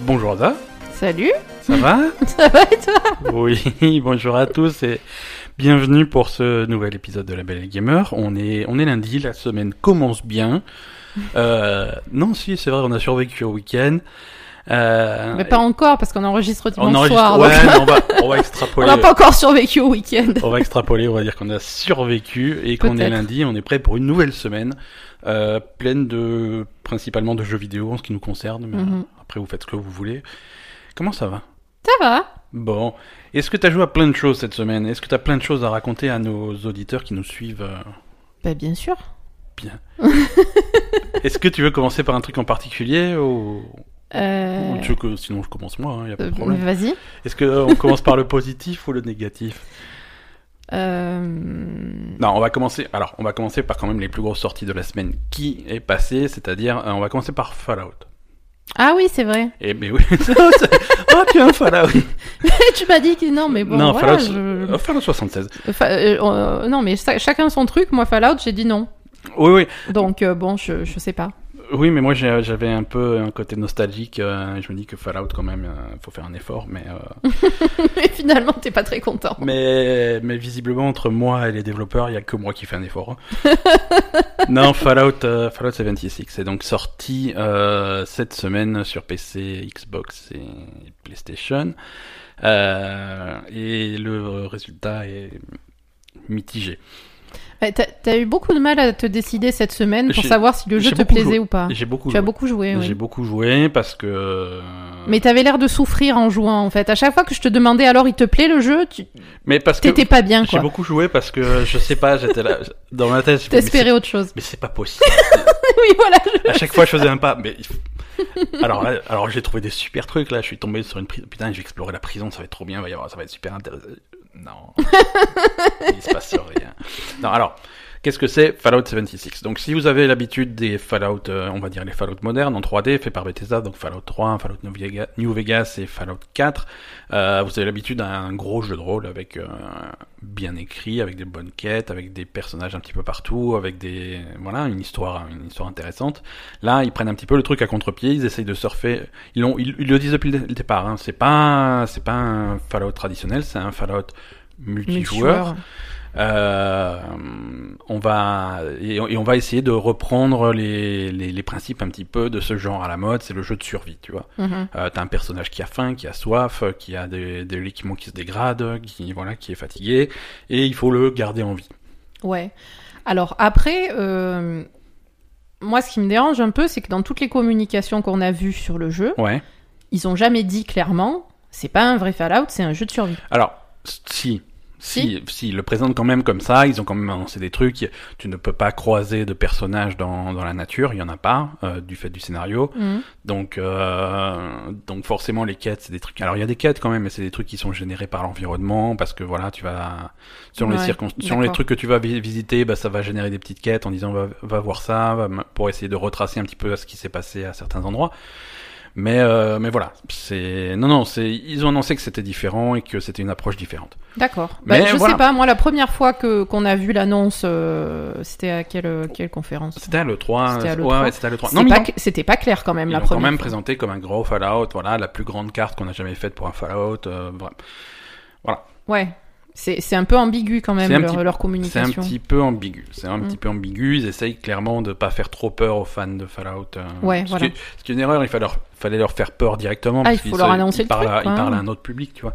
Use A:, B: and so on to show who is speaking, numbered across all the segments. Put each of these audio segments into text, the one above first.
A: Bonjour Ada,
B: Salut,
A: ça va
B: ça va et toi
A: Oui, bonjour à tous et bienvenue pour ce nouvel épisode de La Belle et le Gamer. On est, on est lundi, la semaine commence bien. Euh, non, si, c'est vrai, on a survécu au week-end. Euh,
B: Mais pas encore parce qu'on enregistre dimanche
A: on enregistre.
B: soir. donc
A: ouais, mais on va, on va
B: on
A: extrapoler.
B: n'a pas encore survécu au week-end.
A: on va extrapoler, on va dire qu'on a survécu et qu'on est
B: Peut-être.
A: lundi, on est prêt pour une nouvelle semaine euh, pleine de principalement de jeux vidéo en ce qui nous concerne. Mais
B: Mhm.
A: euh, après, vous faites ce que vous voulez. Comment ça va
B: Ça va
A: Bon, est-ce que tu as joué à plein de choses cette semaine Est-ce que tu as plein de choses à raconter à nos auditeurs qui nous suivent euh
B: Bah bien sûr.
A: Est-ce que tu veux commencer par un truc en particulier ou,
B: Euh...
A: ou Oh, tu veux que sinon je commence moi, il y a pas
B: euh,
A: de problème.
B: Vas-y.
A: Est-ce que euh, on commence par le positif ou le négatif
B: Euh...
A: Non, on va commencer. Alors, on va commencer par quand même les plus grosses sorties de la semaine qui est passée, c'est-à-dire euh, on va commencer par Fallout.
B: Ah oui, c'est vrai.
A: Et mais oui, oh tiens Fallout.
B: tu m'as dit que non, mais bon,
A: non,
B: voilà.
A: Fallout,
B: je-
A: euh, Fallout 76.
B: Fa- euh, euh, non, mais ça- chacun son truc. Moi, Fallout, j'ai dit non.
A: Oui, oui,
B: Donc euh, bon, je, je sais pas.
A: Oui, mais moi j'ai- j'avais un peu un côté nostalgique. euh, je me dis que Fallout, quand même, euh, faut faire un effort. Mais, euh,
B: Mais finalement, t'es pas très content.
A: mais, mais visiblement, entre moi et les développeurs, il y a que moi qui fais un effort. hein. non, Fallout, euh, Fallout 76 est donc sorti euh, cette semaine sur PC, Xbox et PlayStation. Euh, et le résultat est mitigé.
B: Ouais, T'as t'as eu beaucoup de mal à te décider cette semaine pour
A: J'ai-
B: savoir si le jeu
A: j'ai
B: te
A: beaucoup
B: plaisait
A: joué.
B: ou pas.
A: J'ai beaucoup
B: Ah. Tu as
A: joué.
B: beaucoup joué, oui.
A: J'ai beaucoup joué parce que. euh,
B: Mais t'avais l'air de souffrir en jouant en fait. À chaque fois que je te demandais alors il te plaît le jeu, tu
A: mais parce que.
B: t'étais pas bien
A: J'ai
B: quoi.
A: beaucoup joué parce que je sais pas, j'étais là dans ma tête. je me disais,
B: T'espérais autre chose.
A: Mais c'est mais c'est pas possible.
B: oui voilà. je-
A: À chaque fois, je faisais un pas. Mais il faut- alors là, alors j'ai trouvé des super trucs là. Je suis tombé sur une prison. Putain, je vais explorer la prison. Ça va être trop bien. il va y avoir- ça va être super intéressant. Non, il se passe rien. Non, alors. Qu'est-ce que c'est Fallout 76 Donc si vous avez l'habitude des Fallout, euh, on va dire les Fallout modernes en 3D, faits par Bethesda, donc Fallout 3, Fallout New Vega- New Vegas et Fallout 4, euh, vous avez l'habitude d'un gros jeu de rôle avec euh, bien écrit, avec des bonnes quêtes, avec des personnages un petit peu partout, avec des voilà une histoire, une histoire intéressante. Là, ils prennent un petit peu le truc à contre-pied, ils essayent de surfer. Ils, l'ont- ils- ils le disent depuis le départ. Hein. C'est pas c'est pas un Fallout traditionnel, c'est un Fallout multijoueur. Euh, on va et, et on va essayer de reprendre les, les, les principes un petit peu de ce genre à la mode, c'est le jeu de survie, tu vois.
B: Mhm.
A: Euh, T'as un personnage qui a faim, qui a soif, euh, qui a des, de l'équipement qui se dégrade, qui voilà, qui est fatigué, et il faut le garder en vie.
B: Ouais. Alors après, euh, moi ce qui me dérange un peu, c'est que dans toutes les communications qu'on a vues sur le jeu,
A: Ouais.
B: ils ont jamais dit clairement. C'est pas un vrai Fallout, c'est un jeu de survie.
A: Alors si. Si, si, ils le présentent quand même comme ça, ils ont quand même annoncé des trucs, tu ne peux pas croiser de personnages dans, dans la nature, il y en a pas, euh, du fait du scénario.
B: Mhm.
A: Donc, euh, donc forcément les quêtes, c'est des trucs. Alors il y a des quêtes quand même, mais c'est des trucs qui sont générés par l'environnement parce que voilà, tu vas selon les
B: Ouais,
A: circonstances, selon les
B: d'accord.
A: trucs que tu vas vi- visiter, bah ça va générer des petites quêtes en disant va, va voir ça, va ma- pour essayer de retracer un petit peu ce qui s'est passé à certains endroits. Mais euh, mais voilà, c'est non non, c'est ils ont annoncé que c'était différent et que c'était une approche différente.
B: D'accord. Bah,
A: Mais
B: je
A: voilà.
B: sais pas. Moi la première fois que qu'on a vu l'annonce, euh, c'était à quelle quelle conférence
A: C'était à le 3,
B: C'était à l'E3.
A: ouais, ouais, c'était à le 3.
B: C'était
A: mais
B: pas
A: non.
B: cl- C'était pas clair quand même
A: Ils
B: la
A: l'ont quand
B: première.
A: même
B: fois.
A: présenté comme un gros Fallout, voilà, la plus grande carte qu'on a jamais faite pour un Fallout. euh, voilà.
B: Ouais. C'est c'est un peu ambigu quand même
A: C'est un
B: leur,
A: petit-
B: leur
A: C'est un
B: communication.
A: petit peu ambigu. C'est un
B: Mm.
A: petit peu ambigu. Ils essayent clairement de pas faire trop peur aux fans de Fallout. euh,
B: Ouais,
A: ce
B: voilà.
A: qui- ce qui est une erreur. Il fallait leur, fallait leur faire peur directement.
B: Ah,
A: parce
B: il faut
A: qu'ils
B: leur
A: se-
B: annoncer
A: ils
B: le
A: parlent
B: truc,
A: à-
B: quoi.
A: Ils parlent à un autre public, tu vois.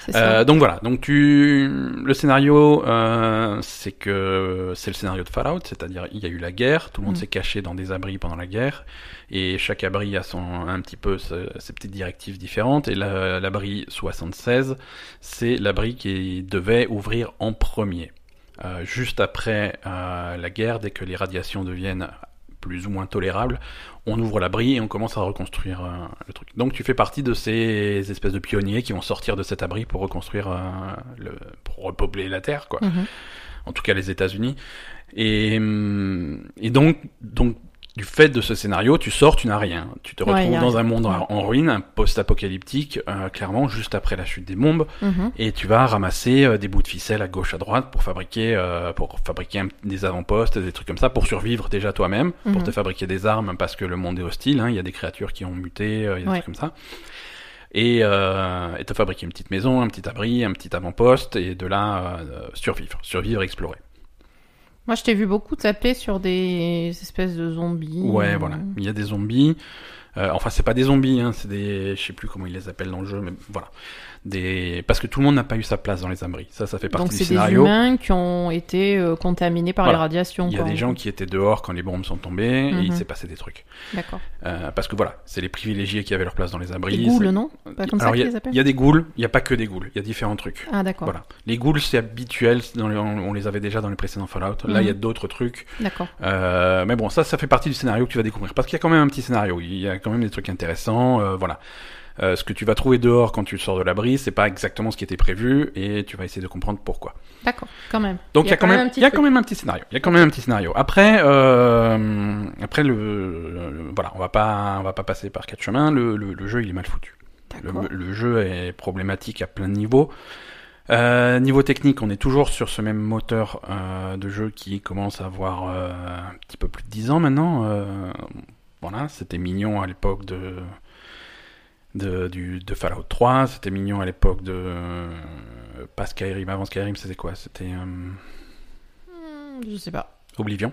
B: C'est ça.
A: Euh, donc voilà. Donc tu, le scénario, euh, c'est que c'est le scénario de Fallout, c'est-à-dire il y a eu la guerre, tout le monde
B: Mm.
A: s'est caché dans des abris pendant la guerre, et chaque abri a son un petit peu ce- ses petites directives différentes. Et la- l'abri 76, c'est l'abri qui devait ouvrir en premier, Euh, juste après euh, la guerre, dès que les radiations deviennent plus ou moins tolérables. On ouvre l'abri et on commence à reconstruire euh, le truc. Donc tu fais partie de ces espèces de pionniers qui vont sortir de cet abri pour reconstruire, euh, le, pour repeupler la Terre, quoi.
B: Mhm.
A: En tout cas les États-Unis. Et, hum, et euh, donc, donc du fait de ce scénario, tu sors, tu n'as rien. Tu te
B: Ouais,
A: retrouves
B: y a
A: dans un monde
B: Ouais.
A: en, en ruine, un post-apocalyptique, euh, clairement juste après la chute des bombes,
B: Mhm.
A: et tu vas ramasser euh, des bouts de ficelle à gauche, à droite pour fabriquer, euh, pour fabriquer un- des avant-postes, des trucs comme ça, pour survivre déjà toi-même, pour
B: Mhm.
A: te fabriquer des armes parce que le monde est hostile, hein, il y a des créatures qui ont muté, euh, il y a des
B: Ouais.
A: trucs comme ça. Et, euh, et te fabriquer une petite maison, un petit abri, un petit avant-poste, et de là euh, survivre, survivre, explorer.
B: Moi, je t'ai vu beaucoup taper sur des espèces de zombies.
A: Ouais, voilà. Il y a des zombies. Euh, enfin, c'est pas des zombies, hein, c'est des. Je sais plus comment ils les appellent dans le jeu, mais voilà. Des... Parce que tout le monde n'a pas eu sa place dans les abris. Ça, ça fait partie
B: Donc,
A: du
B: c'est des
A: scénario.
B: humains qui ont été euh, contaminés par
A: Voilà.
B: les radiations.
A: Il y a
B: quoi, en
A: des
B: fait.
A: gens qui étaient dehors quand les bombes sont tombées et il
B: Mhm.
A: s'est passé des trucs.
B: D'accord.
A: Euh, parce que voilà, c'est les privilégiés qui avaient leur place dans les abris.
B: Des ghouls,
A: c'est-
B: non Pas comme ça
A: Alors, il y
B: qu'ils
A: a-
B: les appellent
A: Il y a des ghouls, il n'y a pas que des ghouls, il y a différents trucs.
B: Ah, d'accord.
A: Voilà. Les ghouls, c'est habituel, c'est dans les- on on les avait déjà dans les précédents Fallout. Là,
B: Mhm.
A: il y a d'autres trucs.
B: D'accord.
A: Euh, mais bon, ça, ça fait partie du scénario que tu vas découvrir. Parce qu'il y a quand même un petit scénario. Il y a quand même des trucs intéressants. euh, voilà. Euh, ce que tu vas trouver dehors quand tu sors de l'abri, c'est pas exactement ce qui était prévu. Et tu vas essayer de comprendre pourquoi.
B: D'accord, quand même.
A: Donc il y a quand même,
B: un petit
A: il y a
B: truc.
A: quand même un petit scénario. Il y a quand même un petit scénario. Après, euh, après le, le- voilà, on va pas, on va pas passer par quatre chemins. Le, le, le jeu, il est mal foutu. Le,
B: D'accord.
A: le jeu est problématique à plein de niveaux. Euh, niveau technique, on est toujours sur ce même moteur euh, de jeu qui commence à avoir euh, un petit peu plus de 10 ans maintenant. Euh, voilà, c'était mignon à l'époque de, de, du, de Fallout 3, c'était mignon à l'époque de... euh, pas Skyrim, avant Skyrim c'était quoi C'était... euh,
B: Hmm, Je sais pas.
A: Oblivion.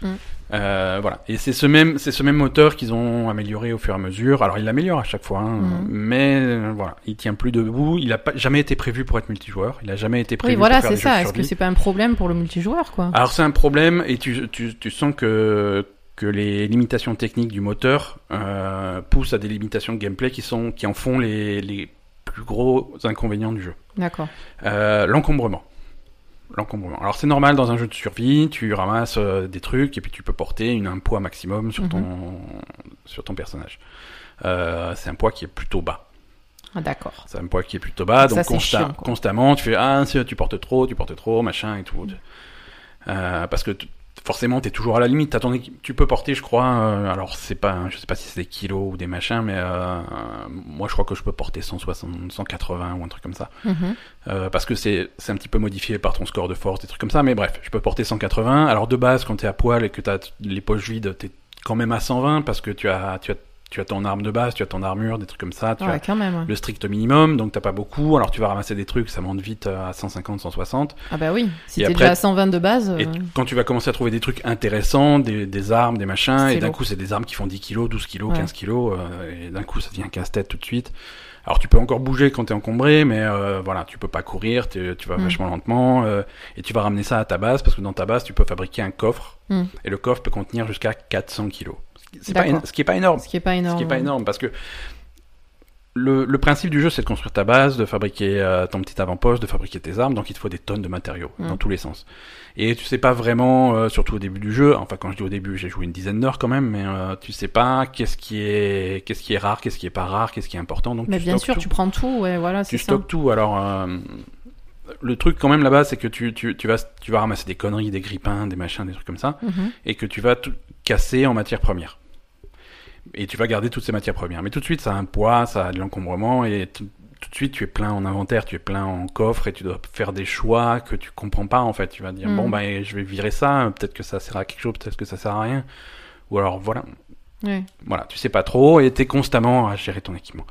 B: Mm.
A: Euh, voilà. Et c'est ce même, c'est ce même moteur qu'ils ont amélioré au fur et à mesure. Alors ils l'améliorent à chaque fois, hein,
B: Mm.
A: mais euh, voilà, il tient plus debout. Il a pas, jamais été prévu pour être multijoueur. Il a jamais été prévu
B: Oui, voilà,
A: pour faire
B: c'est
A: des jeux de
B: ça. Est-ce que
A: survie.
B: c'est pas un problème pour le multijoueur, quoi
A: Alors c'est un problème et tu, tu, tu sens que que les limitations techniques du moteur euh, poussent à des limitations de gameplay qui sont qui en font les, les plus gros inconvénients du jeu.
B: D'accord.
A: Euh, l'encombrement. L'encombrement. Alors c'est normal dans un jeu de survie, tu ramasses euh, des trucs et puis tu peux porter une, un poids maximum
B: Mhm.
A: sur ton, sur ton personnage. Euh, c'est un poids qui est plutôt bas.
B: Ah, d'accord.
A: C'est un poids qui est plutôt bas,
B: Ça,
A: donc
B: c'est
A: consta-
B: chiant, quoi.
A: constamment tu fais ah si, tu portes trop, tu portes trop, machin et tout.
B: Mhm.
A: Euh, parce que t- forcément t'es toujours à la limite. T'as ton équi- tu peux porter, je crois. euh, alors c'est pas, je sais pas si c'est des kilos ou des machins, mais euh, moi je crois que je peux porter 160, 180 ou un truc comme ça.
B: Mhm.
A: Euh, parce que c'est c'est un petit peu modifié par ton score de force, des trucs comme ça, mais bref, je peux porter 180. Alors de base, quand t'es à poil et que t'as t- les poches vides, t'es quand même à 120 parce que tu as, tu as, tu as ton arme de base, tu as ton armure, des trucs comme ça, tu
B: Ah ouais,
A: as
B: quand même. ouais.
A: le strict minimum, donc t'as pas beaucoup. Alors tu vas ramasser des trucs, ça monte vite euh, à 150, 160.
B: Ah, bah oui. Si
A: Et
B: t'es
A: après-
B: déjà à 120 de base.
A: Et
B: euh,
A: quand tu vas commencer à trouver des trucs intéressants, des, des armes, des machins,
B: C'est
A: et d'un
B: lourd.
A: coup c'est des armes qui font 10 kilos, 12 kilos,
B: Ouais.
A: 15 kilos, euh, et d'un coup ça devient casse-tête tout de suite. Alors tu peux encore bouger quand t'es encombré, mais euh, voilà, tu peux pas courir, t'es- tu vas
B: Mm.
A: vachement lentement, euh, et tu vas ramener ça à ta base, parce que dans ta base tu peux fabriquer un coffre,
B: Mm.
A: et le coffre peut contenir jusqu'à 400 kilos. Ce qui- c'est pas
B: D'accord.
A: éno- ce qui est pas énorme.
B: Ce qui est pas énorme.
A: Ce qui est pas énorme parce que le, le principe du jeu, c'est de construire ta base, de fabriquer euh, ton petit avant-poste, de fabriquer tes armes. Donc il te faut des tonnes de matériaux
B: Mm.
A: dans tous les sens. Et tu sais pas vraiment, euh, surtout au début du jeu. Enfin, quand je dis au début, j'ai joué une dizaine d'heures quand même, mais euh, tu sais pas qu'est-ce qui est qu'est-ce qui est rare, qu'est-ce qui est pas rare, qu'est-ce qui est important. Donc
B: Mais
A: tu
B: bien
A: stockes
B: sûr,
A: tout
B: tu prends tout, ouais, voilà, c'est
A: tu
B: ça.
A: stockes tout. Alors, euh, le truc quand même là-bas, c'est que tu, tu, tu, vas, tu vas ramasser des conneries, des grippins, des machins, des trucs comme ça,
B: Mhm.
A: et que tu vas tout casser en matière première. Et tu vas garder toutes ces matières premières. Mais tout de suite, ça a un poids, ça a de l'encombrement, et tout tout de suite, tu es plein en inventaire, tu es plein en coffre, et tu dois faire des choix que tu comprends pas, en fait. Tu vas dire,
B: Mhm.
A: bon, ben, je vais virer ça, peut-être que ça sert à quelque chose, peut-être que ça sert à rien. Ou alors, voilà,
B: Ouais.
A: voilà, tu sais pas trop et t'es constamment à gérer ton équipement.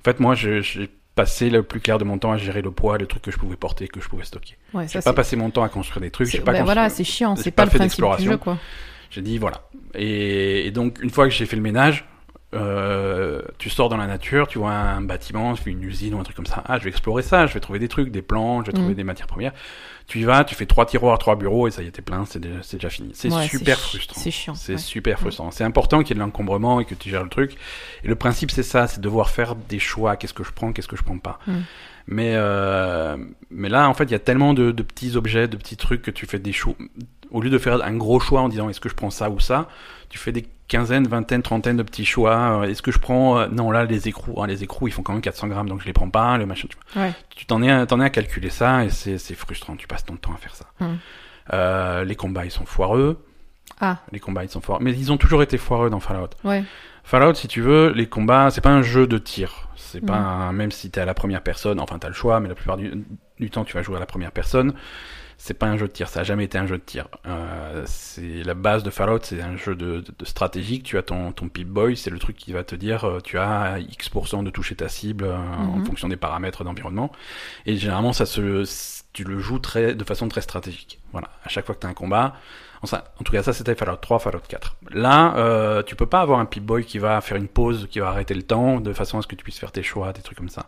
A: En fait, moi, je- j'ai passé le plus clair de mon temps à gérer le poids, le truc que je pouvais porter, que je pouvais stocker.
B: Ouais,
A: J'ai
B: ça
A: pas
B: c'est.
A: passé mon temps à construire des trucs. J'ai
B: c'est-
A: pas
B: bah,
A: construit-
B: voilà, c'est chiant,
A: j'ai
B: c'est
A: pas
B: pas, le
A: fait
B: principe du
A: d'exploration.
B: jeu, quoi.
A: J'ai dit voilà. Et, et donc une fois que j'ai fait le ménage, euh, tu sors dans la nature, tu vois un bâtiment, tu fais une usine ou un truc comme ça. Ah, je vais explorer ça, je vais trouver des trucs, des plantes, je vais
B: Mhm.
A: trouver des matières premières. Tu y vas, tu fais trois tiroirs, trois bureaux et ça y était plein, c'est déjà, c'est déjà fini. C'est
B: Ouais,
A: super
B: chi-
A: frustrant.
B: C'est chiant.
A: C'est
B: ouais. Mm.
A: super frustrant. C'est important qu'il y ait de l'encombrement et que tu gères le truc. Et le principe, c'est ça, c'est devoir faire des choix. Qu'est-ce que je prends, qu'est-ce que je prends pas.
B: Mm.
A: Mais, euh, mais là, en fait, il y a tellement de, de petits objets, de petits trucs que tu fais des choix. Au lieu de faire un gros choix en disant est-ce que je prends ça ou ça, tu fais des quinzaines, vingtaines, trentaines de petits choix. Euh, Est-ce que je prends euh, non là les écrous, Ah, les écrous ils font quand même 400 grammes donc je les prends pas, le machin. Tu vois.
B: Ouais.
A: Tu t'en es, à- t'en es à calculer ça et c'est c'est frustrant. Tu passes ton temps à faire ça.
B: Mm.
A: Euh, les combats ils sont foireux.
B: Ah,
A: Les combats, ils sont forts. Mais ils ont toujours été foireux dans Fallout.
B: ouais.
A: Fallout, si tu veux, les combats, c'est pas un jeu de tir. C'est pas
B: Mhm.
A: un- même si t'es à la première personne, enfin t'as le choix, mais la plupart du, du temps tu vas jouer à la première personne. C'est pas un jeu de tir, ça a jamais été un jeu de tir. Euh, c'est la base de Fallout, c'est un jeu de, de, de stratégique. Tu as ton ton Pip Boy, c'est le truc qui va te dire euh, tu as X de toucher ta cible euh, en
B: Mhm.
A: fonction des paramètres d'environnement. Et généralement, ça se, tu le joues très, de façon très stratégique. Voilà. À chaque fois que tu as un combat, en, ça- en tout cas, ça c'était Fallout 3, Fallout 4. Là, euh, tu peux pas avoir un Pip-Boy qui va faire une pause, qui va arrêter le temps, de façon à ce que tu puisses faire tes choix, des trucs comme ça.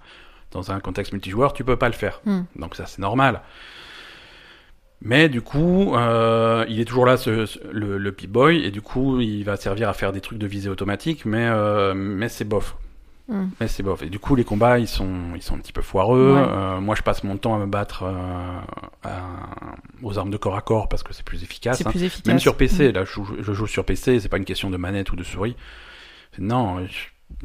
A: Dans un contexte multijoueur, tu peux pas le faire.
B: Hmm.
A: Donc ça, c'est normal. Mais du coup, euh, il est toujours là, ce, ce- le, le Pip-Boy, et du coup, il va servir à faire des trucs de visée automatique, mais, euh, mais c'est bof.
B: Hmm.
A: Mais c'est bof. Et du coup, les combats, ils sont, ils sont un petit peu foireux.
B: Ouais.
A: Euh, moi, je passe mon temps à me battre euh, à- aux armes de corps à corps parce que c'est plus efficace.
B: C'est
A: hein.
B: plus efficace.
A: Même sur PC, là, je joue, je joue sur PC, c'est pas une question de manette ou de souris. Non, je-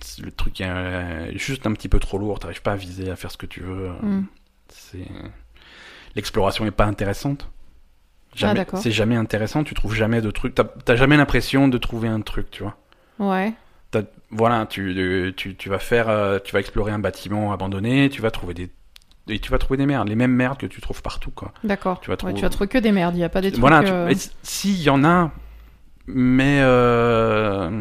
A: c'est- le truc est euh, juste un petit peu trop lourd, t'arrives pas à viser, à faire ce que tu veux.
B: Hmm.
A: C'est L'exploration est pas intéressante. Jamais,
B: d'accord.
A: c'est jamais intéressant, tu trouves jamais de truc, t'as t'as jamais l'impression de trouver un truc, tu vois.
B: Ouais.
A: T'as- voilà, tu, tu, tu vas faire, euh, tu vas explorer un bâtiment abandonné, tu vas trouver des, et tu vas trouver des merdes, les mêmes merdes que tu trouves partout, quoi.
B: D'accord.
A: Tu vas
B: Ouais,
A: trouver-
B: tu as trouvé que des merdes. Il n'y a pas des trucs.
A: voilà, tu-
B: euh,
A: et s- s'il y en a, mais euh,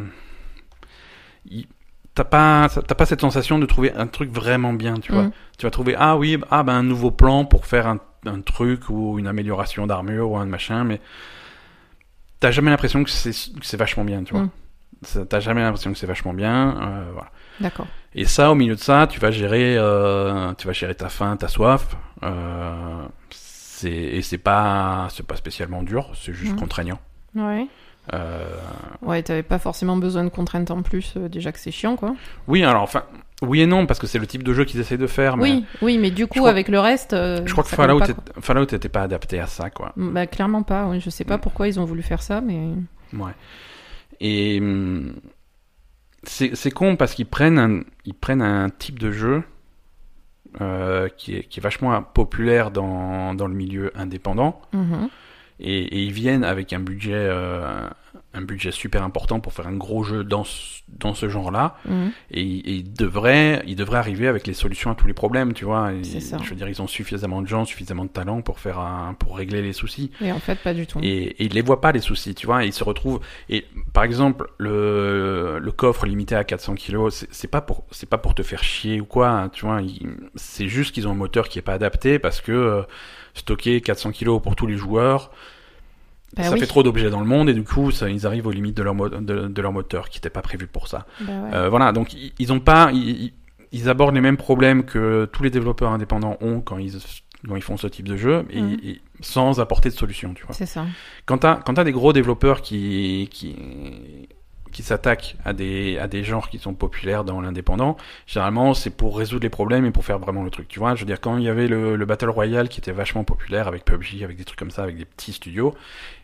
A: il- t'as pas, t'as pas cette sensation de trouver un truc vraiment bien, tu vois.
B: Mm.
A: Tu vas trouver, ah oui, ah ben un nouveau plan pour faire un, un truc ou une amélioration d'armure ou un machin, mais t'as jamais l'impression que c'est que c'est vachement bien, tu vois.
B: Mm.
A: Ça- T'as jamais l'impression que c'est vachement bien, euh, voilà.
B: D'accord.
A: Et ça, au milieu de ça, tu vas gérer, euh, tu vas gérer ta faim, ta soif. Euh, c'est et c'est pas, c'est pas spécialement dur, c'est juste
B: Mhm.
A: contraignant.
B: Ouais.
A: Euh,
B: Ouais, t'avais pas forcément besoin de contraintes en plus. euh, déjà que c'est chiant, quoi.
A: oui, alors enfin, oui et non, parce que c'est le type de jeu qu'ils essaient de faire. Mais
B: Oui, oui, mais du coup,
A: crois-
B: avec le reste. euh,
A: je crois que
B: ça colle
A: Fallout,
B: pas,
A: est- Fallout était pas adapté à ça, quoi.
B: quoi. Bah, clairement pas. oui, Je sais pas
A: Mm.
B: pourquoi ils ont voulu faire ça, mais.
A: Ouais. Et hum, c'est c'est con parce qu'ils prennent un, ils prennent un type de jeu euh, qui, est, qui est vachement populaire dans, dans le milieu indépendant.
B: Mhm.
A: et, et ils viennent avec un budget, euh, un budget super important pour faire un gros jeu dans ce, dans ce genre-là,
B: Mhm.
A: et, ils- et ils devraient, ils devraient arriver avec les solutions à tous les problèmes, tu vois. Et-
B: C'est ça.
A: Je veux dire, ils ont suffisamment de gens, suffisamment de talent pour faire un, pour régler les soucis.
B: Et en fait, pas du tout.
A: Et, et ils les voient pas les soucis, tu vois. Et ils se retrouvent. Et par exemple, le, le coffre limité à 400 kilos, c'est- c'est pas pour, c'est pas pour te faire chier ou quoi, hein, tu vois. Ils- C'est juste qu'ils ont un moteur qui est pas adapté parce que euh, stocker 400 kilos pour tous les joueurs,
B: Bah
A: ça
B: oui.
A: fait trop d'objets dans le monde et du coup, ça, ils arrivent aux limites de leur, mo- de, de leur moteur qui n'était pas prévu pour ça.
B: Bah ouais.
A: Euh, voilà, donc ils, ils ont pas, ils, ils- ils abordent les mêmes problèmes que tous les développeurs indépendants ont quand ils, quand ils font ce type de jeu, et,
B: Mhm.
A: et sans apporter de solution. Tu vois.
B: C'est ça.
A: Quand t'as quand t'as des gros développeurs qui qui qui s'attaquent à des à des genres qui sont populaires dans l'indépendant, généralement c'est pour résoudre les problèmes et pour faire vraiment le truc. Tu vois, je veux dire quand il y avait le, le battle royale qui était vachement populaire avec PUBG, avec des trucs comme ça, avec des petits studios,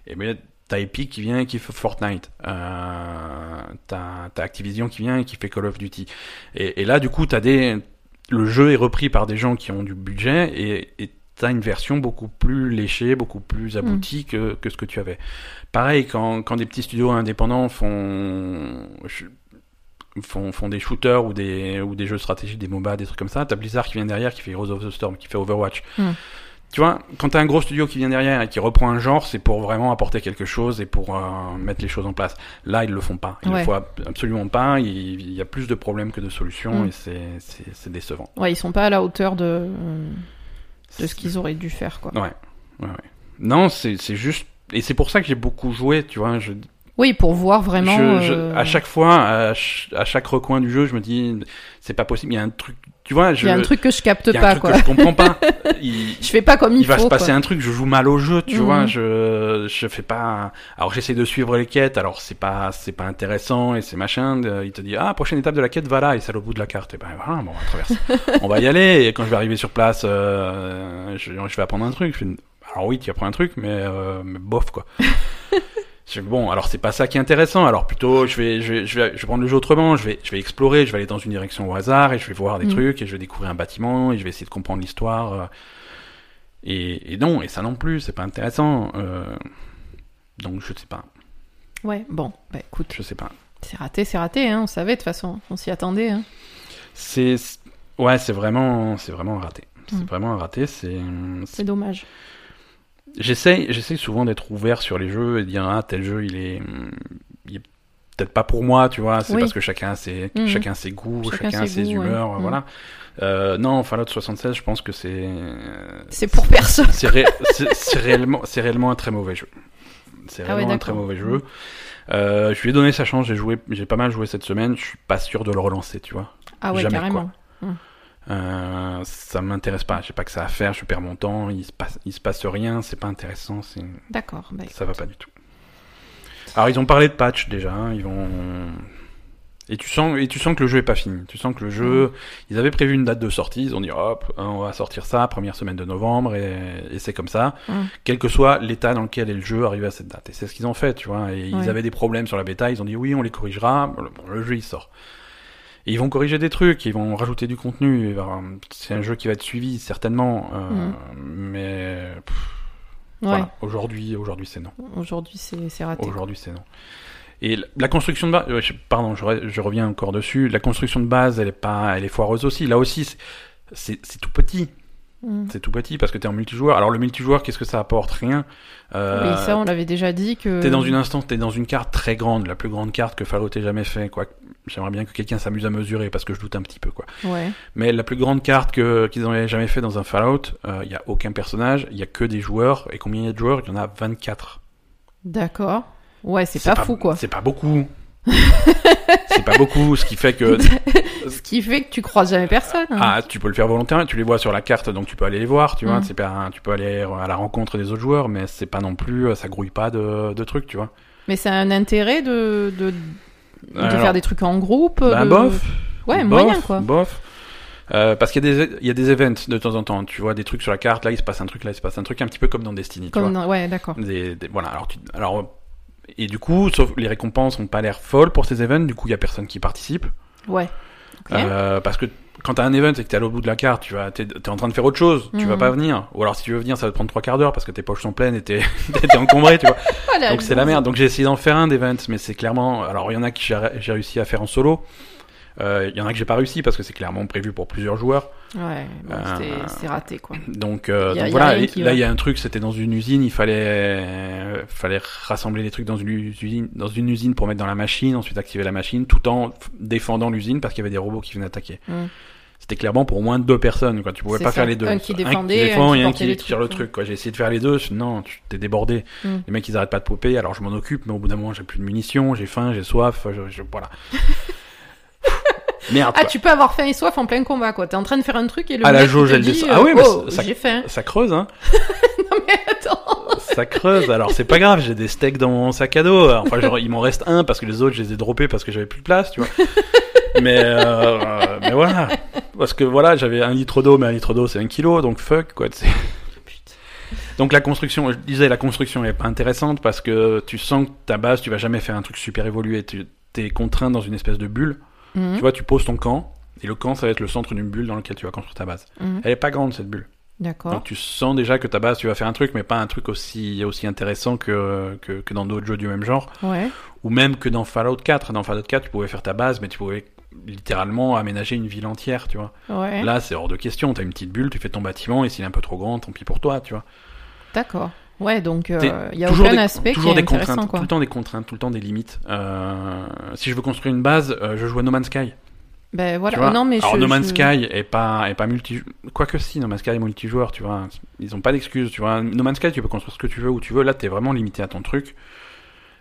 A: et bien t'as Epic qui vient et qui fait Fortnite, euh, t'as t'as Activision qui vient et qui fait Call of Duty. Et, et là du coup t'as des le jeu est repris par des gens qui ont du budget et, et t'as une version beaucoup plus léchée, beaucoup plus aboutie que, que ce que tu avais. Pareil, quand, quand des petits studios indépendants font, ch- font, font des shooters ou des, ou des jeux stratégiques, des MOBA, des trucs comme ça, t'as Blizzard qui vient derrière, qui fait Heroes of the Storm, qui fait Overwatch.
B: Mm.
A: Tu vois, quand t'as un gros studio qui vient derrière et qui reprend un genre, c'est pour vraiment apporter quelque chose et pour euh, mettre les choses en place. Là, ils le font pas. Ils
B: Ouais.
A: le font ab- absolument pas. Il, il y a plus de problèmes que de solutions
B: Mm.
A: et c'est- c'est c'est décevant.
B: Ouais, ils sont pas à la hauteur de, euh, de ce qu'ils auraient dû faire, quoi.
A: Ouais. Ouais, ouais. Non, c'est c'est juste. Et c'est pour ça que j'ai beaucoup joué, tu vois. Je,
B: Oui, pour voir vraiment.
A: je- je-
B: euh,
A: à chaque fois, à, ch- à chaque recoin du jeu, je me dis, c'est pas possible, il y a un truc. Tu vois, je.
B: Il y a un truc que je
A: il
B: capte
A: y a un
B: pas,
A: truc
B: quoi.
A: que je comprends pas. Il,
B: Je fais pas comme il,
A: il va
B: faut.
A: se passer
B: quoi.
A: un truc, je joue mal au jeu, tu
B: Mhm.
A: vois, je je fais pas alors j'essaie de suivre les quêtes, alors c'est pas c'est pas intéressant et c'est machin, euh, il te dit ah prochaine étape de la quête va là et c'est au bout de la carte et ben voilà, bon, on va traverser. on va y aller et quand je vais arriver sur place euh, je, je vais apprendre un truc. Je fais, alors oui, tu apprends un truc mais, euh, mais bof quoi. Je fais, Bon, alors c'est pas ça qui est intéressant. Alors plutôt, je vais, je vais, je vais, je vais prendre le jeu autrement. Je vais, je vais explorer. Je vais aller dans une direction au hasard et je vais voir des
B: Mhm.
A: trucs et je vais découvrir un bâtiment et je vais essayer de comprendre l'histoire. euh, et, et non, et ça non plus, c'est pas intéressant. euh, donc je sais pas.
B: Ouais, bon, bah écoute,
A: Je sais pas.
B: c'est raté, c'est raté, hein, on savait de toute façon, on s'y attendait. hein.
A: C'est ouais, c'est vraiment, c'est vraiment raté. C'est
B: Mm.
A: vraiment raté. C'est
B: C'est dommage.
A: J'essaye, j'essaye souvent d'être ouvert sur les jeux et de dire ah tel jeu il est, hum, il est peut-être pas pour moi, tu vois. C'est
B: Oui.
A: parce que chacun a ses,
B: Mhm.
A: chacun ses goûts,
B: Chacun
A: chacun,
B: ses
A: a ses
B: goûts, ouais.
A: humeurs,
B: Mhm.
A: voilà. Euh, non, Fallout 76, je pense que c'est, euh,
B: C'est pour personne.
A: c'est ré- c'est- c'est réellement, c'est réellement un très mauvais jeu. C'est
B: Ah ouais,
A: réellement un très
B: d'accord.
A: mauvais jeu. Euh, je lui ai donné sa chance, j'ai joué, j'ai pas mal joué cette semaine. Je suis pas sûr de le relancer, tu vois.
B: Ah ouais,
A: Jamais,
B: carrément.
A: Euh, ça m'intéresse pas, j'ai pas que ça à faire, je perds mon temps, il se passe, il se passe rien, c'est pas intéressant, c'est,
B: D'accord. bah,
A: ça va pas du tout. Alors ils ont parlé de patch déjà, hein, ils vont et tu sens et tu sens que le jeu est pas fini, tu sens que le
B: Mm.
A: jeu, ils avaient prévu une date de sortie, ils ont dit hop, hein, on va sortir ça première semaine de novembre et, et c'est comme ça,
B: Mm.
A: quel que soit l'état dans lequel est le jeu arrivé à cette date. Et c'est ce qu'ils ont fait, tu vois, et
B: Ouais.
A: ils avaient des problèmes sur la bêta, ils ont dit oui, on les corrigera, le, bon, le jeu il sort. Et ils vont corriger des trucs, ils vont rajouter du contenu. et ben, C'est un jeu qui va être suivi certainement, euh, mais pff,
B: Mm. ouais,
A: voilà. Aujourd'hui, aujourd'hui c'est non.
B: aujourd'hui c'est c'est raté.
A: Aujourd'hui c'est non. Et la- la construction de base, ouais, je- pardon, je, re- je reviens encore dessus. La construction de base, elle est pas, elle est foireuse aussi. Là aussi, c'est- c'est c'est tout petit,
B: Mm.
A: c'est tout petit parce que t'es en multijoueur. Alors le multijoueur, qu'est-ce que ça apporte Rien. Euh,
B: Mais ça, on l'avait déjà dit que.
A: T'es dans une instance, t'es dans une carte très grande, la plus grande carte que Fallout ait jamais fait, quoi. J'aimerais bien que quelqu'un s'amuse à mesurer parce que je doute un petit peu, quoi.
B: Ouais.
A: Mais la plus grande carte que, qu'ils n'avaient jamais fait dans un Fallout, il y a aucun personnage, il y a que des joueurs. Et combien il y a de joueurs Il y en a 24.
B: D'accord. Ouais, c'est pas, fou quoi.
A: C'est pas beaucoup. c'est pas beaucoup, ce qui fait que
B: Ce qui fait que tu croises jamais personne. hein.
A: ah, tu peux le faire volontairement, tu les vois sur la carte, donc tu peux aller les voir, tu vois.
B: Mhm.
A: C'est pas, tu peux aller à la rencontre des autres joueurs, mais c'est pas non plus, euh, ça grouille pas de, de trucs, tu vois.
B: Mais ça a un intérêt de, de, de
A: Alors,
B: faire des trucs en groupe.
A: bah,
B: de-
A: bof.
B: Ouais,
A: Bof,
B: moyen quoi.
A: Bof. Euh, parce qu'il y, a des- il y a des events de temps en temps, tu vois des trucs sur la carte, là il se passe un truc, là il se passe un truc, un petit peu comme dans Destiny.
B: Comme
A: tu
B: dans- Ouais, d'accord.
A: vois. Des- des- voilà, alors, tu- alors, et du coup, sauf les récompenses n'ont pas l'air folles pour ces events, du coup il y a personne qui participe.
B: Ouais. Ok.
A: Euh, parce que quand t'as un event et que t'es à l'autre bout de la carte, tu vas, t'es, t'es en train de faire autre chose, tu
B: Mhm.
A: vas pas venir. Ou alors si tu veux venir, ça va te prendre trois quarts d'heure parce que tes poches sont pleines et t'es, t'es encombré, tu vois.
B: Voilà,
A: Donc c'est la merde. Donc j'ai essayé d'en faire un d'event, mais c'est clairement. Alors il y en a que j'ai, j'ai réussi à faire en solo. Euh, Il y en a que j'ai pas réussi parce que c'est clairement prévu pour plusieurs joueurs.
B: Ouais, bon,
A: Euh,
B: c'était- c'est raté quoi.
A: Donc, euh,
B: Il y
A: donc
B: a- il y a
A: voilà,
B: rien
A: Et
B: qui
A: là
B: va.
A: il y a un truc, c'était dans une usine, il fallait, euh, fallait rassembler les trucs dans une usine, dans une usine pour mettre dans la machine, ensuite activer la machine, tout en f- défendant l'usine parce qu'il y avait des robots qui venaient attaquer.
B: Mm.
A: C'était clairement pour au moins deux personnes, quoi. Tu pouvais
B: C'est
A: pas
B: ça.
A: faire les deux.
B: Un qui défendait,
A: défend
B: un qui
A: et un
B: portait
A: qui
B: les
A: tire
B: trucs,
A: le truc, quoi. J'ai essayé de faire les deux, je- non, tu t'es débordé.
B: Mm.
A: Les mecs ils arrêtent pas de popper, alors je m'en occupe, mais au bout d'un moment j'ai plus de munitions, j'ai faim, j'ai soif, je, je- voilà. Merde,
B: Ah,
A: quoi.
B: tu peux avoir faim et soif en plein combat quoi. T'es en train de faire un truc et le
A: Ah, la
B: mec il
A: jauge,
B: te
A: elle
B: dit,
A: descend.
B: euh,
A: Ah ouais, mais
B: oh,
A: ça- ça-
B: j'ai faim.
A: ça creuse, hein.
B: Non mais attends.
A: Ça creuse, alors c'est pas grave, j'ai des steaks dans mon sac à dos. Enfin, genre, il m'en reste un parce que les autres, je les ai droppés parce que j'avais plus de place, tu vois. Mais, euh, mais voilà. Parce que voilà, j'avais un litre d'eau, mais un litre d'eau, c'est un kilo, donc fuck, quoi. tu sais. Donc la construction, je disais, la construction est pas intéressante parce que tu sens que ta base, tu vas jamais faire un truc super évolué. Tu es contraint dans une espèce de bulle. Tu
B: Mhm,
A: vois, tu poses ton camp, et le camp, ça va être le centre d'une bulle dans laquelle tu vas construire ta base.
B: mhm.
A: Elle est pas grande, cette bulle.
B: D'accord.
A: Donc tu sens déjà que ta base, tu vas faire un truc, mais pas un truc aussi, aussi intéressant que, que, que dans d'autres jeux du même genre,
B: Ouais.
A: ou même que dans Fallout 4. Dans Fallout 4, tu pouvais faire ta base, mais tu pouvais littéralement aménager une ville entière, tu vois.
B: Ouais.
A: Là, c'est hors de question, t'as une petite bulle, tu fais ton bâtiment, et s'il est un peu trop grand, tant pis pour toi, tu vois.
B: D'accord. Ouais, donc euh, il
A: T'es
B: y a aucun aspect qui
A: toujours
B: est
A: des
B: intéressant
A: contraintes, tout
B: quoi.
A: le temps des contraintes, tout le temps des limites. Euh, si je veux construire une base, euh, je joue à No Man's Sky.
B: Ben
A: Tu
B: voilà.
A: vois
B: non mais
A: Alors
B: je,
A: No Man's
B: je-
A: Sky est pas est pas multi quoique si No Man's Sky est multijoueur, tu vois, ils ont pas d'excuses, tu vois. No Man's Sky tu peux construire ce que tu veux où tu veux, là t'es vraiment limité à ton truc.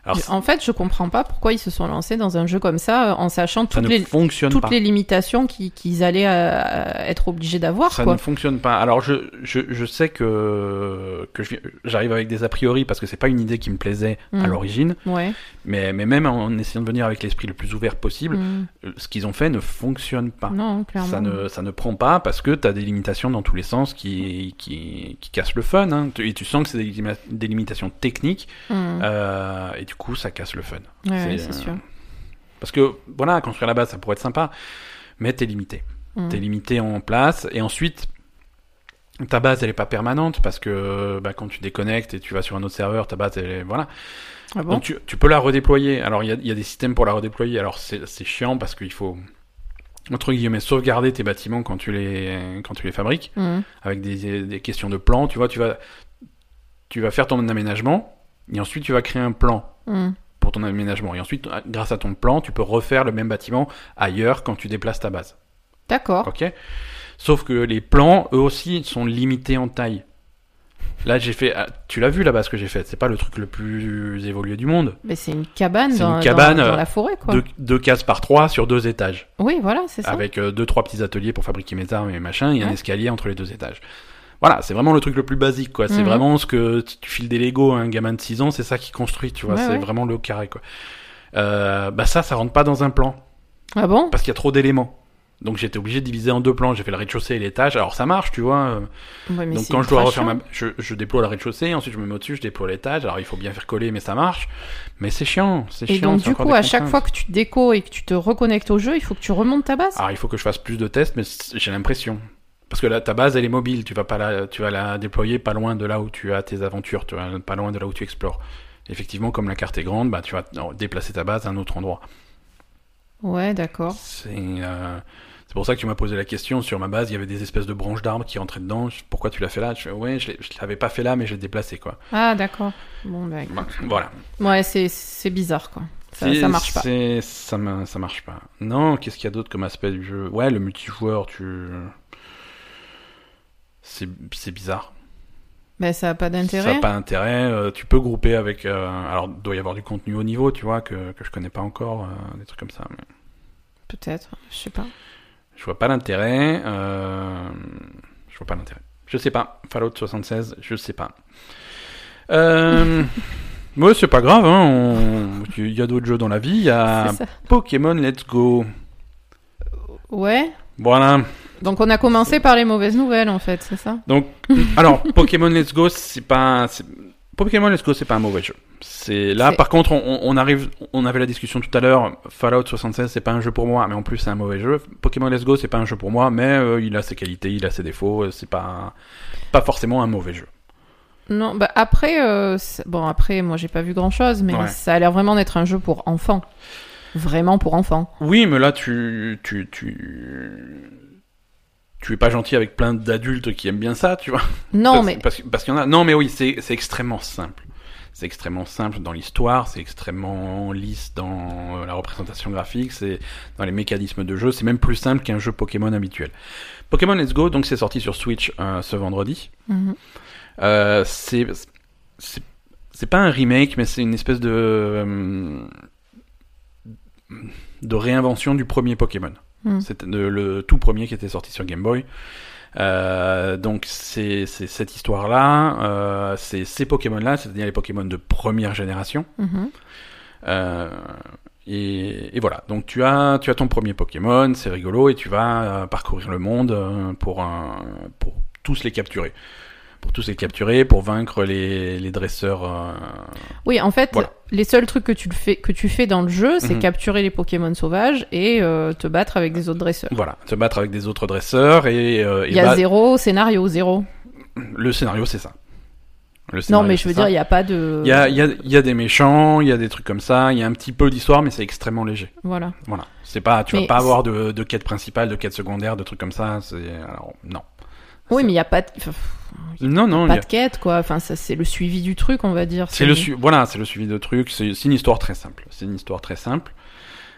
A: Alors ça
B: En fait, je comprends pas pourquoi ils se sont lancés dans un jeu comme ça euh, en sachant toutes
A: ne
B: les
A: fonctionne
B: toutes
A: pas.
B: les limitations qui- qu'ils allaient euh, être obligés d'avoir
A: Ça
B: quoi.
A: ne fonctionne pas. Alors je je, je sais que que je viens- j'arrive avec des a priori parce que c'est pas une idée qui me plaisait
B: Mm.
A: à l'origine,
B: Ouais.
A: mais mais même en essayant de venir avec l'esprit le plus ouvert possible,
B: Mhm.
A: euh, ce qu'ils ont fait ne fonctionne pas.
B: Non, clairement.
A: Ça ne, ça ne prend pas parce que t'as des limitations dans tous les sens qui, qui, qui cassent le fun. Hein. Tu- Et tu sens que c'est des, lima- des limitations techniques
B: Mhm.
A: euh, et du coup ça casse le fun.
B: Ouais,
A: c'est,
B: ouais, c'est
A: euh,
B: sûr.
A: Parce que voilà, construire la base ça pourrait être sympa, mais t'es limité.
B: Mhm.
A: T'es limité en place et ensuite ta base elle est pas permanente parce que bah, quand tu déconnectes et tu vas sur un autre serveur, ta base elle est voilà.
B: Ah bon
A: Donc tu, tu peux la redéployer. Alors il y a, il y a des systèmes pour la redéployer. Alors c'est c'est chiant parce qu'il faut entre guillemets sauvegarder tes bâtiments quand tu les quand tu les fabriques
B: Mhm.
A: avec des, des questions de plan. Tu vois, tu vas tu vas faire ton aménagement et ensuite tu vas créer un plan
B: Mhm.
A: pour ton aménagement. Et ensuite, ah, grâce à ton plan, tu peux refaire le même bâtiment ailleurs quand tu déplaces ta base.
B: D'accord.
A: Ok. Sauf que les plans, eux aussi, sont limités en taille. Là, j'ai fait. ah, Tu l'as vu la base que j'ai faite. C'est pas le truc le plus évolué du monde.
B: Mais c'est une cabane,
A: C'est
B: dans,
A: une
B: dans-
A: cabane,
B: dans
A: euh,
B: la forêt, quoi.
A: Deux, deux cases par trois sur deux étages,
B: Oui, voilà, c'est ça.
A: avec euh, deux trois petits ateliers pour fabriquer mes armes et mes machins, et un
B: Ouais.
A: escalier entre les deux étages. Voilà, c'est vraiment le truc le plus basique, quoi. C'est
B: Mhm.
A: vraiment ce que tu tu files des Lego à un gamin de 6 ans, c'est ça qui construit, tu vois.
B: Ouais,
A: c'est
B: ouais.
A: vraiment le carré, quoi. Euh, bah ça, ça rentre pas dans un plan.
B: Ah bon
A: parce qu'il y a trop d'éléments. Donc j'étais obligé de diviser en deux plans. J'ai fait le rez-de-chaussée et l'étage. Alors ça marche, tu vois. euh,
B: Ouais, mais
A: Donc
B: c'est
A: quand je dois
B: ultra
A: refaire ma,
B: chiant.
A: je, je déploie le rez-de-chaussée, ensuite je me mets au-dessus, je déploie l'étage. Alors il faut bien faire coller, mais ça marche. Mais c'est chiant, c'est
B: Et
A: chiant.
B: donc,
A: c'est
B: du
A: encore
B: coup,
A: des
B: à chaque
A: contraintes.
B: fois que tu déco et que tu te reconnectes au jeu, il faut que tu remontes ta base
A: Alors il faut que je fasse plus de tests, mais c- j'ai l'impression. Parce que là, ta base, elle est mobile. Tu vas pas la, tu vas la déployer pas loin de là où tu as tes aventures, tu vois, pas loin de là où tu explores. Effectivement, comme la carte est grande, bah tu vas non, déplacer ta base à un autre endroit.
B: Ouais, d'accord.
A: C'est euh, c'est pour ça que tu m'as posé la question sur ma base. Il y avait des espèces de branches d'arbres qui rentraient dedans. Je- Pourquoi tu l'as fait là Je fais, ouais, je l'ai- je l'avais pas fait là, mais je l'ai déplacé quoi.
B: Ah, d'accord. Bon, bah, écoute.
A: Bah, voilà.
B: Ouais, c'est- c'est bizarre, quoi. Ça,
A: C'est-
B: ça marche pas.
A: c'est- Ça, ma- ça marche pas. Non, qu'est-ce qu'il y a d'autre comme aspect du jeu Ouais, le multijoueur, tu. C'est c'est bizarre.
B: Mais ça a pas
A: Ça
B: d'intérêt.
A: n'a pas intérêt. Euh, tu peux grouper avec. euh, Alors, doit y avoir du contenu haut niveau, tu vois, que, que je connais pas encore, euh, des trucs comme ça. mais-
B: Peut-être, je sais pas.
A: Je vois pas l'intérêt. euh, Je vois pas l'intérêt. Je sais pas. Fallout 76, je sais pas. Euh... ouais, c'est pas grave. hein, on- Il y a d'autres jeux dans la vie. Il y a
B: C'est ça.
A: Pokémon Let's Go.
B: Ouais.
A: Voilà.
B: Donc on a commencé par les mauvaises nouvelles, en fait, c'est ça
A: Alors, Pokémon Let's Go, c'est pas. c'est- Pokémon Let's Go, c'est pas un mauvais jeu. C'est là,
B: C'est-
A: par contre, on, on arrive. On avait la discussion tout à l'heure. Fallout 76, c'est pas un jeu pour moi, mais en plus, c'est un mauvais jeu. Pokémon Let's Go, c'est pas un jeu pour moi, mais euh, il a ses qualités, il a ses défauts. euh, C'est pas pas forcément un mauvais jeu.
B: Non, bah après, euh, c'est- bon après, moi j'ai pas vu grand-chose, mais
A: Ouais.
B: ça a l'air vraiment d'être un jeu pour enfants. Vraiment pour enfants.
A: Oui, mais là, tu tu tu tu es pas gentil avec plein d'adultes qui aiment bien ça, tu vois.
B: Non,
A: Parce-
B: mais
A: parce, parce qu'il y en a. Non, mais oui, c'est c'est extrêmement simple. C'est extrêmement simple dans l'histoire, c'est extrêmement lisse dans euh, la représentation graphique, c'est dans les mécanismes de jeu, c'est même plus simple qu'un jeu Pokémon habituel. Pokémon Let's Go, donc c'est sorti sur Switch euh, ce vendredi.
B: Mhm.
A: Euh, c'est c'est- c'est pas un remake, mais c'est une espèce de euh, de réinvention du premier Pokémon.
B: Mm.
A: C'est le, le tout premier qui était sorti sur Game Boy. Euh, donc c'est c'est cette histoire-là, euh, c'est ces Pokémon-là, c'est-à-dire les Pokémon de première génération.
B: mhm.
A: Euh, et, et voilà, donc tu as, tu as ton premier Pokémon, c'est rigolo, et tu vas euh, parcourir le monde euh, pour, un- pour tous les capturer. Pour tous les capturer, pour vaincre les, les dresseurs. euh,
B: oui, en fait,
A: Voilà.
B: les seuls trucs que tu le fais, que tu fais dans le jeu, c'est
A: Mhm.
B: capturer les Pokémon sauvages et euh, te battre avec des autres dresseurs.
A: voilà, se battre avec des autres dresseurs, et, euh, et
B: Il y a
A: bah,
B: zéro scénario, zéro.
A: le scénario c'est ça. Le
B: Non,
A: scénario,
B: mais je veux
A: c'est ça.
B: dire, il n'y a pas de.
A: Il y a, il y, a, il y a des méchants, il y a des trucs comme ça, il y a un petit peu d'histoire, mais c'est extrêmement léger.
B: Voilà.
A: Voilà. C'est pas, tu vas
B: Mais
A: pas
B: c'est-
A: avoir de, de quête principale, de quête secondaire, de trucs comme ça. C'est, alors, non.
B: Oui,
A: C'est-
B: mais il n'y a pas de, enfin,
A: Non, non. il y a-
B: pas de quête, quoi. Enfin, ça, c'est le suivi du truc, on va dire.
A: C'est le su- voilà, c'est le suivi de trucs. C'est c'est une histoire très simple. C'est une histoire très simple.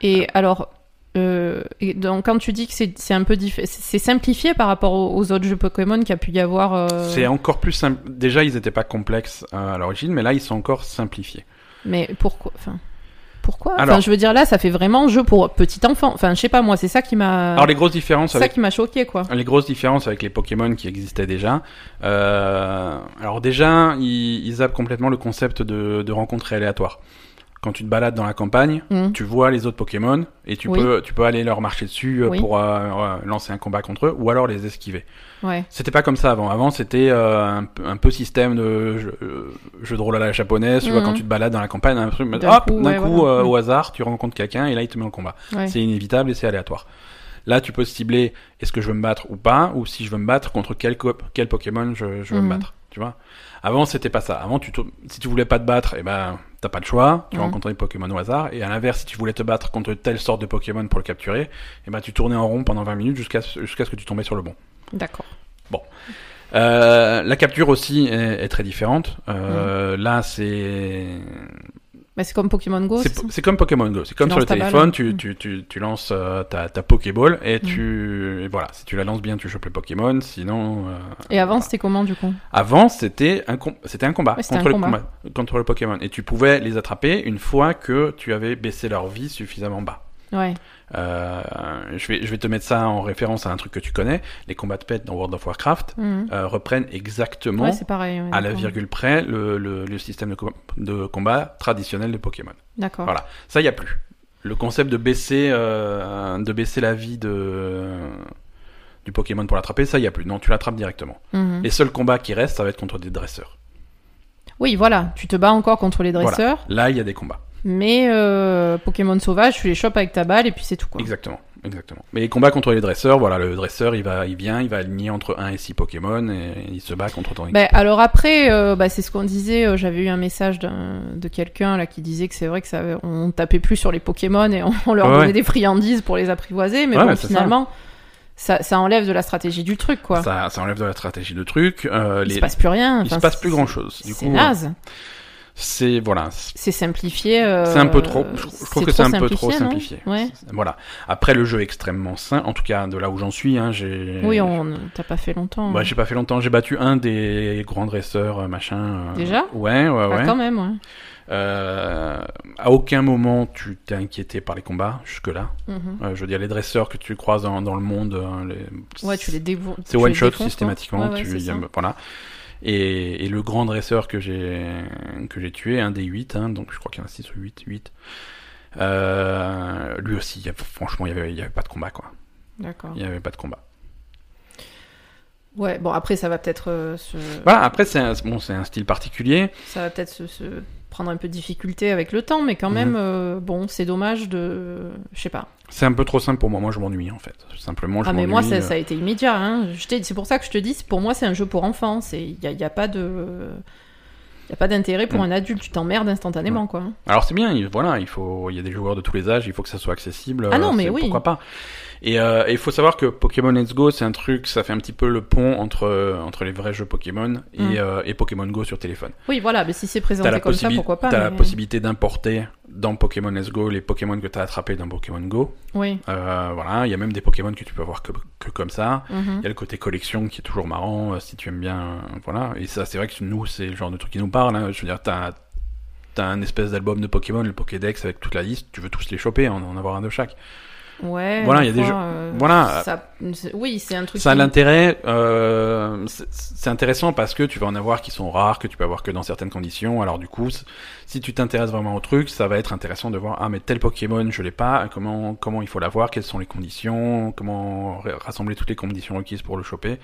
B: Et alors, euh, et donc quand tu dis que c'est c'est un peu diff- c'est- c'est simplifié par rapport aux, aux autres jeux Pokémon qu'il y a pu y avoir. euh,
A: C'est encore plus simple. Déjà, ils n'étaient pas complexes euh, à l'origine, mais là, ils sont encore simplifiés.
B: Mais pourquoi Enfin, pourquoi Enfin,
A: Alors-
B: je veux dire là, ça fait vraiment jeu pour petit enfant. Enfin, je sais pas moi, c'est ça qui m'a.
A: Alors, les grosses différences
B: c'est Ah. ça
A: avec
B: qui m'a choqué, quoi.
A: les grosses différences avec les Pokémon qui existaient déjà. euh, alors déjà, ils, ils zappent complètement le concept de, de rencontre aléatoire. Quand tu te balades dans la campagne,
B: Mm.
A: tu vois les autres Pokémon et tu
B: Oui.
A: peux tu peux aller leur marcher dessus euh,
B: Oui.
A: pour euh, euh, lancer un combat contre eux ou alors les esquiver.
B: Ouais.
A: C'était pas comme ça avant. Avant, c'était euh, un, peu- un peu système de jeu, euh, jeu de rôle à la japonaise. Tu vois,
B: Mhm.
A: quand tu te balades dans la campagne, un truc,
B: D'un
A: hop,
B: coup,
A: d'un
B: ouais,
A: coup,
B: voilà.
A: euh,
B: Mhm.
A: au hasard, tu rencontres quelqu'un et là, il te met en combat.
B: ouais.
A: C'est inévitable et c'est aléatoire. Là, tu peux cibler est-ce que je veux me battre ou pas, ou si je veux me battre contre quel, co- quel Pokémon je, je veux
B: Mhm.
A: me battre. Tu vois Avant, c'était pas ça. Avant, tu te- si tu voulais pas te battre, eh ben, t'as pas le choix. Tu
B: Mhm.
A: rencontrais des Pokémon au hasard. Et à l'inverse, si tu voulais te battre contre telle sorte de Pokémon pour le capturer, eh ben, tu tournais en rond pendant 20 minutes jusqu'à ce- jusqu'à ce que tu tombais sur le bon.
B: D'accord.
A: Euh, la capture aussi est, est très différente. Euh,
B: Mm.
A: Là, c'est
B: Bah, c'est comme Pokémon Go.
A: c'est
B: c'est ça
A: c'est comme Pokémon Go. C'est comme sur
B: lances
A: le
B: ta balle.
A: téléphone, tu,
B: Mm.
A: tu, tu, tu lances euh, ta, ta Pokéball et
B: Mm.
A: tu et voilà. Si tu la lances bien, tu chopes le Pokémon. Sinon, euh,
B: Et avant,
A: voilà.
B: c'était comment du coup
A: avant c'était un com- c'était un combat
B: Ouais, c'était
A: contre
B: un
A: le
B: combat.
A: combat- contre le Pokémon et tu pouvais les attraper une fois que tu avais baissé leur vie suffisamment bas.
B: Ouais.
A: Euh, je vais je vais te mettre ça en référence à un truc que tu connais. Les combats de pets dans World of Warcraft
B: Mhm.
A: euh, reprennent exactement
B: Ouais, c'est pareil. ouais,
A: à la
B: Ah, d'accord.
A: virgule près le, le- le système de, com- de combat traditionnel de Pokémon.
B: D'accord.
A: Voilà. Ça, il n'y a plus. Le concept de baisser, euh, de baisser la vie de, du Pokémon pour l'attraper, ça, il n'y a plus. Non, tu l'attrapes directement.
B: Mhm.
A: Les seuls combats qui restent, ça va être contre des dresseurs.
B: Oui, voilà. Tu te bats encore contre les
A: Voilà.
B: dresseurs,
A: Là, il y a des combats.
B: mais euh, Pokémon sauvage, tu les chopes avec ta balle et puis c'est tout quoi.
A: Exactement. Exactement. Mais les combats contre les dresseurs, voilà, le dresseur, il, va, il vient, il va aligner entre 1 et 6 Pokémon et il se bat contre ton équipe.
B: Ben, alors après, euh, bah, c'est ce qu'on disait. euh, J'avais eu un message d'un- de quelqu'un là qui disait que c'est vrai que ça, on tapait plus sur les Pokémon et on, on leur
A: Ah Ouais,
B: donnait
A: ouais.
B: des friandises pour les apprivoiser, mais
A: Ouais,
B: bon,
A: mais c'est ça.
B: finalement, ça. Ça, enlève de la stratégie du truc quoi.
A: Ça, ça enlève de la stratégie de truc. euh,
B: Il
A: les-
B: se passe plus rien.
A: il se
B: enfin,
A: passe plus
B: c'est-
A: grand chose. Du
B: C'est
A: coup, euh,
B: naze.
A: c'est voilà, c'est-
B: C'est simplifié. euh,
A: C'est un peu trop. Je, je trouve que c'est un peu trop
B: non
A: simplifié.
B: Ouais.
A: C'est- Voilà. Après, le jeu est extrêmement sain. En tout cas, de là où j'en suis, hein, j'ai.
B: Oui, on t'as pas fait longtemps. hein.
A: Bah, j'ai pas fait longtemps. J'ai battu un des grands dresseurs, euh, machin. euh,
B: Déjà
A: Ouais, ouais,
B: Ah,
A: ouais.
B: quand même. Ouais.
A: Euh, à aucun moment tu t'es inquiété par les combats jusque-là.
B: Mhm.
A: Euh, je veux dire, les dresseurs que tu croises dans, dans le monde, hein, les-
B: Ouais, tu les dévo- tu
A: c'est
B: les
A: one shot
B: défonces, quoi.
A: systématiquement.
B: Ouais, ouais,
A: tu
B: c'est
A: il y a-
B: ça.
A: voilà. Et, et le grand dresseur que j'ai que j'ai tué, un des 8, hein, donc je crois qu'il y en a 6 ou 8, 8. Euh, lui aussi, il y a- franchement, il n'y avait, il y avait pas de combat, quoi.
B: D'accord.
A: Il n'y avait pas de combat.
B: Ouais, bon après ça va peut-être euh, se
A: Voilà, après, c'est un, bon, c'est un style particulier.
B: ça va peut-être se, se prendre un peu de difficulté avec le temps, mais quand même
A: Mm-hmm.
B: euh, bon, c'est dommage de je sais pas.
A: C'est un peu trop simple pour moi. Moi, je m'ennuie, en fait. Simplement, je
B: ah mais moi
A: m'ennuie,
B: ça,
A: euh,
B: ça a été immédiat hein. Je t'ai- c'est pour ça que je te dis c'est- pour moi c'est un jeu pour enfants, c'est il y a, y a pas de y a pas d'intérêt pour
A: Mm.
B: un adulte, tu t'emmerdes instantanément quoi.
A: Alors c'est bien, il- voilà, il faut, il y a des joueurs de tous les âges, il faut que ça soit accessible.
B: Ah
A: euh,
B: non, mais
A: c'est-
B: oui.
A: Pourquoi pas Et euh, et il faut savoir que Pokémon Let's Go, c'est un truc, ça fait un petit peu le pont entre euh, entre les vrais jeux Pokémon et,
B: Mm.
A: euh, et Pokémon Go sur téléphone.
B: Oui, voilà, mais si
A: T'as
B: c'est
A: la,
B: présenté comme ça
A: possibi-
B: pourquoi pas
A: t'as la
B: mais-
A: possibilité d'importer dans Pokémon Let's Go les Pokémon que t'as attrapés dans Pokémon Go.
B: Oui.
A: Euh, voilà, il y a même des Pokémon que tu peux avoir que, que comme ça.
B: mhm.
A: Il y a le côté collection qui est toujours marrant, euh, si tu aimes bien, euh, voilà. Et ça, c'est vrai que nous, c'est le genre de truc qui nous parle. hein. Je veux dire, t'as t'as un espèce d'album de Pokémon, le Pokédex avec toute la liste. Tu veux tous les choper, en, en avoir un de chaque.
B: Ouais.
A: Voilà,
B: des
A: il y a des
B: fois,
A: jeux-
B: euh,
A: voilà.
B: ça- c'est- Oui, c'est un truc
A: Ça a
B: qui-
A: l'intérêt, euh, c'est- c'est intéressant parce que tu vas en avoir qui sont rares, que tu peux avoir que dans certaines conditions. Alors du coup, c- si tu t'intéresses vraiment au truc, ça va être intéressant de voir ah mais tel Pokémon je l'ai pas, comment comment il faut l'avoir, quelles sont les conditions, comment ra- rassembler toutes les conditions requises pour le choper.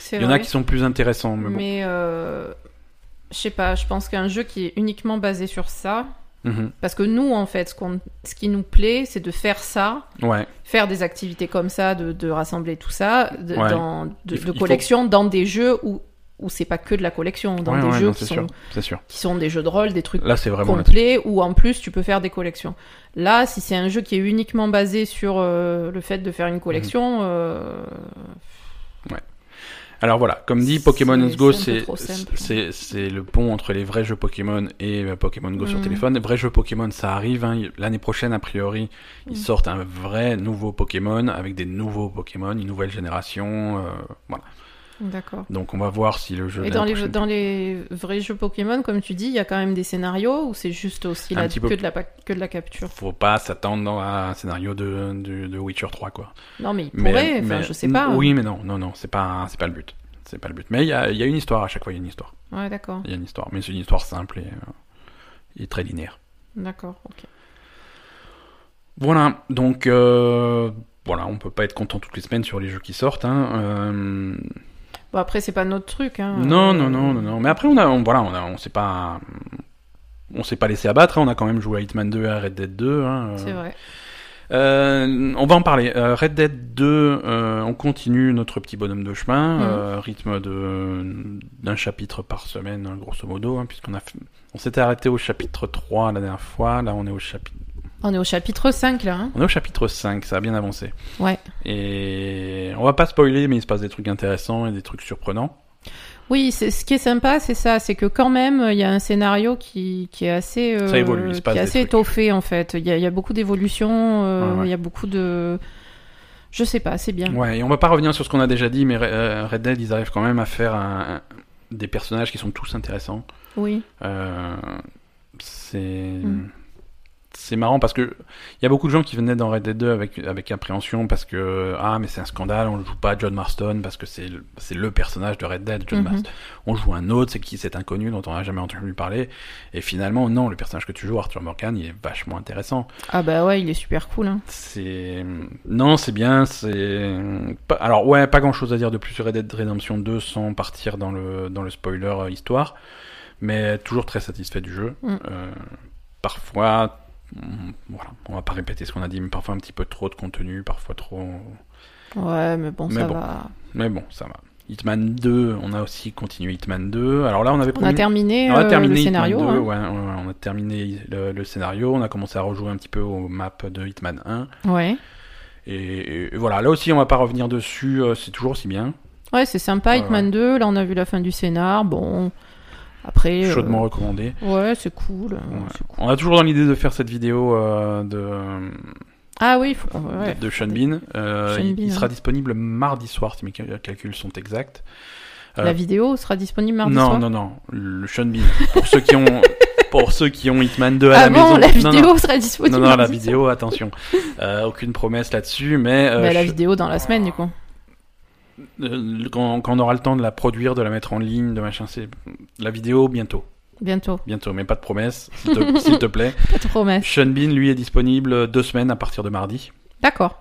B: c'est
A: Il y en a
B: vrai.
A: qui sont plus intéressants, mais bon.
B: Mais euh, je sais pas, je pense qu'un jeu qui est uniquement basé sur ça,
A: Mhm.
B: parce que nous en fait, ce, qu'on- ce qui nous plaît, c'est de faire ça,
A: Ouais.
B: faire des activités comme ça, de, de rassembler tout ça, de,
A: Ouais.
B: dans, de,
A: Il faut-
B: de
A: il faut-
B: collection dans des jeux où, où c'est pas que de la collection, dans
A: Ouais,
B: des
A: ouais,
B: jeux
A: non,
B: qui
A: c'est
B: sont,
A: sûr, c'est sûr.
B: qui sont des jeux de rôle, des trucs
A: Là, c'est vraiment là-dessus.
B: complets où en plus tu peux faire des collections. Là, si c'est un jeu qui est uniquement basé sur euh, le fait de faire une collection,
A: Mhm.
B: euh,
A: Alors voilà, comme dit,
B: C'est-
A: Pokémon Let's Go,
B: c'est un peu
A: c'est
B: trop simple.
A: c'est- c'est le pont entre les vrais jeux Pokémon et euh, Pokémon Go sur
B: Mm.
A: téléphone. Les vrais jeux Pokémon, ça arrive. hein. L'année prochaine, a priori, ils
B: Mm.
A: sortent un vrai nouveau Pokémon avec des nouveaux Pokémon, une nouvelle génération. euh, voilà.
B: d'accord.
A: Donc on va voir si le jeu.
B: Et
A: de
B: dans
A: l'année
B: les,
A: prochaine-
B: dans les vrais jeux Pokémon, comme tu dis, il y a quand même des scénarios ou c'est juste aussi
A: Un
B: la,
A: petit peu.
B: que, de la, pa- que de la capture
A: Faut pas s'attendre à un scénario de, de, de Witcher 3, quoi.
B: Non, mais il pourrait, enfin, je sais pas. hein.
A: Oui, mais non, non, non, c'est pas, c'est pas le but. C'est pas le but. Mais il y a, il y a une histoire à chaque fois. Il y a une histoire.
B: Ouais, d'accord,
A: Il y a une histoire. Mais c'est une histoire simple et, euh, et très linéaire.
B: d'accord, ok.
A: Voilà, donc euh, voilà, on peut pas être content toutes les semaines sur les jeux qui sortent. Hein. euh,
B: Bon, après, c'est pas notre truc, hein.
A: Non,
B: euh,
A: non, non, non, non. Mais après, on a, on, voilà, on a, on s'est pas, on s'est pas laissé abattre. hein, On a quand même joué à Hitman 2, à Red Dead 2. Hein. euh,
B: C'est vrai.
A: Euh, on va en parler. Euh, Red Dead 2, euh, on continue notre petit bonhomme de chemin,
B: Mhm.
A: euh, rythme de d'un chapitre par semaine, hein, grosso modo, hein, puisqu'on a fait- on s'était arrêté au chapitre 3 la dernière fois. Là, on est au chapitre
B: On est au chapitre 5 là. hein.
A: on est au chapitre 5, ça a bien avancé.
B: Ouais.
A: Et on va pas spoiler, mais il se passe des trucs intéressants et des trucs surprenants.
B: Oui, c'est- ce qui est sympa, c'est ça, c'est que quand même, il y a un scénario qui, qui est assez, euh,
A: Ça évolue, il se
B: qui
A: passe
B: est
A: des
B: assez
A: trucs.
B: étoffé en fait. Il y a, il y a beaucoup d'évolutions, euh,
A: Ouais, ouais.
B: il y a beaucoup de, je sais pas, c'est bien.
A: Ouais, et on va pas revenir sur ce qu'on a déjà dit, mais Re- euh, Red Dead, ils arrivent quand même à faire un- un- des personnages qui sont tous intéressants.
B: Oui,
A: Euh, c'est
B: Mm.
A: c'est marrant parce que il y a beaucoup de gens qui venaient dans Red Dead 2 avec avec appréhension parce que ah mais c'est un scandale on le joue pas John Marston parce que c'est le- c'est le personnage de Red Dead John
B: Mhm.
A: Marston on joue un autre c'est qui cet inconnu dont on n'a jamais entendu parler et finalement non le personnage que tu joues Arthur Morgan il est vachement intéressant
B: ah bah ouais, il est super cool. hein.
A: c'est non c'est bien c'est pas- alors ouais pas grand chose à dire de plus sur Red Dead Redemption 2 sans partir dans le dans le spoiler euh, histoire mais toujours très satisfait du jeu
B: Mm.
A: Euh, parfois on- voilà on va pas répéter ce qu'on a dit mais parfois un petit peu trop de contenu parfois trop
B: Ouais, mais bon,
A: Mais
B: ça
A: bon.
B: va.
A: mais bon ça va Hitman 2 on a aussi continué Hitman 2 alors là on avait
B: On a
A: promis
B: terminé,
A: on a
B: euh,
A: terminé
B: le
A: Hitman
B: scénario.
A: 2,
B: hein.
A: ouais, ouais, ouais, on a terminé le, le scénario, on a commencé à rejouer un petit peu aux maps de Hitman 1.
B: ouais.
A: Et, et voilà, là aussi, on va pas revenir dessus, euh, c'est toujours si bien.
B: Ouais, c'est sympa,
A: Ouais,
B: Hitman 2. Là, on a vu la fin du scénar. Bon, après. euh,
A: Chaudement recommandé.
B: Ouais, c'est cool. euh, c'est cool.
A: On a toujours dans l'idée de faire cette vidéo euh, de,
B: Ah oui, faut- ouais.
A: de- de Sean Bean. Euh,
B: Sean
A: il,
B: Bean, hein.
A: il sera
B: ouais.
A: disponible mardi soir, si mes cal- calculs sont exacts. Euh,
B: la vidéo sera disponible mardi
A: non,
B: soir.
A: non, non, le Sean Bean. pour, ceux qui ont, pour ceux qui ont Hitman 2 à
B: ah
A: la
B: bon,
A: maison.
B: la
A: Non,
B: vidéo
A: non.
B: sera disponible
A: Non, non, la
B: mardi soir.
A: vidéo, attention. Euh, aucune promesse là-dessus, mais euh,
B: Bah, la
A: je-
B: vidéo dans la semaine, du coup.
A: euh, quand, quand on aura le temps de la produire, de la mettre en ligne, de machin, c'est la vidéo bientôt.
B: Bientôt.
A: Bientôt, mais pas de promesse, s'il te, s'il te plaît.
B: Pas de promesse.
A: Sean Bean, lui, est disponible deux semaines à partir de mardi.
B: D'accord.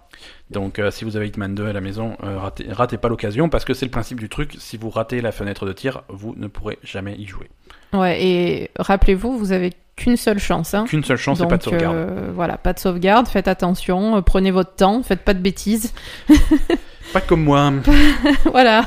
A: Donc, euh, si vous avez Hitman 2 à la maison, euh, ratez, ratez pas l'occasion parce que c'est le principe du truc. Si vous ratez la fenêtre de tir, vous ne pourrez jamais y jouer.
B: Ouais, et rappelez-vous, vous avez qu'une seule chance. Hein.
A: Qu'une seule chance, c'est
B: Donc,
A: pas de sauvegarde.
B: euh, voilà, pas de sauvegarde, faites attention, euh, prenez votre temps, faites pas de bêtises.
A: Pas comme moi.
B: voilà.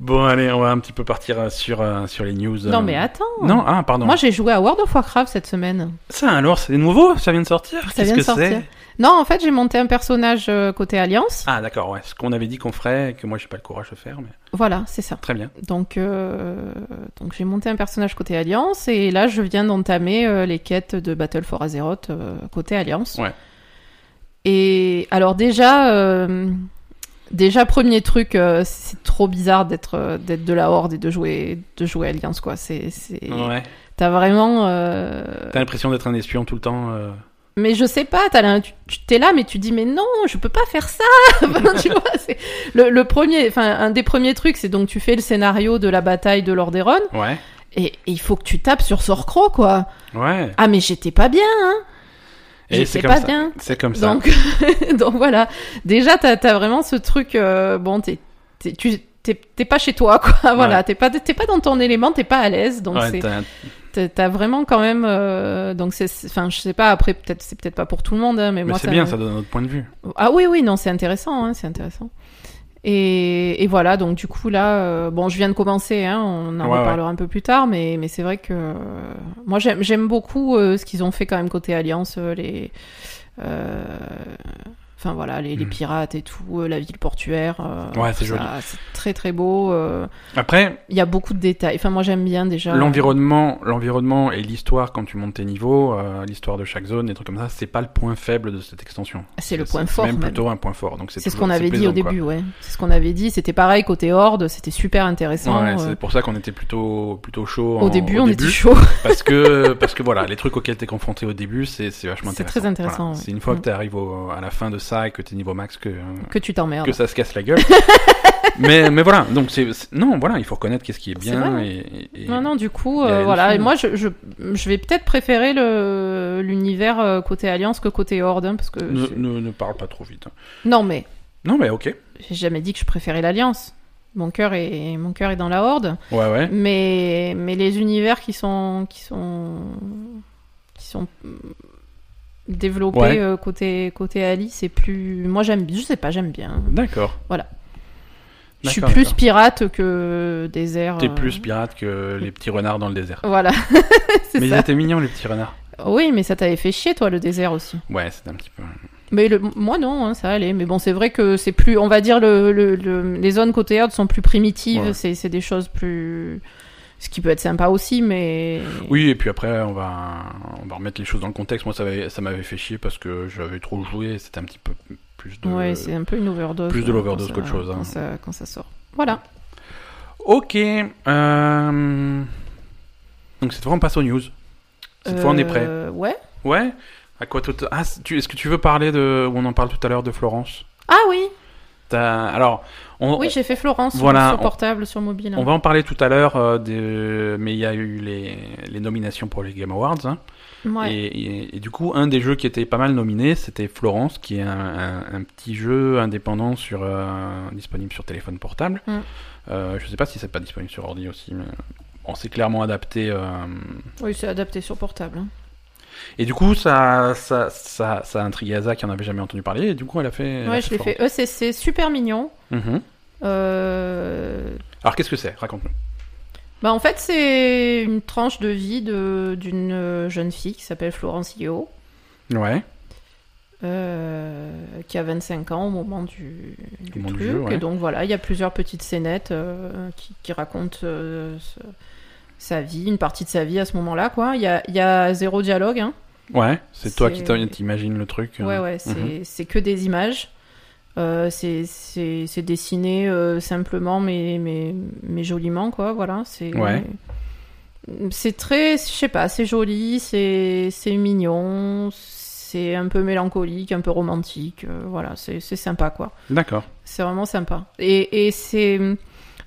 A: Bon, allez, on va un petit peu partir euh, sur, euh, sur les news. euh.
B: Non, mais attends.
A: Non, ah, pardon.
B: Moi, j'ai joué à World of Warcraft cette semaine.
A: Ça, alors, c'est nouveau Ça vient de sortir
B: Ça
A: Qu'est-ce
B: vient
A: que
B: de sortir.
A: c'est
B: Non, en fait, j'ai monté un personnage euh, côté Alliance.
A: Ah, d'accord, ouais. Ce qu'on avait dit qu'on ferait et que moi, j'ai pas le courage de faire, mais
B: Voilà, c'est ça.
A: très bien.
B: Donc, euh, donc j'ai monté un personnage côté Alliance et là, je viens d'entamer euh, les quêtes de Battle for Azeroth euh, côté Alliance.
A: Ouais.
B: Et alors déjà, euh, déjà premier truc, euh, c'est trop bizarre d'être euh, d'être de la Horde et de jouer de jouer Alliance quoi. C'est c'est
A: Ouais.
B: t'as vraiment. euh,
A: T'as l'impression d'être un espion tout le temps euh,
B: Mais je sais pas, t'as la- tu tu- t'es là, mais tu dis mais non, je peux pas faire ça. Enfin, tu vois, c'est le, le premier, enfin un des premiers trucs, c'est donc tu fais le scénario de la bataille de Lordaeron.
A: Ouais.
B: Et et il faut que tu tapes sur Sorcro, quoi.
A: Ouais.
B: Ah, mais j'étais pas bien, hein.
A: Et c'est
B: J'étais
A: comme
B: pas
A: ça.
B: bien.
A: C'est comme ça.
B: Donc, donc voilà. Déjà, t'as as vraiment ce truc. euh, bon, t'es t'es- tu- t'es- t'es pas chez toi, quoi. Voilà,
A: Ouais.
B: t'es pas t'es pas dans ton élément, t'es pas à l'aise. Donc
A: Ouais,
B: c'est
A: t'as-
B: t'as- t'as vraiment quand même. euh, donc c'est c'est- enfin, je sais pas. Après, peut-être c'est peut-être pas pour tout le monde, hein, mais,
A: Mais
B: moi
A: c'est
B: ça
A: bien,
B: me-
A: ça donne notre point de vue.
B: Ah oui, oui, non, c'est intéressant, hein, c'est intéressant. Et, et voilà, donc du coup là, euh, bon, je viens de commencer, hein, on en
A: Ouais,
B: reparlera un peu plus tard, mais, mais c'est vrai que euh, moi j'aime j'aime beaucoup euh, ce qu'ils ont fait quand même côté Alliance, euh, les, euh, enfin voilà, les, les
A: Mm.
B: pirates et tout, euh, la ville portuaire. euh,
A: Ouais, c'est
B: ça,
A: joli.
B: C'est très très beau. euh,
A: Après,
B: Il y a beaucoup de détails. Enfin, moi j'aime bien déjà.
A: l'environnement, l'environnement et l'histoire quand tu montes tes niveaux, euh, l'histoire de chaque zone, des trucs comme ça, c'est pas le point faible de cette extension.
B: C'est le
A: C'est-
B: point
A: c'est
B: fort,
A: Même,
B: même.
A: plutôt un point fort. Donc c'est
B: C'est ce
A: toujours-
B: qu'on avait dit au
A: plaisant, quoi.
B: début, ouais. C'est ce qu'on avait dit. C'était pareil côté Horde, c'était super intéressant.
A: Ouais,
B: euh,
A: c'est pour ça qu'on était plutôt plutôt chaud.
B: au
A: en-
B: début, on était
A: début,
B: chaud.
A: parce que parce que voilà, les trucs auxquels t'es confronté au début, c'est c'est vachement
B: C'est
A: intéressant.
B: très intéressant,
A: Voilà.
B: ouais.
A: C'est une fois
B: Mm.
A: que t'arrives au- à la fin de ça et que t'es niveau max que
B: que tu t'emmerdes.
A: que ça se casse la gueule. mais mais voilà, donc c'est c'est- non voilà, il faut reconnaître qu'est-ce qui est
B: C'est
A: bien
B: vrai.
A: et, et-
B: Non, non, du coup,
A: Il y a
B: euh,
A: une
B: voilà.
A: fille.
B: Et moi, je, je, je vais peut-être préférer le, l'univers euh, côté Alliance que côté Horde, hein, parce que...
A: Ne,
B: je-
A: ne- ne parle pas trop vite.
B: Non, mais
A: Non, mais ok.
B: j'ai jamais dit que je préférais l'Alliance. Mon cœur est, mon cœur est dans la Horde.
A: Ouais, ouais.
B: Mais, mais les univers qui sont... Qui sont... Qui sont développé
A: Ouais.
B: euh, côté, côté Ali, c'est plus. Moi, j'aime bien. Je sais pas, j'aime bien.
A: D'accord.
B: Voilà. Je suis
A: D'accord,
B: plus
A: d'accord.
B: pirate que désert.
A: T'es
B: euh,
A: plus pirate que les petits renards dans le désert.
B: Voilà, c'est
A: Mais ils
B: ça.
A: étaient mignons, les petits renards.
B: Oui, mais ça t'avait fait chier, toi, le désert aussi.
A: Ouais, c'était un petit peu.
B: Mais le... moi, non, hein, ça allait. Mais bon, c'est vrai que c'est plus. On va dire, le, le- le- les zones côté Horde sont plus primitives.
A: Ouais.
B: C'est c'est des choses plus. Ce qui peut être sympa aussi, mais.
A: Oui, et puis après, on va, on va remettre les choses dans le contexte. Moi, ça m'avait ça m'avait fait chier parce que j'avais trop joué. C'était un petit peu plus de.
B: Ouais, c'est un peu une overdose.
A: euh, plus de
B: euh,
A: l'overdose
B: quand
A: qu'autre
B: ça-
A: chose, hein.
B: Quand ça, quand ça sort. Voilà.
A: Ok. euh, Donc, cette fois, on passe aux news. Cette fois, on est prêt.
B: Euh, Ouais.
A: Ouais À quoi tout... Ah, c'est- tu- est-ce que tu veux parler de. On en parle tout à l'heure de Florence
B: Ah oui,
A: T'as- Alors, on,
B: oui, j'ai fait Florence sur-
A: Voilà,
B: sur
A: on-
B: portable, sur mobile.
A: on va en parler tout à l'heure, euh, des- mais il y a eu les, les nominations pour les Game Awards. hein.
B: Ouais.
A: Et, et- et du coup, un des jeux qui était pas mal nominé, c'était Florence, qui est un, un- un petit jeu indépendant sur, euh, disponible sur téléphone portable.
B: Mm.
A: Euh, je sais pas si c'est pas disponible sur ordi aussi, mais on s'est clairement adapté. euh,
B: Oui, c'est adapté sur portable. hein.
A: Et du coup, ça, ça, ça, ça a intrigué Asa qui en avait jamais entendu parler, et du coup, elle a fait. elle a
B: Ouais, je l'ai
A: Florence.
B: fait ECC, super mignon.
A: Mhm.
B: Euh,
A: Alors, qu'est-ce que c'est Raconte-nous.
B: Bah, en fait, c'est une tranche de vie de- d'une euh, jeune fille qui s'appelle Florence Io,
A: Ouais.
B: euh, qui a 25 ans au moment du, du
A: moment du
B: truc.
A: jeu, ouais.
B: Et donc voilà, il y a plusieurs petites scénettes euh, qui, qui racontent euh, ce- sa vie, une partie de sa vie à ce moment-là. quoi. Il y a, il y a zéro dialogue. Hein.
A: Ouais, c'est toi qui
B: C'est-
A: t'im- t'imagines le truc. euh.
B: Ouais, ouais, c'est c'est que des images. Euh, c'est- c'est c'est dessiné euh, simplement, mais, mais, mais joliment, quoi, voilà. C'est
A: Ouais.
B: c'est très, je sais pas, c'est joli, c'est c'est mignon, c'est un peu mélancolique, un peu romantique, euh, voilà, c'est c'est sympa, quoi.
A: D'accord.
B: C'est vraiment sympa. Et, et c'est.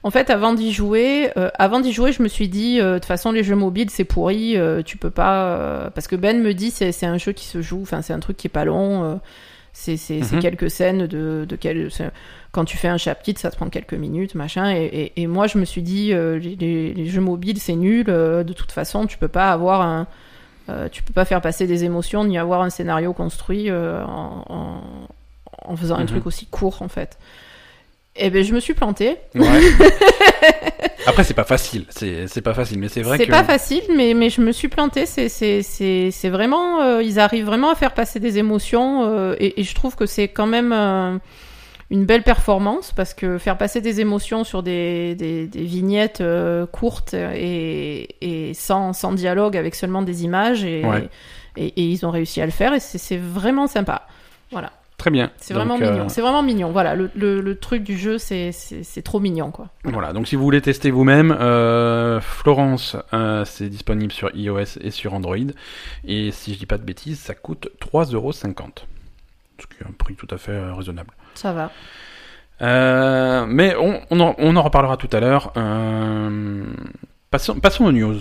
B: En fait, avant d'y jouer, euh, avant d'y jouer, je me suis dit, euh, de toute façon, les jeux mobiles, c'est pourri, euh, tu peux pas. euh, Parce que Ben me dit, c'est c'est un jeu qui se joue, enfin, c'est un truc qui est pas long, euh, c'est c'est- c'est
A: Mhm.
B: quelques scènes de. de quel- c'est- Quand tu fais un chapitre, ça te prend quelques minutes, machin. Et, et- et moi, je me suis dit, euh, les, les- les jeux mobiles, c'est nul, euh, de toute façon, tu peux pas avoir un. euh, tu peux pas faire passer des émotions ni avoir un scénario construit euh, en, en, en faisant un
A: Mhm.
B: truc aussi court en fait. Et ben je me suis plantée.
A: Ouais. Après, c'est pas facile. C'est c'est pas facile, mais c'est vrai
B: C'est
A: que.
B: pas facile, mais, mais je me suis plantée. C'est, c'est, c'est, c'est vraiment. euh, ils arrivent vraiment à faire passer des émotions euh, et, et je trouve que c'est quand même euh, une belle performance parce que faire passer des émotions sur des, des, des vignettes euh, courtes et, et sans, sans dialogue avec seulement des images et,
A: Ouais.
B: et, et ils ont réussi à le faire et c'est, c'est vraiment sympa. Voilà,
A: Très bien.
B: c'est
A: Donc,
B: vraiment
A: euh,
B: mignon. C'est vraiment mignon. Voilà, le, le, le truc du jeu, c'est, c'est, c'est trop mignon quoi.
A: Voilà, donc si vous voulez tester vous-même, euh, Florence, euh, c'est disponible sur iOS et sur Android. Et si je dis pas de bêtises, ça coûte 3,50€. Ce qui est un prix tout à fait euh, raisonnable.
B: Ça va.
A: Euh, mais on, on en, on en reparlera tout à l'heure. Euh, passons, passons aux news.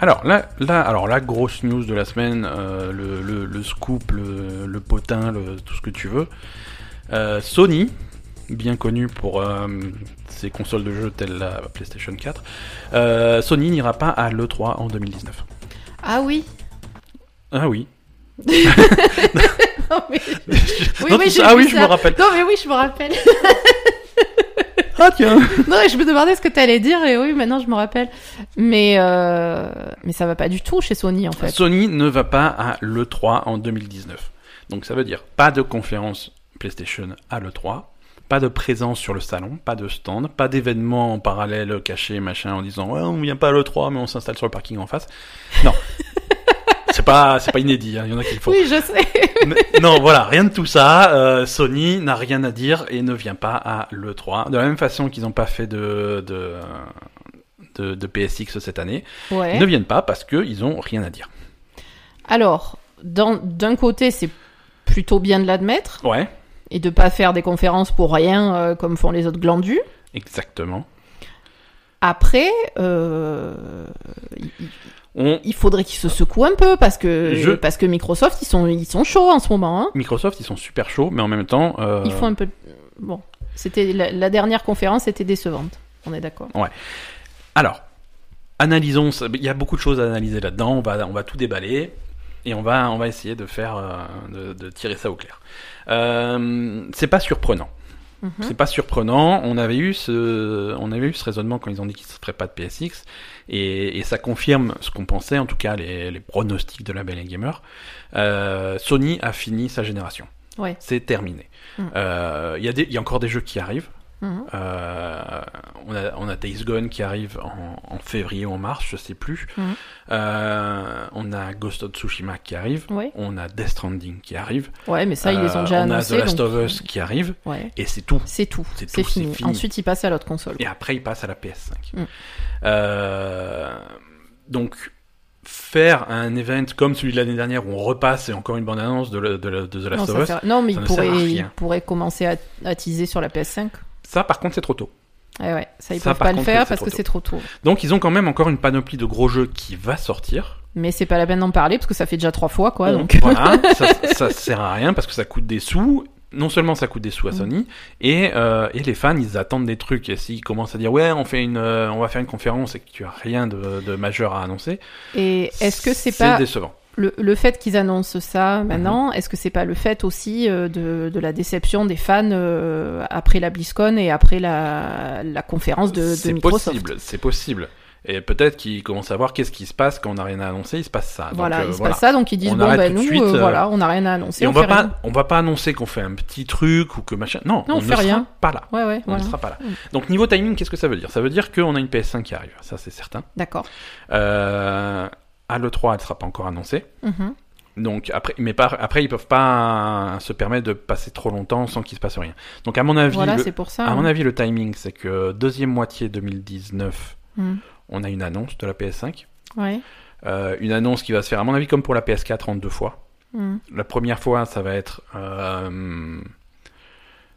A: Alors là, là, alors la grosse news de la semaine, euh, le, le- le scoop, le, le potin, le- tout ce que tu veux. Euh, Sony, bien connu pour euh, ses consoles de jeux telles la PlayStation 4, euh, Sony n'ira pas à l'E3 en 2019.
B: Ah oui.
A: Ah oui.
B: Non, mais- Oui,
A: Non,
B: oui,
A: tu-
B: j'ai
A: ah
B: vu
A: oui, je
B: ça.
A: me rappelle.
B: Non mais oui, je me rappelle.
A: Ah tiens.
B: Non, et je me demandais ce que t'allais dire et oui, maintenant je me rappelle. Mais euh, mais ça va pas du tout chez Sony en fait.
A: Sony ne va pas à l'E3 en 2019. Donc ça veut dire pas de conférence PlayStation à l'E3, pas de présence sur le salon, pas de stand, pas d'événement en parallèle caché, machin, en disant ouais, on vient pas à l'E3 mais on s'installe sur le parking en face. Non. c'est pas, c'est pas inédit, hein. il y en a qui le font.
B: Oui, je sais.
A: Mais- non, voilà, rien de tout ça. Euh, Sony n'a rien à dire et ne vient pas à l'E3. De la même façon qu'ils n'ont pas fait de, de, de, de PSX cette année, ils ne
B: Ouais.
A: viennent pas parce qu'ils ont rien à dire.
B: Alors, dans- d'un côté, c'est plutôt bien de l'admettre
A: Ouais,
B: et de pas faire des conférences pour rien euh, comme font les autres glandus.
A: exactement.
B: Après, euh, il- il-
A: On...
B: il faudrait qu'ils se secouent un peu parce que
A: Je-
B: parce que Microsoft ils sont ils sont chauds en ce moment. Hein.
A: Microsoft, ils sont super chauds, mais en même temps, euh,
B: Ils font un peu. de- Bon, c'était la, la dernière conférence était décevante. On est d'accord.
A: Alors, analysons. ça. Il y a beaucoup de choses à analyser là-dedans. On va, on va tout déballer et on va, on va essayer de faire, euh, de, de tirer ça au clair. Euh, c'est pas surprenant.
B: Mhm.
A: C'est pas surprenant. On avait eu ce, on avait eu ce raisonnement quand ils ont dit qu'ils ne feraient pas de PSX, et, et ça confirme ce qu'on pensait, en tout cas les, les pronostics de la Belle et Gamer. Euh, Sony a fini sa génération.
B: Ouais.
A: C'est terminé.
B: Mhm.
A: Euh, Il y a des- il y a encore des jeux qui arrivent.
B: Mhm.
A: Euh, on, a, on a Days Gone qui arrive en, en février ou en mars, je sais plus.
B: Mhm.
A: Euh, on a Ghost of Tsushima qui arrive.
B: Ouais.
A: On a Death Stranding qui arrive.
B: Ouais, mais ça, ils les
A: Euh,
B: ont déjà
A: on
B: annoncés.
A: a The Last
B: donc-
A: of Us qui arrive.
B: Ouais.
A: Et c'est tout.
B: C'est tout.
A: C'est
B: C'est
A: tout, c'est
B: fini.
A: fini.
B: Ensuite, ils passent à l'autre console.
A: Et après, il passe à la PS5.
B: Mm.
A: Euh, donc, faire un event comme celui de l'année dernière où on repasse et encore une bande-annonce de, la- de la- de The Last
B: non, ça
A: of Us,
B: sert- non, mais
A: ça
B: ils
A: ne sert à
B: pourraient,
A: rien.
B: ils pourraient commencer à, à teaser sur la PS5.
A: ça par contre, c'est trop tôt.
B: Ouais, Eh ouais. Ça, ils
A: Ça,
B: peuvent
A: par
B: pas le
A: contre,
B: faire
A: c'est
B: parce
A: trop
B: que
A: tôt.
B: c'est trop tôt.
A: Donc, ils ont quand même encore une panoplie de gros jeux qui va sortir.
B: Mais c'est pas la peine d'en parler parce que ça fait déjà trois fois, quoi.
A: Bon,
B: Donc,
A: voilà, ça, ça sert à rien parce que ça coûte des sous. Non seulement ça coûte des sous à
B: Mm.
A: Sony, et, euh, et les fans ils attendent des trucs. Et s'ils commencent à dire ouais, on fait une, euh, on va faire une conférence et que tu as rien de, de majeur à annoncer,
B: et est-ce que c'est pas
A: décevant
B: le, le fait qu'ils annoncent ça
A: Mhm.
B: maintenant Est-ce que c'est pas le fait aussi euh, de, de la déception des fans euh, après la BlizzCon et après la, la conférence de, de
A: C'est
B: Microsoft
A: possible, c'est possible. Et peut-être qu'ils commencent à voir qu'est-ce qui se passe quand on n'a rien à annoncer, il se passe ça. Donc,
B: Voilà,
A: euh,
B: il se passe ça, donc ils disent
A: On
B: bon
A: arrête
B: ben
A: tout
B: nous,
A: de suite,
B: euh,
A: euh,
B: voilà, on n'a rien à annoncer.
A: Et on,
B: fait
A: va pas,
B: rien.
A: on va pas annoncer qu'on fait un petit truc ou que machin. Non,
B: Non, on
A: ne
B: fait
A: sera
B: rien.
A: pas là.
B: Ouais, ouais,
A: On
B: voilà.
A: ne sera pas là.
B: Mm.
A: Donc niveau timing, qu'est-ce que ça veut dire Ça veut dire qu'on a une PS5 qui arrive, ça c'est certain.
B: D'accord.
A: Euh, à l'E3, elle sera pas encore annoncée.
B: Mhm.
A: Donc après, mais par, après, ils peuvent pas se permettre de passer trop longtemps sans qu'il se passe rien. Donc à mon avis,
B: Voilà,
A: le,
B: c'est pour ça.
A: à
B: hein.
A: mon avis, le timing, c'est que deuxième moitié 2019,
B: Mm.
A: on a une annonce de la PS5.
B: Ouais.
A: Euh, une annonce qui va se faire, à mon avis, comme pour la PS4 en deux fois.
B: Mm.
A: La première fois, ça va être, euh,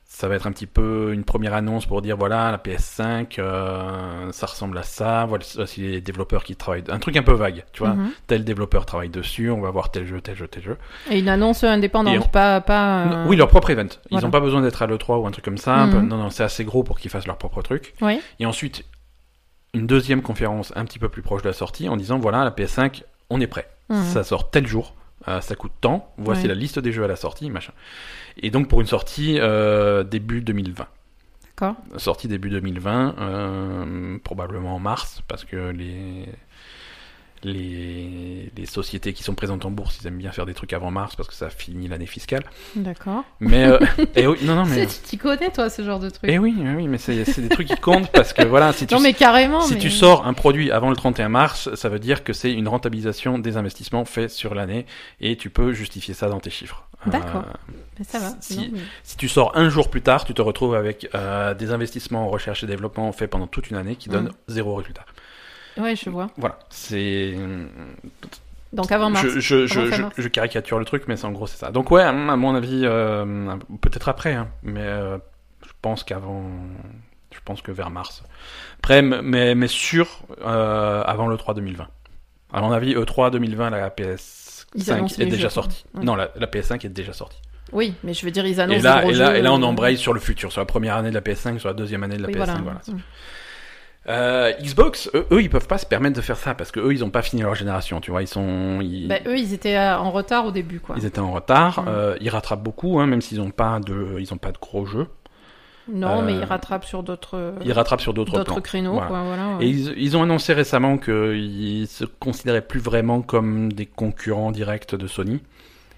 A: ça va être un petit peu une première annonce pour dire voilà, la PS5, euh, ça ressemble à ça. Voici voici les développeurs qui travaillent, un truc un peu vague, tu vois.
B: Mhm.
A: Tel développeur travaille dessus, on va voir tel jeu, tel jeu, tel jeu.
B: Et une annonce
A: Et
B: indépendante,
A: on-
B: pas, pas. euh,
A: Oui, leur propre event. Ils n'ont
B: voilà.
A: pas besoin d'être à l'E3 ou un truc comme ça. un peu-
B: Mhm.
A: Non, non, c'est assez gros pour qu'ils fassent leur propre truc.
B: Ouais.
A: Et ensuite, une deuxième conférence un petit peu plus proche de la sortie en disant voilà, la PS5, on est prêt.
B: Mhm.
A: Ça sort tel jour, euh, ça coûte tant, voici
B: Ouais.
A: la liste des jeux à la sortie, machin. Et donc pour une sortie euh, début 2020.
B: D'accord.
A: Sortie début 2020, euh, probablement en mars, parce que les, les, les sociétés qui sont présentes en bourse, ils aiment bien faire des trucs avant mars parce que ça finit l'année fiscale.
B: Mhm. D'accord.
A: Mais euh, eh oui, non, non, mais.
B: Tu t'y connais, toi, ce genre de truc.
A: Eh oui, eh oui, mais c'est c'est des trucs qui comptent parce que voilà, si tu,
B: Non, mais carrément.
A: si
B: Oh, mais-
A: tu sors un produit avant le 31 mars, ça veut dire que c'est une rentabilisation des investissements faits sur l'année et tu peux justifier ça dans tes chiffres.
B: D'accord.
A: Euh,
B: Mais ça va.
A: si-
B: non, mais-
A: si tu sors un jour plus tard, tu te retrouves avec euh, des investissements en recherche et développement faits pendant toute une année
B: Mm.
A: qui donnent zéro résultat.
B: Ouais, je vois.
A: Voilà, c'est.
B: Donc avant mars.
A: Je, je,
B: Avant
A: je,
B: fin
A: je-
B: mars.
A: je caricature le truc, mais c'est en gros c'est ça. Donc ouais, hein, à mon avis, euh, peut-être après, hein, mais euh, je pense qu'avant, je pense que vers mars. Après, m- mais, mais sûr, euh, avant le 3 2020. À mon avis, E E3 2020, la
B: Ils
A: PS5
B: annoncent
A: est
B: les
A: déjà
B: jeux, quoi.
A: sortie.
B: Ouais.
A: Non, la, la PS5 est déjà sortie.
B: Oui, mais je veux dire, ils annoncent.
A: Et là,
B: des
A: et,
B: gros
A: là,
B: jeux,
A: et là, on
B: euh,
A: embraye sur le futur, sur la première année de la PS5, sur la deuxième année de la
B: oui,
A: PS5.
B: voilà.
A: voilà.
B: Mm.
A: Euh, Xbox, eux, eux, ils peuvent pas se permettre de faire ça parce que eux, ils ont pas fini leur génération. Tu vois, ils sont, ils-
B: Bah, eux, ils étaient euh, en retard au début, quoi.
A: Ils étaient en retard,
B: Mm.
A: euh, ils rattrapent beaucoup, hein, même s'ils n'ont pas de, ils ont pas de gros jeux.
B: Non, mais
A: Euh,
B: ils rattrapent sur d'autres.
A: Ils rattrapent sur d'autres plans.
B: d'autres créneaux,
A: Voilà.
B: quoi. Voilà.
A: Et ils, ils ont annoncé récemment qu'ils se considéraient plus vraiment comme des concurrents directs de Sony.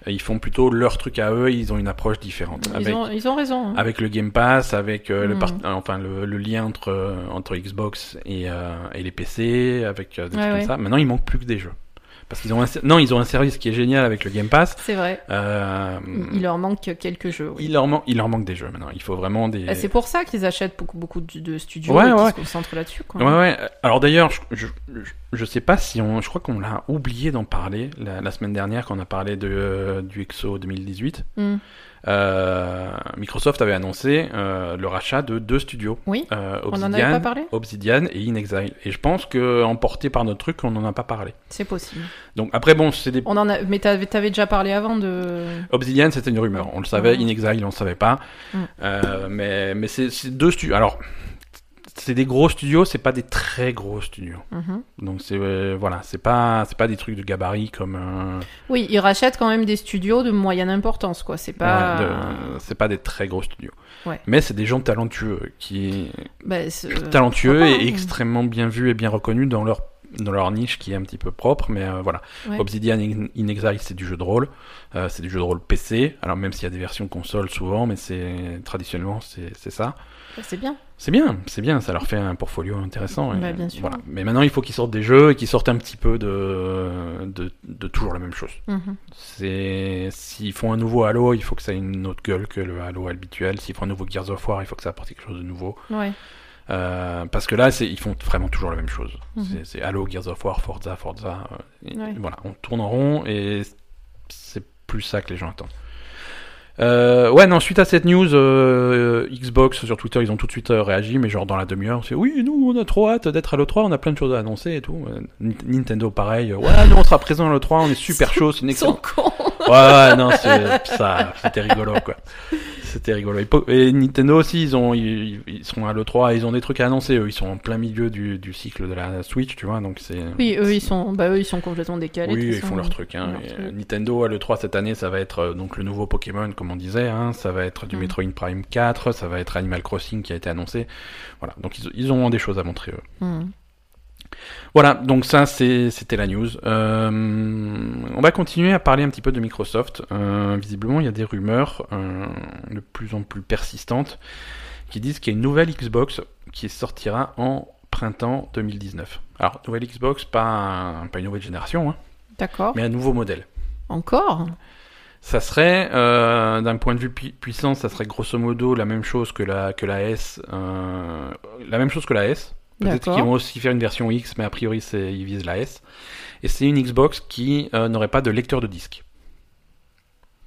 A: Et Ils font plutôt leur truc à eux, ils ont une approche différente.
B: Ils
A: avec,
B: ont, ils ont raison. hein.
A: avec le Game Pass, avec euh, le,
B: Mm.
A: part- euh, enfin, le, le lien entre, euh, entre Xbox et, euh, et les PC, avec euh, des
B: Ouais,
A: trucs
B: ouais.
A: comme ça. Maintenant, il manque plus que des jeux. Parce qu'ils ont un, ser- non, ils ont un service qui est génial avec le Game Pass.
B: C'est vrai.
A: Euh,
B: Il il leur manque quelques jeux. oui.
A: Il leur, man- il leur manque des jeux maintenant. Il faut vraiment des.
B: Bah, C'est pour ça qu'ils achètent beaucoup, beaucoup de, de studios
A: Ouais,
B: et qu'ils
A: ouais.
B: se concentrent là-dessus. quoi.
A: Ouais, ouais. Alors d'ailleurs, je, je, je- je sais pas si on. Je crois qu'on l'a oublié d'en parler la, la semaine dernière quand on a parlé de, euh, du EXO 2018.
B: Mm.
A: Euh, Microsoft avait annoncé euh, le rachat de deux studios.
B: Oui,
A: Euh,
B: on en avait pas
A: Obsidian,
B: parlé
A: Obsidian et In Exile. Et je pense que emporté par notre truc, on n'en a pas parlé.
B: C'est possible.
A: Donc après, bon, c'est des.
B: On en a... Mais t'avais t'avais déjà parlé avant de...
A: Obsidian, c'était une rumeur. On le savait.
B: Mhm.
A: In Exile, on le savait pas.
B: Mhm.
A: Euh, mais mais c'est c'est deux studios. Alors, c'est des gros studios, c'est pas des très gros studios.
B: Mhm.
A: Donc c'est euh, voilà, c'est pas c'est pas des trucs de gabarit comme euh,
B: Oui, ils rachètent quand même des studios de moyenne importance, quoi. C'est pas.
A: ouais, de- c'est pas des très gros studios.
B: Bah. Ouais.
A: Mais c'est des gens talentueux qui
B: Ben, c'est-
A: talentueux
B: pourquoi pas,
A: et
B: hein.
A: extrêmement bien vus et bien reconnus dans leur dans leur niche qui est un petit peu propre, mais euh, voilà.
B: Ouais.
A: Obsidian in, in Exile, c'est du jeu de rôle, Euh, c'est du jeu de rôle PC. Alors même s'il y a des versions console souvent, mais c'est traditionnellement c'est c'est ça.
B: C'est bien.
A: C'est bien, c'est bien, ça leur fait un portfolio intéressant. et
B: Bah, bien sûr.
A: voilà. Mais maintenant, il faut qu'ils sortent des jeux et qu'ils sortent un petit peu de, de, de toujours la même chose.
B: Mhm.
A: C'est S'ils font un nouveau Halo, il faut que ça ait une autre gueule que le Halo habituel. S'ils font un nouveau Gears of War, il faut que ça apporte quelque chose de nouveau.
B: Ouais.
A: Euh, parce que là, c'est- ils font vraiment toujours la même chose.
B: Mhm.
A: C'est- C'est Halo, Gears of War, Forza, Forza. euh, et-
B: Ouais.
A: Voilà, on tourne en rond et c'est plus ça que les gens attendent. Euh, ouais, non, suite à cette news, euh, Xbox sur Twitter, ils ont tout de suite euh, réagi, mais genre dans la demi-heure, c'est oui, nous on a trop hâte d'être à l'E3, on a plein de choses à annoncer et tout. Euh, Ni- Nintendo, pareil, euh, ouais, nous on sera présent à l'E3, on est super chaud, c'est une
B: Ils sont
A: excellente.
B: cons.
A: Ouais, ouais, non, c'est- ça, c'était rigolo, quoi. C'était rigolo. Et, po- et Nintendo aussi, ils, ont, ils, ils sont à l'E3, ils ont des trucs à annoncer, eux, ils sont en plein milieu du, du cycle de la Switch, tu vois, donc c'est.
B: Oui, eux ils sont, bah, eux, ils sont complètement décalés. de
A: Oui,
B: toute
A: ils
B: façon.
A: font leur truc. Hein.
B: leur
A: Et,
B: truc.
A: euh, Nintendo à l'E3 cette année, ça va être euh, donc le nouveau Pokémon, comme on disait. Hein. Ça va être du
B: Mm.
A: Metroid Prime 4, ça va être Animal Crossing qui a été annoncé. Voilà, donc ils, ils ont des choses à montrer. Eux.
B: Mhm.
A: Voilà, donc ça c'est- c'était la news. Euh, on va continuer à parler un petit peu de Microsoft. Euh, visiblement, il y a des rumeurs euh, de plus en plus persistantes qui disent qu'il y a une nouvelle Xbox qui sortira en printemps 2019. Alors, nouvelle Xbox, pas, pas une nouvelle génération, hein,
B: D'accord.
A: mais un nouveau modèle.
B: Encore
A: Ça serait, euh, d'un point de vue pui- puissance, ça serait grosso modo la même chose que la, que la S. euh, la même chose que la S. Peut-être
B: D'accord.
A: qu'ils vont aussi faire une version X, mais a priori, c'est- ils visent la S. Et c'est une Xbox qui euh, n'aurait pas de lecteur de disque.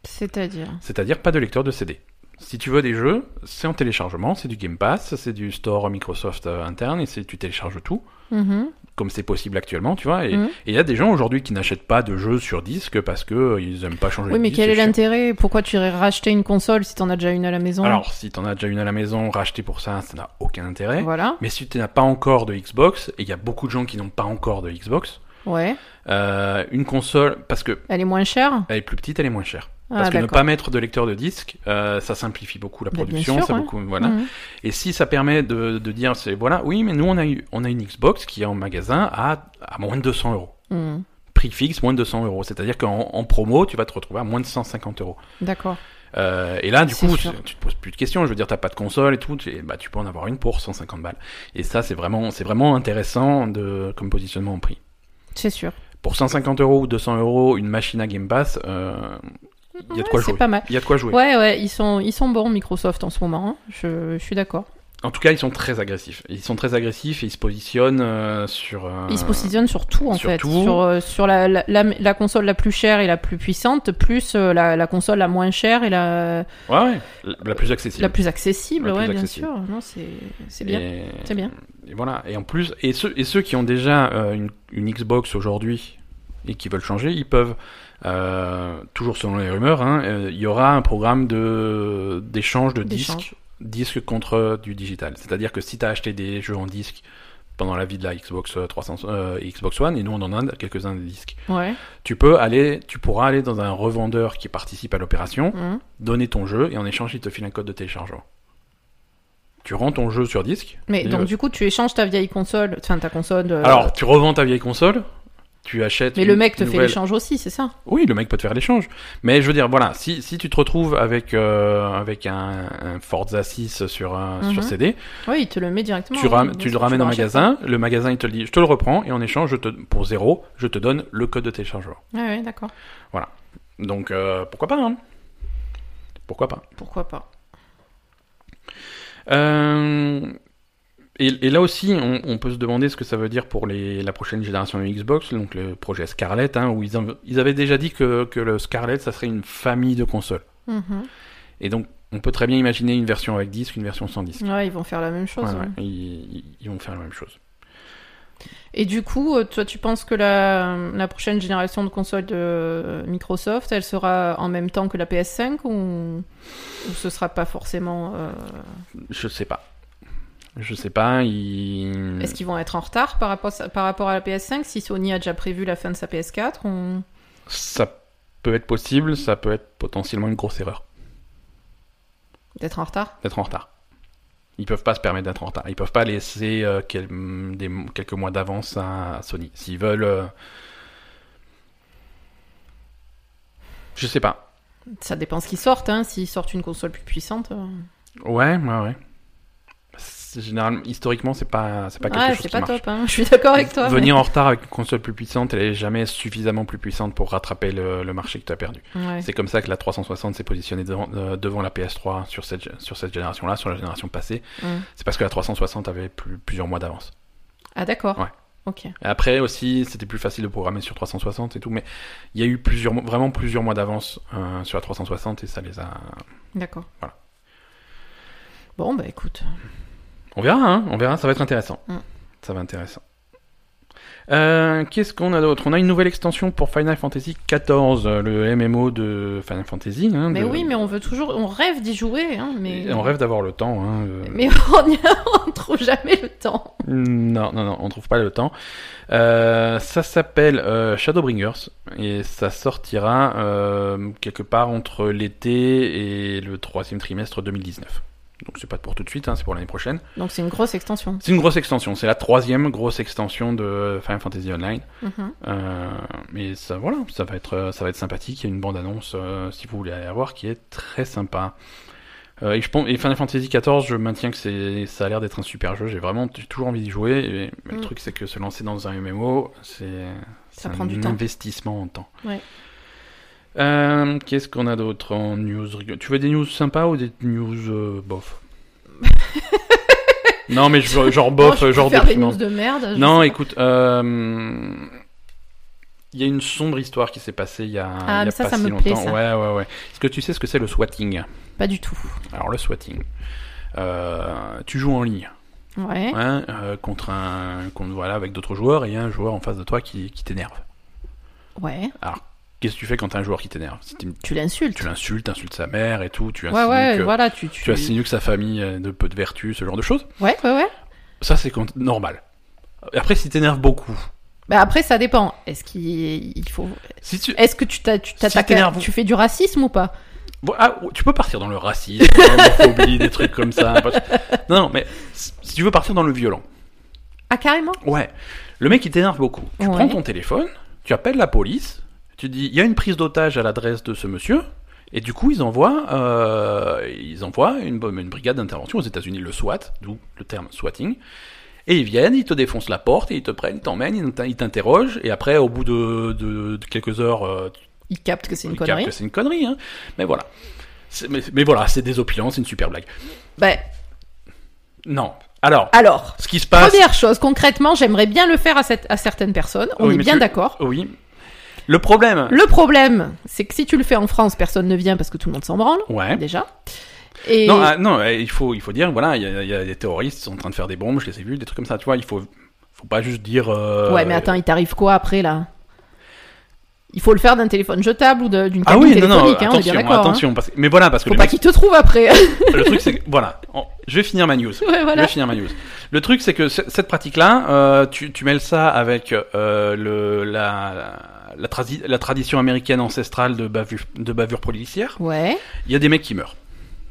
B: C'est-à-dire
A: C'est-à-dire pas de lecteur de CD. Si tu veux des jeux, c'est en téléchargement, c'est du Game Pass, c'est du store Microsoft euh, interne, et c'est- tu télécharges tout
B: Mhm.
A: comme c'est possible actuellement, tu vois. Et et il
B: Mhm.
A: y a des gens aujourd'hui qui n'achètent pas de jeux sur disque parce que euh, ils aiment pas changer
B: Oui,
A: de
B: mais
A: disque.
B: quel est
A: c'est chiant.
B: l'intérêt Pourquoi tu irais racheter une console si t'en as déjà une à la maison
A: Alors, si t'en as déjà une à la maison, racheter pour ça, ça n'a aucun intérêt.
B: Voilà.
A: Mais si tu n'as pas encore de Xbox, et il y a beaucoup de gens qui n'ont pas encore de Xbox,
B: Ouais.
A: euh, une console, parce que
B: Elle est moins chère
A: elle est plus petite, elle est moins chère.
B: Ah,
A: Parce que ne
B: d'accord.
A: pas mettre de lecteur de disque, euh, ça simplifie beaucoup la
B: Bah, bien
A: production,
B: sûr,
A: ça
B: ouais.
A: beaucoup, voilà.
B: Mhm.
A: Et si ça permet de, de dire, c'est voilà, oui, mais nous on a eu, on a une Xbox qui est en magasin à, à moins de 200 euros.
B: Mhm.
A: Prix fixe, moins de 200 euros. C'est-à-dire qu'en en promo, tu vas te retrouver à moins de 150 euros.
B: D'accord.
A: Euh, et là, du
B: C'est
A: coup, tu,
B: sûr.
A: tu te poses plus de questions. Je veux dire, t'as pas de console et tout. Tu, bah, tu peux en avoir une pour 150 balles. Et ça, c'est vraiment, c'est vraiment intéressant de, comme positionnement en prix.
B: C'est sûr.
A: Pour 150 euros ou 200 euros, une machine à Game Pass, euh, il y a de quoi
B: Ouais,
A: jouer.
B: C'est pas mal.
A: Il y a de quoi jouer.
B: Ouais, ouais, ils sont, ils sont bons Microsoft en ce moment. hein. Je, je suis d'accord.
A: En tout cas, ils sont très agressifs. Ils sont très agressifs et ils se positionnent euh, sur. euh,
B: Ils se positionnent sur tout en
A: sur
B: fait,
A: tout.
B: sur euh, sur la, la, la- la console la plus chère et la plus puissante, plus euh, la, la console la moins chère et la
A: Ouais, ouais. La, la plus accessible.
B: la plus accessible.
A: La plus
B: ouais,
A: accessible.
B: bien sûr. Non, c'est c'est bien.
A: Et-
B: C'est bien.
A: Et voilà. Et en plus, et ceux, et ceux qui ont déjà euh, une, une Xbox aujourd'hui et qui veulent changer, ils peuvent, euh, toujours selon les rumeurs, hein, euh, il y aura un programme de d'échange de disques,
B: D'échange.
A: disques contre du digital. C'est-à-dire que si tu as acheté des jeux en disque pendant la vie de la Xbox 300, euh, et Xbox One, et nous on en a quelques-uns des disques,
B: Ouais.
A: tu peux aller, tu pourras aller dans un revendeur qui participe à l'opération,
B: Mhm.
A: donner ton jeu et en échange il te file un code de téléchargement. Tu rends ton jeu sur disque.
B: Mais
A: et,
B: donc
A: euh,
B: du coup, tu échanges ta vieille console, enfin ta console. euh,
A: Alors, tu revends ta vieille console, tu achètes.
B: mais
A: une
B: le mec te fait
A: nouvelle-
B: l'échange aussi, c'est ça
A: Oui, le mec peut te faire l'échange. Mais je veux dire, voilà, si, si tu te retrouves avec, euh, avec un, un Forza 6 sur, un,
B: Mhm.
A: sur CD,
B: Oui, il te le met directement.
A: tu,
B: hein,
A: ram-
B: donc
A: tu le ramènes au
B: rachètes
A: magasin, le magasin il te le dit, je te le reprends, et en échange, je te, pour zéro, je te donne le code de téléchargement.
B: pas. Ouais, ouais, d'accord.
A: Donc, euh, pourquoi pas, hein Pourquoi pas
B: Pourquoi pas
A: Euh, et, et là aussi, on, on peut se demander ce que ça veut dire pour les, la prochaine génération de Xbox, donc le projet Scarlett, hein, où ils, av- ils avaient déjà dit que, que le Scarlett, ça serait une famille de consoles.
B: Mhm.
A: Et donc, on peut très bien imaginer une version avec disque, une version sans disque.
B: Ouais, ils vont faire la même chose.
A: Ouais, ouais,
B: ouais.
A: Ils, ils- ils vont faire la même chose.
B: Et du coup, euh, toi, tu penses que la, la prochaine génération de consoles de euh, Microsoft, elle sera en même temps que la PS5 ou, ou ce sera pas forcément. euh,
A: Je sais pas. Je sais pas, il...
B: Est-ce qu'ils vont être en retard par rapport, par rapport à la PS5 si Sony a déjà prévu la fin de sa PS4 on-
A: ça peut être possible, ça peut être potentiellement une grosse erreur
B: D'être en retard
A: d'être en retard. Ils peuvent pas se permettre d'être en retard. Ils peuvent pas laisser euh, quel- des- quelques mois d'avance à Sony. S'ils veulent, euh, je sais pas.
B: Ça dépend ce qu'ils sortent, hein. S'ils sortent une console plus puissante. euh.
A: Ouais, ouais, ouais. C'est- Généralement, historiquement, c'est pas, c'est pas quelque
B: Ouais,
A: chose
B: c'est
A: qui
B: pas
A: marche.
B: top, hein. Je suis d'accord avec toi. mais-
A: Venir en retard avec une console plus puissante, elle est jamais suffisamment plus puissante pour rattraper le, le marché que tu as perdu.
B: Ouais.
A: C'est comme ça que la 360 s'est positionnée devant, euh, devant la PS3 sur cette, gé- sur cette génération-là, sur la génération passée.
B: Mm.
A: C'est parce que la 360 avait plus- plusieurs mois d'avance.
B: Ah, d'accord.
A: Ouais.
B: Ok.
A: Et Après aussi, c'était plus facile de programmer sur 360 et tout, mais il y a eu plusieurs, mois- vraiment plusieurs mois d'avance euh, sur la 360 et ça les a.
B: D'accord.
A: Voilà.
B: Bon, bah écoute.
A: On verra, hein, on verra, ça va être intéressant.
B: Mm.
A: Ça va être intéressant. Euh, Qu'est-ce qu'on a d'autre On a une nouvelle extension pour Final Fantasy XIV, euh, le MMO de Final Fantasy. hein,
B: Mais
A: de-
B: oui, mais on veut toujours. On rêve d'y jouer, hein. Mais...
A: Et On rêve d'avoir le temps. hein, euh,
B: Mais on n'y on trouve jamais le temps.
A: Non, non, non, on trouve pas le temps. Euh, ça s'appelle euh, Shadowbringers et ça sortira euh, quelque part entre l'été et le troisième trimestre 2019. Donc c'est pas pour tout de suite, hein, c'est pour l'année prochaine.
B: Donc c'est une grosse extension.
A: C'est une grosse extension, c'est la troisième grosse extension de Final Fantasy Online.
B: Mhm.
A: Euh, mais ça, voilà, ça va être, ça va être sympathique. Il y a une bande annonce, si vous voulez aller la voir, qui est très sympa. Euh, et je pense, et Final Fantasy XIV, je maintiens que c'est, ça a l'air d'être un super jeu. J'ai vraiment j'ai toujours envie d'y jouer. Et, mais
B: Mm.
A: Le truc, c'est que se lancer dans un MMO, c'est, c'est
B: prend
A: un
B: du temps.
A: investissement en temps.
B: Ouais.
A: Euh, qu'est-ce qu'on a d'autre en news rigolo- Tu veux des news sympas ou des news euh, bof Non, mais je veux- genre
B: Moi,
A: bof,
B: je
A: genre
B: préfère les
A: déprimant.
B: news de merde. je
A: Non,
B: sais
A: écoute, euh, il y a une sombre histoire qui s'est passée il y a,
B: Ah,
A: il y a
B: mais ça,
A: pas
B: ça
A: si
B: me
A: longtemps.
B: plaît, ça.
A: Ouais, ouais, ouais. Est-ce que tu sais ce que c'est le swatting
B: pas. Pas du tout.
A: Alors le swatting, euh, tu joues en ligne
B: Ouais.
A: hein, euh, contre un, contre voilà, avec d'autres joueurs et il y a un joueur en face de toi qui, qui t'énerve.
B: Ouais.
A: Qu'est-ce que tu fais quand t'as un joueur qui t'énerve Si t'es-
B: Tu l'insultes.
A: Tu l'insultes, insultes sa mère et tout. Tu
B: Ouais,
A: insinues
B: ouais,
A: que,
B: voilà. Tu, tu...
A: tu insinues que sa famille euh, de peu de vertu, ce genre de choses.
B: Ouais, ouais, ouais.
A: Ça c'est con- normal. Après, si t'énerves beaucoup,
B: Bah après, ça dépend. Est-ce qu'il il faut.
A: si tu
B: Est-ce que tu t'a- tu t'attaques à-
A: t'énerves-
B: Tu fais du racisme ou pas
A: Bon, ah, tu peux partir dans le racisme, l'homophobie, des trucs comme ça. Parce- Non, non, mais si si tu veux partir dans le violent,
B: Ah, carrément
A: ouais. Le mec, il t'énerve beaucoup. Tu
B: Ouais.
A: prends ton téléphone, tu appelles la police, tu dis il y a une prise d'otage à l'adresse de ce monsieur, et du coup, ils envoient, euh, ils envoient une, bo- une brigade d'intervention aux États-Unis, le SWAT, d'où le terme swatting. Et ils viennent, ils te défoncent la porte, et ils te prennent, ils t'emmènent, ils t'in- ils t'interrogent, et après, au bout de, de- de quelques heures, euh,
B: Il capte que c'est une
A: il capte
B: connerie.
A: que c'est une connerie, hein. Mais voilà. C'est- Mais, mais voilà, c'est désopilant, c'est une super blague.
B: Bah,
A: Non. Alors,
B: alors.
A: ce qui se passe.
B: Première chose, concrètement, j'aimerais bien le faire à, cette- à certaines personnes. On
A: Oui,
B: est
A: mais
B: bien
A: tu-
B: d'accord.
A: Oui. Le problème.
B: Le problème, c'est que si tu le fais en France, personne ne vient parce que tout le monde s'en branle,
A: Ouais.
B: déjà. Et
A: Non, ah, non, eh, il faut, il faut dire, voilà, il y, a- il y a des terroristes qui sont en train de faire des bombes, je les ai vus, des trucs comme ça, tu vois, il faut, faut pas juste dire. euh,
B: Ouais, mais attends, il t'arrive quoi après là Il faut le faire d'un téléphone jetable ou de- d'une
A: Ah
B: cabine
A: oui, non,
B: téléphonique,
A: non,
B: hein, on est bien
A: attention,
B: d'accord. hein.
A: attention, parce que- mais voilà, parce que
B: Faut
A: le,
B: pas
A: mec-
B: qu'il te trouve après.
A: le truc c'est que, voilà, on- je vais finir ma news.
B: ouais,
A: Je
B: voilà.
A: vais finir ma news. Le truc, c'est que ce- cette pratique-là, euh, tu, tu mêles ça avec euh, le, la, la, tradi- la tradition américaine ancestrale de bavure, de bavure policière.
B: Ouais,
A: Il y a des mecs qui meurent.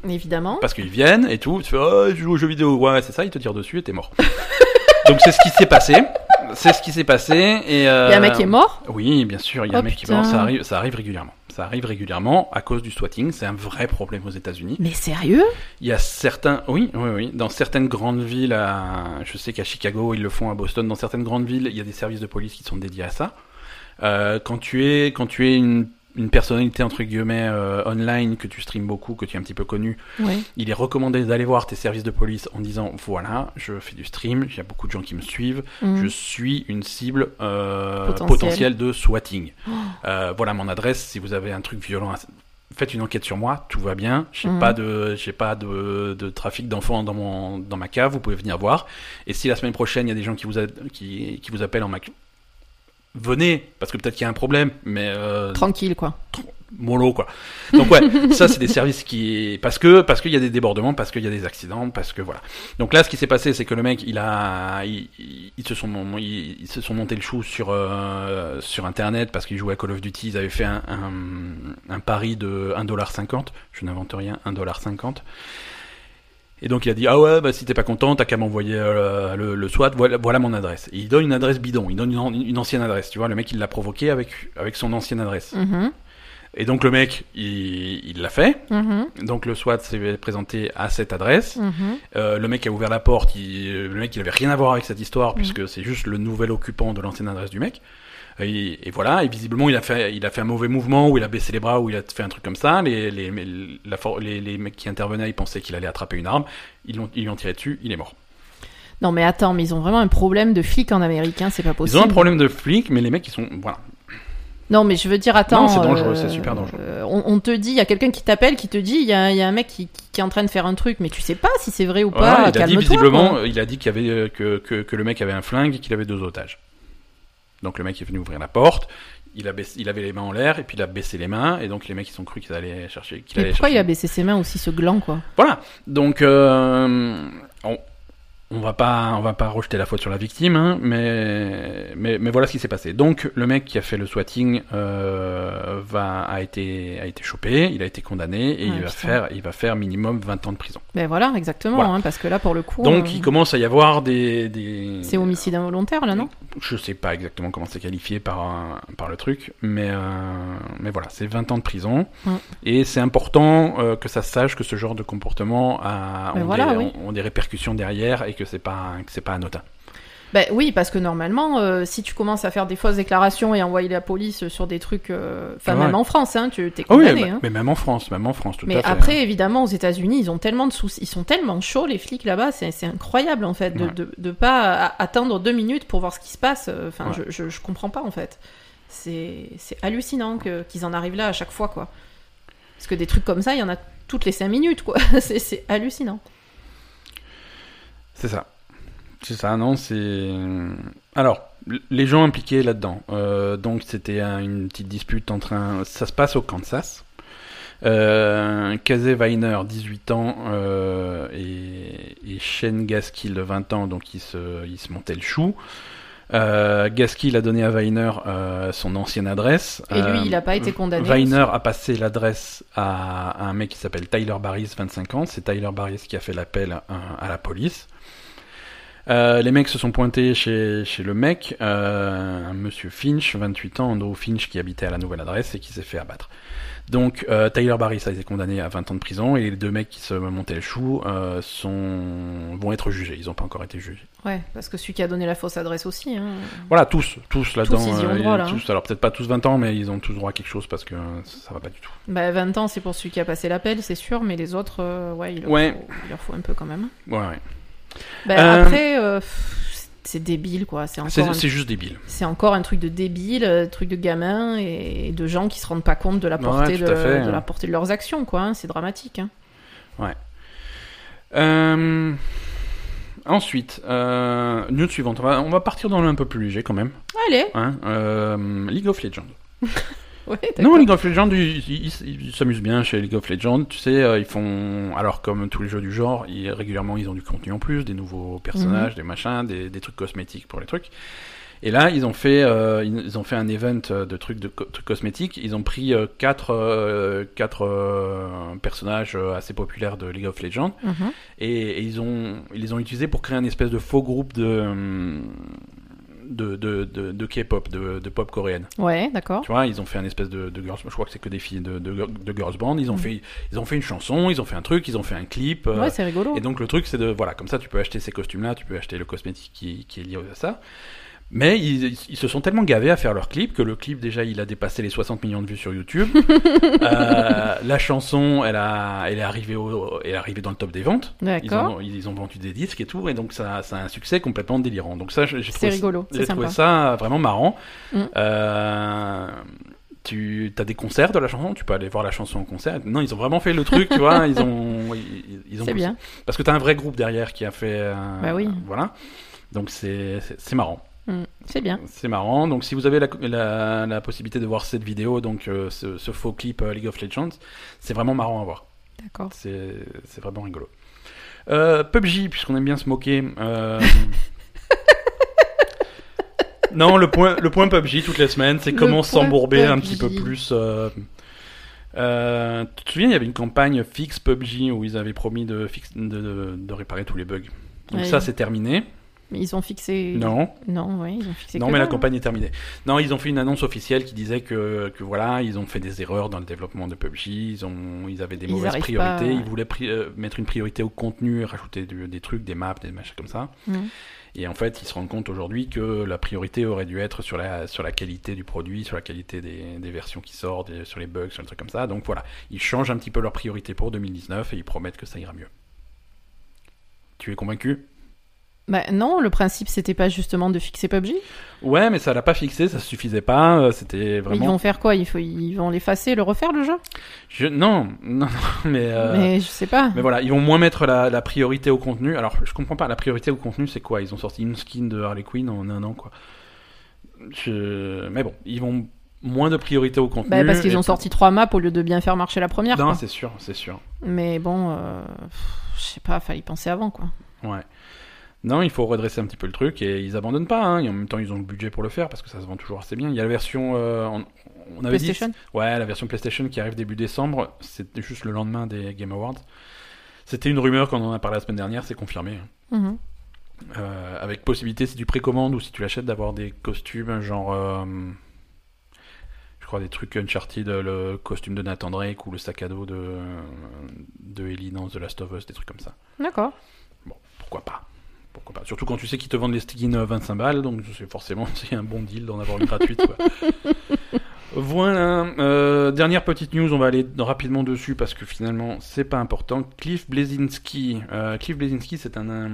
B: évidemment.
A: Parce qu'ils viennent et tout. Tu fais, oh, je joue aux jeux vidéo. Ouais, c'est ça, ils te tirent dessus et t'es mort. Donc c'est ce qui s'est passé. C'est ce qui s'est passé. Et, euh,
B: Il y a un mec qui est mort.
A: Oui, bien sûr, il y a un
B: Oh,
A: mec qui est
B: putain.
A: mort. Ça arrive, ça arrive régulièrement. Ça arrive régulièrement à cause du swatting. C'est un vrai problème aux États-Unis.
B: Mais sérieux
A: Il y a certains, oui, oui, oui, dans certaines grandes villes, à- je sais qu'à Chicago ils le font, à Boston, dans certaines grandes villes, il y a des services de police qui sont dédiés à ça. Euh, quand tu es, quand tu es une, une personnalité entre guillemets euh, online que tu streames beaucoup, que tu es un petit peu connu,
B: Ouais.
A: il est recommandé d'aller voir tes services de police en disant voilà, je fais du stream, il y a beaucoup de gens qui me suivent,
B: Mm.
A: je suis une cible euh,
B: Potentielle.
A: potentielle de swatting. Euh, voilà mon adresse. Si vous avez un truc violent, à- faites une enquête sur moi. Tout va bien. J'ai
B: Mhm.
A: pas de, j'ai pas de, de trafic d'enfants dans mon, dans ma cave. Vous pouvez venir voir. Et si la semaine prochaine il y a des gens qui vous a- qui, qui vous appellent en ma venez, parce que peut-être qu'il y a un problème, mais euh,
B: Tranquille, quoi.
A: mollo quoi. Donc ouais, ça c'est des services qui parce que parce qu'il y a des débordements, parce qu'il y a des accidents, parce que voilà. Donc là ce qui s'est passé c'est que le mec il a il- il- ils se sont mon- ils, ils se sont monté le chou sur euh, sur internet parce qu'ils jouaient à Call of Duty, ils avaient fait un un, un pari de 1,50$, je n'invente rien, 1,50$. Et donc il a dit ah ouais bah si t'es pas content t'as qu'à m'envoyer euh, le, le SWAT voilà, voilà mon adresse et il donne une adresse bidon il donne une, an- une ancienne adresse tu vois le mec il l'a provoqué avec avec son ancienne adresse
B: Mhm,
A: et donc le mec, il il l'a fait.
B: mhm,
A: Donc le SWAT s'est présenté à cette adresse.
B: mhm.
A: Euh, le mec a ouvert la porte. il- le mec, il avait rien à voir avec cette histoire puisque c'est juste le nouvel occupant de l'ancienne adresse du mec. Et, et voilà. Et visiblement, il a fait, il a fait un mauvais mouvement où il a baissé les bras, où il a fait un truc comme ça. Les, les, la for- les, les mecs qui intervenaient, ils pensaient qu'il allait attraper une arme. Ils l'ont, ils lui ont tiré dessus. Il est mort.
B: Non, mais attends, mais ils ont vraiment un problème de flic en américain, c'est pas
A: Ils
B: possible.
A: ont un problème de flic, mais les mecs, ils sont, voilà.
B: Non, mais je veux dire, attends.
A: Non, c'est dangereux,
B: euh,
A: c'est super dangereux.
B: euh, on, on te dit, il y a quelqu'un qui t'appelle, qui te dit, il y a, il y a un mec qui, qui est en train de faire un truc, mais tu sais pas si c'est vrai ou
A: Voilà,
B: pas.
A: il a dit
B: calme-toi,
A: visiblement,
B: quoi.
A: euh, il a dit qu'il y avait euh, que, que, que le mec avait un flingue et qu'il avait deux otages. Donc le mec est venu ouvrir la porte. Il, a baissé- il avait les mains en l'air et puis il a baissé les mains et donc les mecs ils ont cru qu'ils allaient chercher. Qu'il
B: Mais
A: allait
B: pourquoi
A: chercher-
B: il a baissé ses mains aussi, ce gland, quoi
A: Voilà. Donc euh, on, on va pas on va pas rejeter la faute sur la victime, hein, mais, mais mais voilà ce qui s'est passé. Donc le mec qui a fait le swatting euh, va a été a été chopé, il a été condamné et
B: Ouais,
A: il va
B: Ah, putain.
A: faire il va faire minimum 20 ans de prison.
B: Ben voilà, exactement,
A: Voilà.
B: hein, parce que là, pour le coup,
A: Donc
B: euh,
A: il commence à y avoir des, des...
B: c'est homicide involontaire, là, non
A: Je sais pas exactement comment c'est qualifié par, un- par le truc, mais, euh, mais voilà, c'est 20 ans de prison.
B: Ouais.
A: Et c'est important euh, que ça se sache que ce genre de comportement a,
B: Mais
A: ont,
B: voilà,
A: des,
B: oui.
A: ont- ont des répercussions derrière et que c'est pas, que c'est pas anodin.
B: Ben oui, parce que normalement, euh, si tu commences à faire des fausses déclarations et envoyer la police sur des trucs, euh, enfin
A: Ah ouais.
B: même en France, hein, tu t'es
A: Ah oui,
B: condamné.
A: bah-
B: hein.
A: mais même en France, même en France, tout
B: Mais
A: à fait.
B: après, évidemment, aux États-Unis, ils ont tellement de soucis, ils sont tellement chauds, les flics là-bas, c'est c'est incroyable en fait, de,
A: Ouais.
B: de, de pas a- attendre deux minutes pour voir ce qui se passe. Euh, Enfin,
A: Ouais.
B: je, je, je comprends pas en fait. C'est c'est hallucinant que- qu'ils en arrivent là à chaque fois, quoi. Parce que des trucs comme ça, il y en a toutes les cinq minutes, quoi. c'est c'est hallucinant.
A: C'est ça. C'est ça, non, c'est... Alors, l- les gens impliqués là-dedans. Euh, donc, c'était un- une petite dispute entre un... Ça se passe au Kansas. Euh, Kazé Weiner, 18 ans, euh, et, et Shane Gaskill, 20 ans, donc ils se, ils se montaient le chou. Euh, Gaskill a donné à Weiner euh, son ancienne adresse.
B: Et lui,
A: Euh,
B: il a pas été condamné
A: Weiner a passé l'adresse à un mec qui s'appelle Tyler Barris, 25 ans. C'est Tyler Barris qui a fait l'appel euh, à la police. Euh, les mecs se sont pointés chez, chez le mec, euh, un monsieur Finch, 28 ans, Andrew Finch, qui habitait à la nouvelle adresse et qui s'est fait abattre. Donc euh, Tyler Barris a été condamné à 20 ans de prison et les deux mecs qui se montaient le chou euh, sont... vont être jugés, ils n'ont pas encore été jugés.
B: Ouais, parce que celui qui a donné la fausse adresse aussi. Hein.
A: Voilà, tous, tous là-dedans.
B: Tous, ils y ont
A: euh,
B: droit, là, hein.
A: tous, alors peut-être pas tous 20 ans, mais ils ont tous droit à quelque chose parce que euh, ça va pas du tout.
B: Bah, 20 ans, c'est pour celui qui a passé l'appel, c'est sûr, mais les autres, euh, ouais, il leur,
A: Ouais.
B: Faut, il leur faut un peu quand même.
A: Ouais, ouais.
B: Bah,
A: Euh,
B: Après, euh, pff, c'est débile, quoi. C'est encore,
A: C'est
B: un-
A: c'est juste débile.
B: c'est encore un truc de débile, euh, truc de gamin et et de gens qui se rendent pas compte de la
A: Ouais,
B: portée,
A: tout
B: de,
A: à fait. hein.
B: de la portée de leurs actions, quoi. hein. C'est dramatique. hein.
A: Euh, Ensuite, euh, news suivante. On va, on va partir dans le un peu plus léger quand même.
B: Allez,
A: hein. Euh, League of Legends.
B: ouais,
A: Non,
B: d'accord.
A: League of Legends, ils- ils ils- ils s'amusent bien chez League of Legends. Tu sais, euh, ils font. Alors, comme tous les jeux du genre, ils- régulièrement, ils ont du contenu en plus, des nouveaux
B: Mhm.
A: personnages, des machins, des, des trucs cosmétiques pour les trucs. Et là, ils ont fait, euh, ils ils ont fait un event euh, de trucs, de co- trucs cosmétiques. Ils ont pris euh, quatre, euh, quatre euh, personnages euh, assez populaires de League of Legends
B: Mhm.
A: et, et ils, ont, ils les ont utilisés pour créer un espèce de faux groupe de. hum, de, de, de, de K-pop, de- de pop coréenne.
B: Ouais, d'accord.
A: Tu vois, ils ont fait un espèce de, de girls, je crois que c'est que des filles de, de, de girls band. Ils ont
B: Mm.
A: fait, ils ont fait une chanson, ils ont fait un truc, ils ont fait un clip. euh,
B: Ouais, c'est rigolo.
A: et donc le truc, c'est de voilà, comme ça, tu peux acheter ces costumes-là, tu peux acheter le cosmétique qui, qui est lié à ça. Mais ils, ils- ils se sont tellement gavés à faire leur clip que le clip déjà il a dépassé les 60 millions de vues sur YouTube. Euh, la chanson, elle a, elle est arrivée, au, elle est arrivée dans le top des ventes. Ils
B: D'accord.
A: ont, ils ont vendu des disques et tout, et donc ça, ça a un succès complètement délirant. Donc ça, j'ai j'ai
B: C'est
A: trouvé
B: rigolo, c'est
A: j'ai trouvé
B: sympa.
A: ça vraiment marrant.
B: Mm.
A: Euh, tu as des concerts de la chanson, tu peux aller voir la chanson en concert. Non, ils ont vraiment fait le truc, tu vois. Ils ont, ils, ils ont
B: C'est
A: poussé.
B: bien.
A: Parce que tu as un vrai groupe derrière qui a fait. euh,
B: Bah oui.
A: Voilà. Donc c'est c'est- c'est marrant.
B: Mm, C'est bien.
A: C'est marrant. Donc, si vous avez la, la- la possibilité de voir cette vidéo, donc euh, ce, ce faux clip euh, League of Legends, c'est vraiment marrant à voir.
B: D'accord.
A: C'est c'est vraiment rigolo. Euh, PUBG, puisqu'on aime bien se moquer. euh, non, le point, le point PUBG toutes les semaines, c'est
B: Le
A: comment
B: point
A: s'embourber un petit peu
B: PUBG.
A: plus. euh, euh, tu te souviens, il y avait une campagne fixe PUBG où ils avaient promis de, fix- de, de- de réparer tous les bugs. Donc
B: Ouais.
A: ça, c'est terminé.
B: Mais ils ont fixé.
A: Non.
B: Non, ouais, ils ont fixé.
A: Non,
B: que
A: mais la
B: dalle, hein.
A: campagne est terminée. Non, ils ont fait une annonce officielle qui disait que, que voilà, ils ont fait des erreurs dans le développement de PUBG, ils, ont, ils avaient des
B: Ils
A: mauvaises
B: arrivent
A: priorités,
B: pas, ouais.
A: ils voulaient pri- euh, mettre une priorité au contenu, rajouter du- des trucs, des maps, des machins comme ça.
B: Mhm.
A: Et en fait, ils se rendent compte aujourd'hui que la priorité aurait dû être sur la, sur la qualité du produit, sur la qualité des, des versions qui sortent, et sur les bugs, sur les trucs comme ça. Donc voilà, ils changent un petit peu leur priorité pour 2019 et ils promettent que ça ira mieux. Tu es convaincu
B: Bah, non, le principe, c'était pas justement de fixer PUBG.
A: Ouais, mais ça l'a pas fixé, ça suffisait pas, euh, c'était
B: Mais
A: vraiment...
B: Ils vont faire quoi il faut, Ils vont l'effacer, le refaire, le jeu
A: Je, non, non, non, mais, euh, mais...
B: Mais je sais pas.
A: voilà, ils vont moins mettre la, la priorité au contenu. Alors, je comprends pas, la priorité au contenu, c'est quoi Ils ont sorti une skin de Harley Quinn en un an, quoi. Je... Mais bon, ils vont moins de priorité au contenu.
B: Bah, parce qu'ils
A: et-
B: ont sorti trois maps au lieu de bien faire marcher la première.
A: Non,
B: quoi.
A: c'est sûr, c'est sûr.
B: Mais bon, euh, pff, je sais pas, fallait y penser avant, quoi.
A: Ouais. Non, il faut redresser un petit peu le truc et ils abandonnent pas. hein. Et en même temps, ils ont le budget pour le faire parce que ça se vend toujours assez bien. Il y a la version. euh, on, on avait dit-
B: PlayStation
A: Ouais, la version PlayStation qui arrive début décembre. C'était juste le lendemain des Game Awards. C'était une rumeur qu'on en a parlé la semaine dernière, c'est confirmé. hein.
B: Mhm.
A: Euh, avec possibilité, si tu précommandes ou si tu l'achètes, d'avoir des costumes genre. euh, je crois des trucs Uncharted, le costume de Nathan Drake ou le sac à dos de, de Ellie dans The Last of Us, des trucs comme ça.
B: D'accord.
A: Pourquoi pas Pourquoi pas Surtout quand tu sais qu'ils te vendent les skins à 25 balles, donc c'est forcément c'est un bon deal d'en avoir une gratuite. quoi. voilà. euh, dernière petite news, on va aller rapidement dessus parce que finalement c'est pas important. Cliff Blazinski, euh, Cliff Blazinski, c'est un, un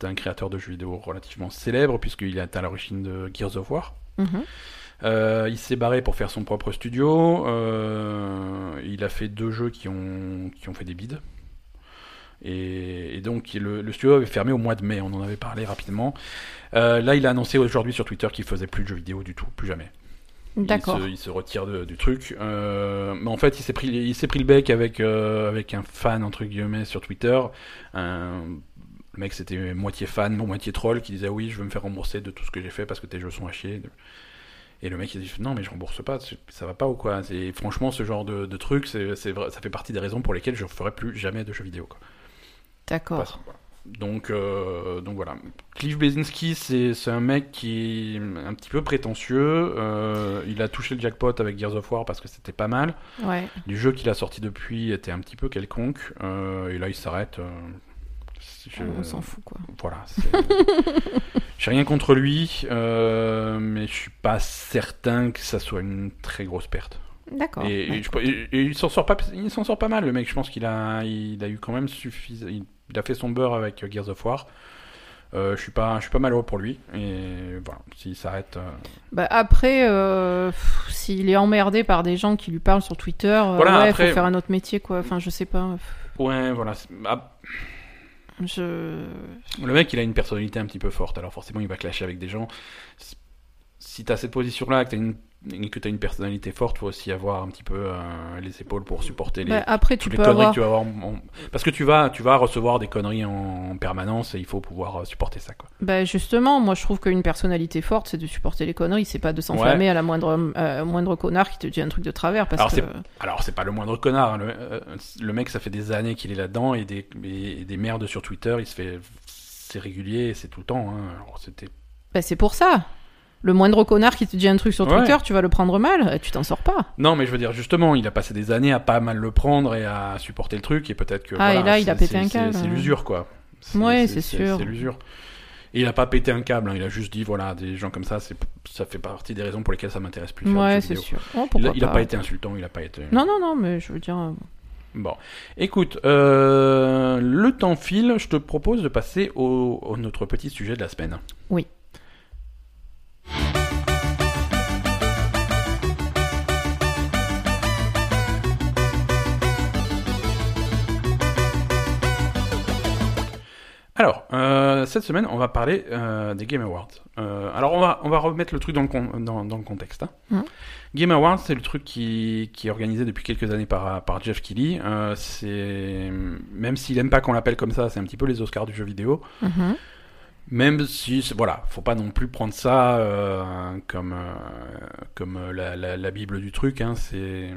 A: c'est un créateur de jeux vidéo relativement célèbre puisqu'il est à l'origine de Gears of War.
B: Mhm.
A: Euh, il s'est barré pour faire son propre studio. Euh, il a fait deux jeux qui ont, qui ont fait des bides. Et, et donc le, le studio avait fermé au mois de mai, on en avait parlé rapidement. Euh, là, il a annoncé aujourd'hui sur Twitter qu'il faisait plus de jeux vidéo du tout, plus jamais.
B: D'accord.
A: Il se, il se retire de- du truc. Euh, mais en fait, il s'est pris, il s'est pris le bec avec, euh, avec un fan, entre guillemets, sur Twitter. Un, le mec, c'était moitié fan, non, moitié troll, qui disait Oui, je veux me faire rembourser de tout ce que j'ai fait parce que tes jeux sont à chier. Et le mec, il dit Non, mais je rembourse pas, c'est- ça va pas ou quoi Et franchement, ce genre de, de truc, c'est, c'est vrai- ça fait partie des raisons pour lesquelles je ne ferai plus jamais de jeux vidéo. Quoi.
B: D'accord.
A: Parce- voilà. Donc, euh, donc voilà. Cliff Blazinski, c'est c'est un mec qui est un petit peu prétentieux. Euh, il a touché le jackpot avec Gears of War parce que c'était pas mal.
B: Ouais.
A: Les jeux qu'il a sortis depuis étaient un petit peu quelconques. Euh, et là, il s'arrête. euh, je-
B: On s'en fout, quoi.
A: Voilà. c'est- J'ai rien contre lui, euh, mais je suis pas certain que ça soit une très grosse perte.
B: D'accord.
A: Et,
B: Ouais.
A: et je crois- et- et il s'en sort pas, il s'en sort pas mal le mec. Je pense qu'il a, il a eu quand même suffisant. Il, il a fait son beurre avec euh, Gears of War. Euh, je suis pas, je suis pas malheureux pour lui. Et voilà, s'il s'arrête, euh,
B: Bah, après, euh, pff, s'il est emmerdé par des gens qui lui parlent sur Twitter, euh,
A: Voilà,
B: ouais,
A: après-
B: faut faire un autre métier, quoi. Enfin, je sais pas. Pff,
A: ouais, voilà. c'est- ah,
B: Je.
A: le mec, il a une personnalité un petit peu forte. Alors forcément, il va clasher avec des gens. S- Si t'as cette position-là, que t'as une, et que t'as une personnalité forte, faut aussi avoir un petit peu euh, les épaules pour supporter les,
B: Bah, après, tu
A: toutes les
B: peux
A: conneries
B: avoir.
A: que tu vas avoir. en- en- Parce que tu vas, tu vas recevoir des conneries en, en permanence et il faut pouvoir euh, supporter ça, quoi.
B: Bah justement, moi je trouve qu'une personnalité forte, c'est de supporter les conneries, c'est pas de s'enflammer à la moindre, euh, moindre connard qui te dit un truc de travers. Parce
A: Alors,
B: que...
A: Alors, c'est pas le moindre connard. hein. Le, euh, le mec, ça fait des années qu'il est là-dedans et des, et, et des merdes sur Twitter, il se fait. C'est régulier, c'est tout le temps. hein. Alors, c'était.
B: Bah, c'est pour ça. Le moindre connard qui te dit un truc sur
A: Ouais.
B: Twitter, tu vas le prendre mal, et tu t'en sors pas.
A: Non, mais je veux dire, justement, il a passé des années à pas mal le prendre et à supporter le truc, et peut-être que.
B: Ah, et
A: voilà,
B: là, il
A: c'est-
B: a pété
A: c'est-
B: un
A: c'est-
B: câble,
A: C'est
B: hein.
A: l'usure, quoi.
B: Ouais, c'est sûr.
A: C'est l'usure. Et il a pas pété un câble, hein. il a juste dit, voilà, des gens comme ça, c'est- ça fait partie des raisons pour lesquelles ça m'intéresse plus. de faire des
B: ouais,
A: jeux
B: c'est
A: vidéo.
B: sûr. Oh,
A: Il
B: pourquoi
A: a, il a pas été insultant, il a pas été.
B: Non, non, non, mais je veux dire. euh,
A: Bon, écoute, euh, le temps file, je te propose de passer au, au notre petit sujet de la semaine.
B: Oui.
A: Alors, euh, euh, cette semaine, on va parler euh, des Game Awards. Euh, alors, on va, on va remettre le truc dans le, con- dans, dans le contexte. hein.
B: Mhm.
A: Game Awards, c'est le truc qui, qui est organisé depuis quelques années par, par Jeff Keighley. Euh, c'est même s'il aime pas qu'on l'appelle comme ça, c'est un petit peu les Oscars du jeu vidéo.
B: Mhm.
A: Même si, c'est- voilà, faut pas non plus prendre ça euh, comme euh, comme euh, la, la, la bible du truc. hein, c'est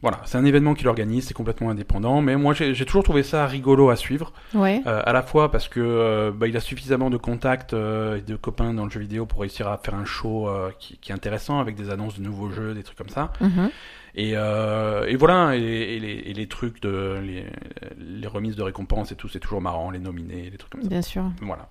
A: voilà, c'est un événement qu'il organise, c'est complètement indépendant. Mais moi, j'ai j'ai toujours trouvé ça rigolo à suivre.
B: Ouais.
A: Euh, à la fois parce que euh, bah, il a suffisamment de contacts euh, et de copains dans le jeu vidéo pour réussir à faire un show euh, qui, qui est intéressant avec des annonces de nouveaux jeux, des trucs comme ça.
B: Mhm.
A: Et, euh, et voilà, et, et les, et les trucs de les, les remises de récompenses et tout, c'est toujours marrant, les nominés, les trucs comme ça.
B: Bien sûr.
A: Voilà.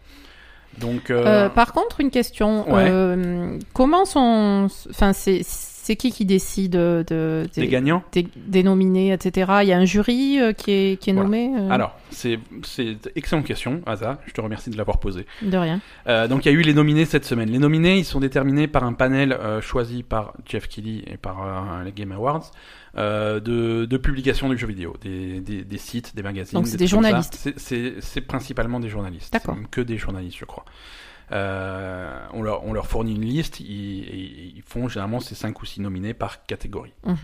A: Donc
B: Euh,
A: euh,
B: par contre, une question.
A: Ouais.
B: Euh, comment sont. Enfin, c'est c'est qui qui décide euh, de,
A: les
B: des-
A: gagnants.
B: des, des nominés, etc. Il y a un jury euh, qui est, qui est
A: Voilà.
B: nommé euh,
A: Alors, c'est c'est excellente question, Asa. Je te remercie de l'avoir posée.
B: De rien.
A: Euh, donc il y a eu les nominés cette semaine. Les nominés, ils sont déterminés par un panel euh, choisi par Jeff Keighley et par euh, les Game Awards euh, de, de publications du jeu vidéo, des, des, des sites, des magazines.
B: Donc, c'est des
A: trucs comme ça.
B: journalistes.
A: C'est- C'est c'est principalement des journalistes.
B: D'accord.
A: C'est même Que des journalistes, je crois. Euh, on, leur, on leur fournit une liste, ils, et ils font généralement ces 5 ou 6 nominés par catégorie.
B: Mhm.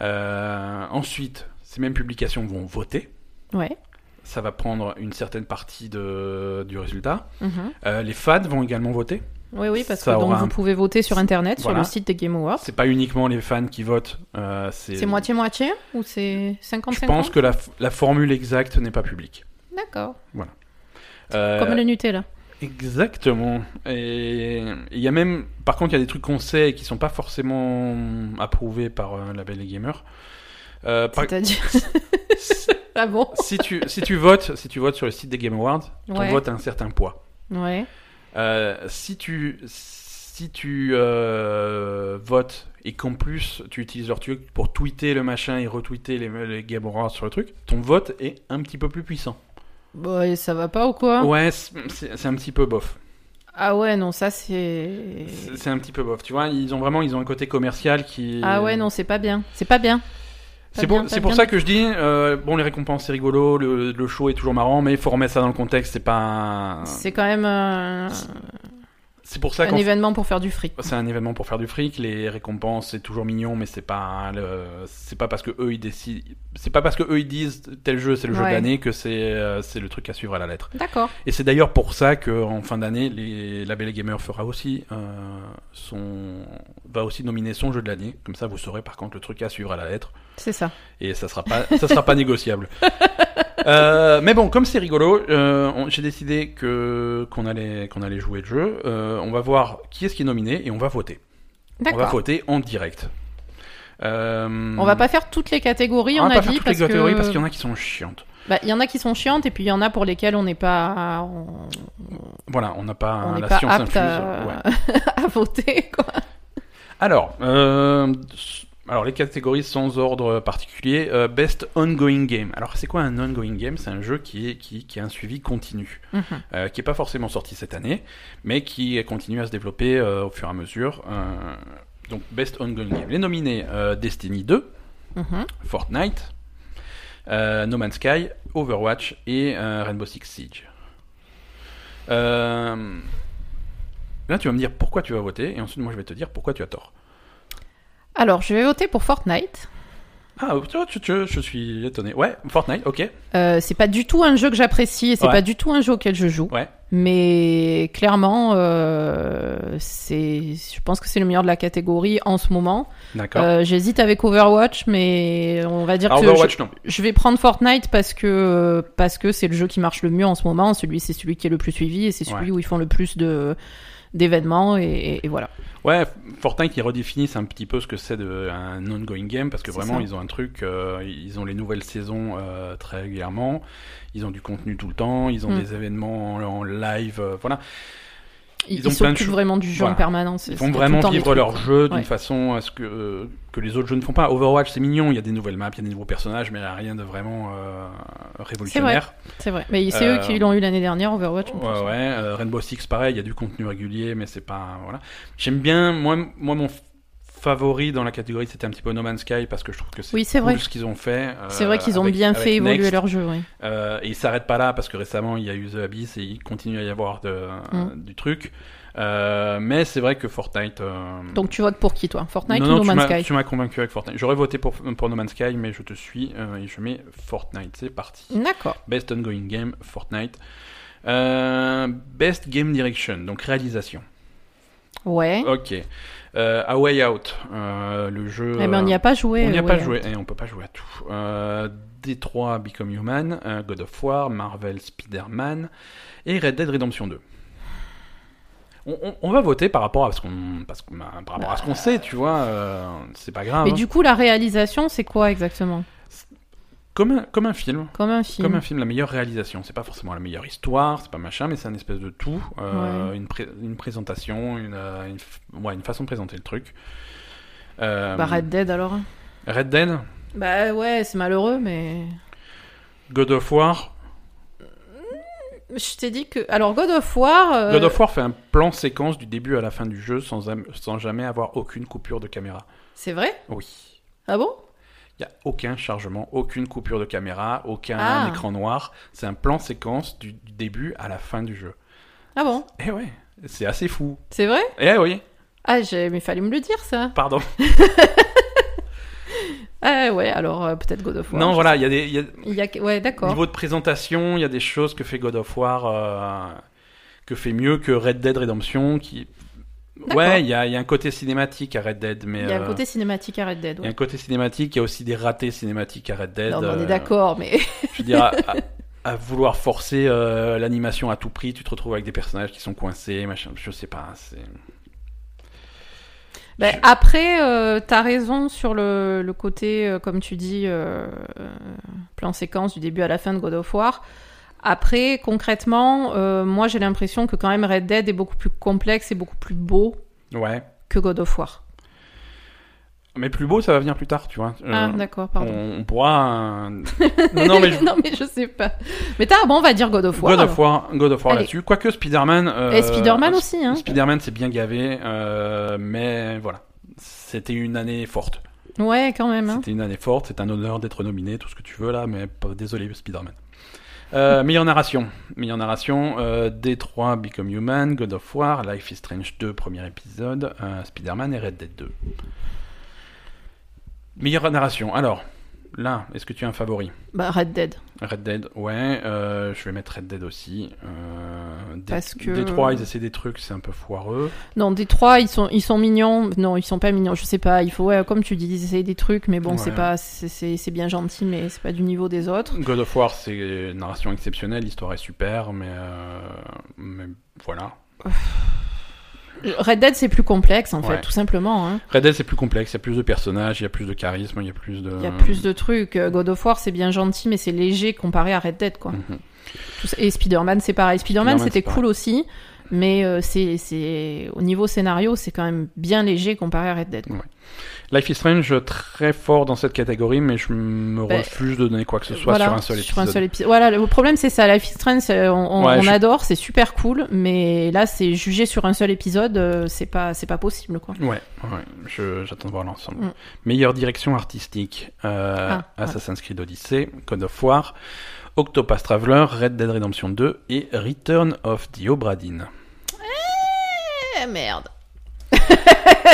A: Euh, ensuite, ces mêmes publications vont voter.
B: Ouais.
A: Ça va prendre une certaine partie de, du résultat.
B: Mhm.
A: Euh, les fans vont également voter.
B: Oui, oui, parce
A: Ça
B: que donc,
A: aura un-
B: vous pouvez voter sur Internet,
A: Voilà.
B: sur le site des Game Awards.
A: Ah, C'est pas uniquement les fans qui votent. euh,
B: C'est moitié-moitié ou c'est 50-50
A: Je pense que la, f- la formule exacte n'est pas publique.
B: D'accord.
A: Euh,
B: Comme le Nutella.
A: Exactement. Et il y a même, par contre, il y a des trucs qu'on sait et qui sont pas forcément approuvés par euh, la Belle et Gamer. Euh, par-
B: C'est-à-dire.
A: si,
B: ah bon
A: si tu si tu votes si tu votes sur le site des Game Awards, ton
B: Ouais.
A: vote a un certain poids.
B: Ouais.
A: Euh, si tu si tu euh, votes et qu'en plus tu utilises leur truc pour tweeter le machin et retweeter les, les Game Awards sur le truc, ton vote est un petit peu plus puissant.
B: Bon, et ça va pas ou quoi
A: Ouais, c'est c'est un petit peu bof.
B: Ah ouais, non, ça c'est.
A: C'est c'est un petit peu bof. Tu vois, ils ont vraiment ils ont un côté commercial qui.
B: Ah ouais, non, c'est pas bien. C'est pas bien.
A: C'est
B: Pas
A: pour,
B: bien, pas
A: c'est pour
B: bien.
A: ça que je dis, euh, bon, les récompenses c'est rigolo, le, le show est toujours marrant, mais il faut remettre ça dans le contexte, c'est pas. un-
B: C'est quand même euh,
A: C'est pour ça
B: un
A: qu'en
B: événement pour faire du fric.
A: C'est un événement pour faire du fric. Les récompenses, c'est toujours mignon, mais c'est pas le- c'est pas parce que eux ils décident, c'est pas parce que eux ils disent tel jeu c'est le jeu de
B: Ouais.
A: l'année que c'est euh, c'est le truc à suivre à la lettre.
B: D'accord.
A: Et c'est d'ailleurs pour ça que en fin d'année, les la Belle et Gamer fera aussi euh, son va aussi nominer son jeu de l'année. Comme ça, vous saurez par contre le truc à suivre à la lettre
B: C'est ça.
A: et ça sera pas ça sera pas négociable. Euh, mais bon, comme c'est rigolo, euh, on- j'ai décidé que qu'on allait qu'on allait jouer le jeu. Euh, on va voir qui est-ce qui est nominé et on va voter. On va
B: D'accord.
A: voter en direct. Euh,
B: On va pas faire toutes les catégories,
A: on
B: on,
A: va
B: a
A: pas
B: dit,
A: faire toutes les
B: parce que-
A: catégories parce qu'il y en a qui sont chiantes.
B: Bah, il y en a qui sont chiantes et puis il y en a pour lesquelles on n'est pas, on
A: Voilà, on n'a pas
B: on
A: hein,
B: n'est
A: la
B: pas
A: science
B: apte
A: infuse.
B: à...
A: Ouais.
B: à voter. Quoi.
A: Alors, euh, alors les catégories sans ordre particulier. Euh, best ongoing game. Alors c'est quoi un ongoing game C'est un jeu qui est qui, qui a un suivi continu,
B: Mhm.
A: euh, qui est pas forcément sorti cette année, mais qui continue à se développer euh, au fur et à mesure. Euh, donc best ongoing game. Les nominés euh, Destiny 2.
B: Mhm.
A: Fortnite, euh, No Man's Sky, Overwatch et euh, Rainbow Six Siege. Euh, Là, tu vas me dire pourquoi tu vas voter, et ensuite, moi, je vais te dire pourquoi tu as tort.
B: Alors, je vais voter pour Fortnite.
A: Ah, tu vois, tu- tu- je suis étonné. Ouais, Fortnite, ok.
B: Euh, c'est pas du tout un jeu que j'apprécie et c'est
A: Ouais.
B: pas du tout un jeu auquel je joue.
A: Ouais.
B: Mais clairement, euh, c'est, je pense que c'est le meilleur de la catégorie en ce moment.
A: D'accord.
B: Euh, j'hésite avec Overwatch, mais on va dire
A: Ah,
B: que
A: Overwatch, non.
B: je, je vais prendre Fortnite parce que parce que c'est le jeu qui marche le mieux en ce moment. Celui, c'est celui qui est le plus suivi et c'est celui où ils font le plus de d'événements et- et- et voilà.
A: Ouais, Fortnite, ils redéfinissent un petit peu ce que c'est de- un ongoing game parce que
B: C'est
A: vraiment,
B: ça.
A: ils ont un truc, euh, ils ont les nouvelles saisons euh, très régulièrement, ils ont du contenu tout le temps, ils ont
B: Mm.
A: des événements en, en live, euh, voilà.
B: Ils,
A: Ils ont
B: ils
A: plein de
B: s'occupent
A: choses.
B: vraiment du jeu
A: Voilà.
B: en permanence.
A: Ils
B: C'est-
A: font
B: c'est
A: vraiment
B: tout le temps des
A: vivre
B: trucs.
A: leur jeu d'une
B: Ouais.
A: façon à ce que, euh, que les autres jeux ne font pas. Overwatch, c'est mignon, il y a des nouvelles maps, il y a des nouveaux personnages, mais il n'y a rien de vraiment euh, révolutionnaire.
B: C'est vrai. Mais c'est
A: Euh,
B: eux qui l'ont eu l'année dernière, Overwatch. en
A: Ouais,
B: plus.
A: ouais. euh, Rainbow Six, pareil, il y a du contenu régulier, mais c'est pas. Voilà. J'aime bien, moi, moi mon f- favori dans la catégorie, c'était un petit peu No Man's Sky parce que je trouve que c'est
B: Oui, c'est
A: cool
B: vrai.
A: ce qu'ils ont fait. euh,
B: C'est vrai qu'ils ont
A: avec-
B: bien
A: avec
B: fait évoluer
A: Next.
B: leur jeu, oui.
A: Euh, et ils s'arrêtent pas là parce que récemment il y a eu The Abyss et il continue à y avoir de-
B: Mm.
A: du truc. Euh, mais c'est vrai que Fortnite. euh,
B: Donc tu votes pour qui, toi Fortnite
A: non,
B: ou
A: non,
B: No
A: tu
B: Man's
A: m'as-
B: Sky
A: Tu m'as convaincu avec Fortnite. J'aurais voté pour, pour No Man's Sky, mais je te suis euh, et je mets Fortnite. C'est parti.
B: D'accord.
A: Best ongoing game, Fortnite. Euh, best game direction, donc réalisation.
B: Ouais.
A: Ok. Euh, A Way Out, euh, le jeu.
B: eh ben, on n'y a pas joué.
A: on n'y a
B: ouais.
A: pas joué et on peut pas jouer à tout. Euh, Détroit Become Human, euh, God of War, Marvel Spider-Man et Red Dead Redemption 2. On, on- on va voter par rapport à ce qu'on parce qu'on- par rapport à ce qu'on sait, tu vois. euh, c'est pas grave.
B: Bah. Mais du coup, la réalisation, c'est quoi exactement
A: Comme un, comme un film.
B: Comme un film.
A: Comme un film, la meilleure réalisation. C'est pas forcément la meilleure histoire, c'est pas machin, mais c'est un espèce de tout. euh, une, pré- une présentation, une, euh, une f- ouais, une façon de présenter le truc. Euh,
B: Bah, Red Dead alors
A: Red Dead,
B: Bah ouais, c'est malheureux, mais.
A: God of War,
B: Je t'ai dit que. Alors, God of War. euh,
A: God of War fait un plan séquence du début à la fin du jeu sans, am- sans jamais avoir aucune coupure de caméra. Oh
B: C'est vrai
A: Oui.
B: Ah bon
A: Il n'y a aucun chargement, aucune coupure de caméra, aucun
B: Ah.
A: écran noir. C'est un plan séquence du du début à la fin du jeu.
B: Ah bon
A: Eh ouais, c'est assez fou.
B: C'est vrai
A: Eh oui,
B: Ah, j'ai... mais fallait me le dire ça.
A: pardon.
B: Ah ouais, alors euh, peut-être God of War.
A: non, voilà, il y a des. il y a-
B: Il y a... Ouais, d'accord.
A: Niveau de présentation, il y a des choses que fait God of War euh, que fait mieux que Red Dead Redemption. Qui...
B: D'accord.
A: Ouais, il y a, il y a un côté cinématique à Red Dead, mais.
B: Il y a le
A: euh,
B: côté cinématique à Red Dead.
A: il
B: ouais.
A: y a un côté cinématique, il y a aussi des ratés cinématiques à Red Dead.
B: Non, mais on est
A: euh,
B: d'accord, mais.
A: Je veux dire, à, à- à vouloir forcer euh, l'animation à tout prix, tu te retrouves avec des personnages qui sont coincés, machin, je sais pas. c'est-
B: Ben,
A: Je-
B: Après, euh, t'as raison sur le, le côté, euh, comme tu dis, euh, euh, plan séquence du début à la fin de God of War. Après, concrètement, euh, moi j'ai l'impression que quand même Red Dead est beaucoup plus complexe et beaucoup plus beau
A: Ouais.
B: que God of War.
A: Mais plus beau, ça va venir plus tard, tu vois. Euh,
B: ah, d'accord,
A: on,
B: pardon.
A: on pourra. euh, non, non, mais je-
B: non, mais je sais pas. Mais t'as, bon, on va dire God of War.
A: God of
B: alors.
A: War, God of War
B: Allez.
A: là-dessus. Quoique Spider-Man. euh,
B: Et Spider-Man aussi, hein.
A: Spider-Man s'est bien gavé, euh, mais voilà. C'était une année forte.
B: Ouais, quand même. hein.
A: C'était une année forte, c'est un honneur d'être nominé, tout ce que tu veux là, mais pas- désolé Spider-Man. Euh, meilleure narration, meilleure narration, euh, D3 Become Human, God of War, Life is Strange 2, premier épisode, euh, Spider-Man et Red Dead 2. Meilleure narration, alors, là, est-ce que tu as un favori
B: Bah, Red Dead.
A: Red Dead, ouais, euh, je vais mettre Red Dead aussi. Euh, D-
B: Parce que-
A: D3, ils essaient des trucs, c'est un peu foireux.
B: Non, des trois, ils sont, ils sont mignons. Non, ils sont pas mignons. Je sais pas. Il faut, ouais, comme tu dis, essayer des trucs, mais bon, c'est
A: Ouais.
B: pas, c'est- c'est c'est bien gentil, mais c'est pas du niveau des autres.
A: God of War, c'est une narration exceptionnelle, l'histoire est super, mais, euh, mais voilà.
B: Red Dead, c'est plus complexe, en
A: Ouais.
B: fait, tout simplement. hein.
A: Red Dead, c'est plus complexe, il y a plus de personnages, il y a plus de charisme, il y a plus de...
B: Il y a plus de trucs. Euh, God of War, c'est bien gentil, mais c'est léger comparé à Red Dead, quoi.
A: Mhm.
B: Tout ça- Et Spider-Man, c'est pareil. Spider-Man,
A: Spider-Man,
B: c'était
A: c'est
B: cool aussi, mais euh, c'est, c'est, au niveau scénario, c'est quand même bien léger comparé à Red Dead. quoi.
A: Life is Strange, très fort dans cette catégorie, mais je me
B: Ben,
A: refuse de donner quoi que ce soit
B: Voilà,
A: sur un seul épisode.
B: épisode. Voilà, le problème c'est ça, Life is Strange, c'est- on, on-
A: Ouais,
B: on
A: je-
B: adore, c'est super cool, mais là c'est jugé sur un seul épisode, euh, c'est pas, c'est pas possible quoi.
A: Ouais, ouais, je- j'attends de voir l'ensemble.
B: Mm.
A: Meilleure direction artistique, euh,
B: Ah, voilà.
A: Assassin's Creed Odyssey, Code of War, Octopath Traveler, Red Dead Redemption 2 et Return of the Obra Dinn.
B: Eh merde.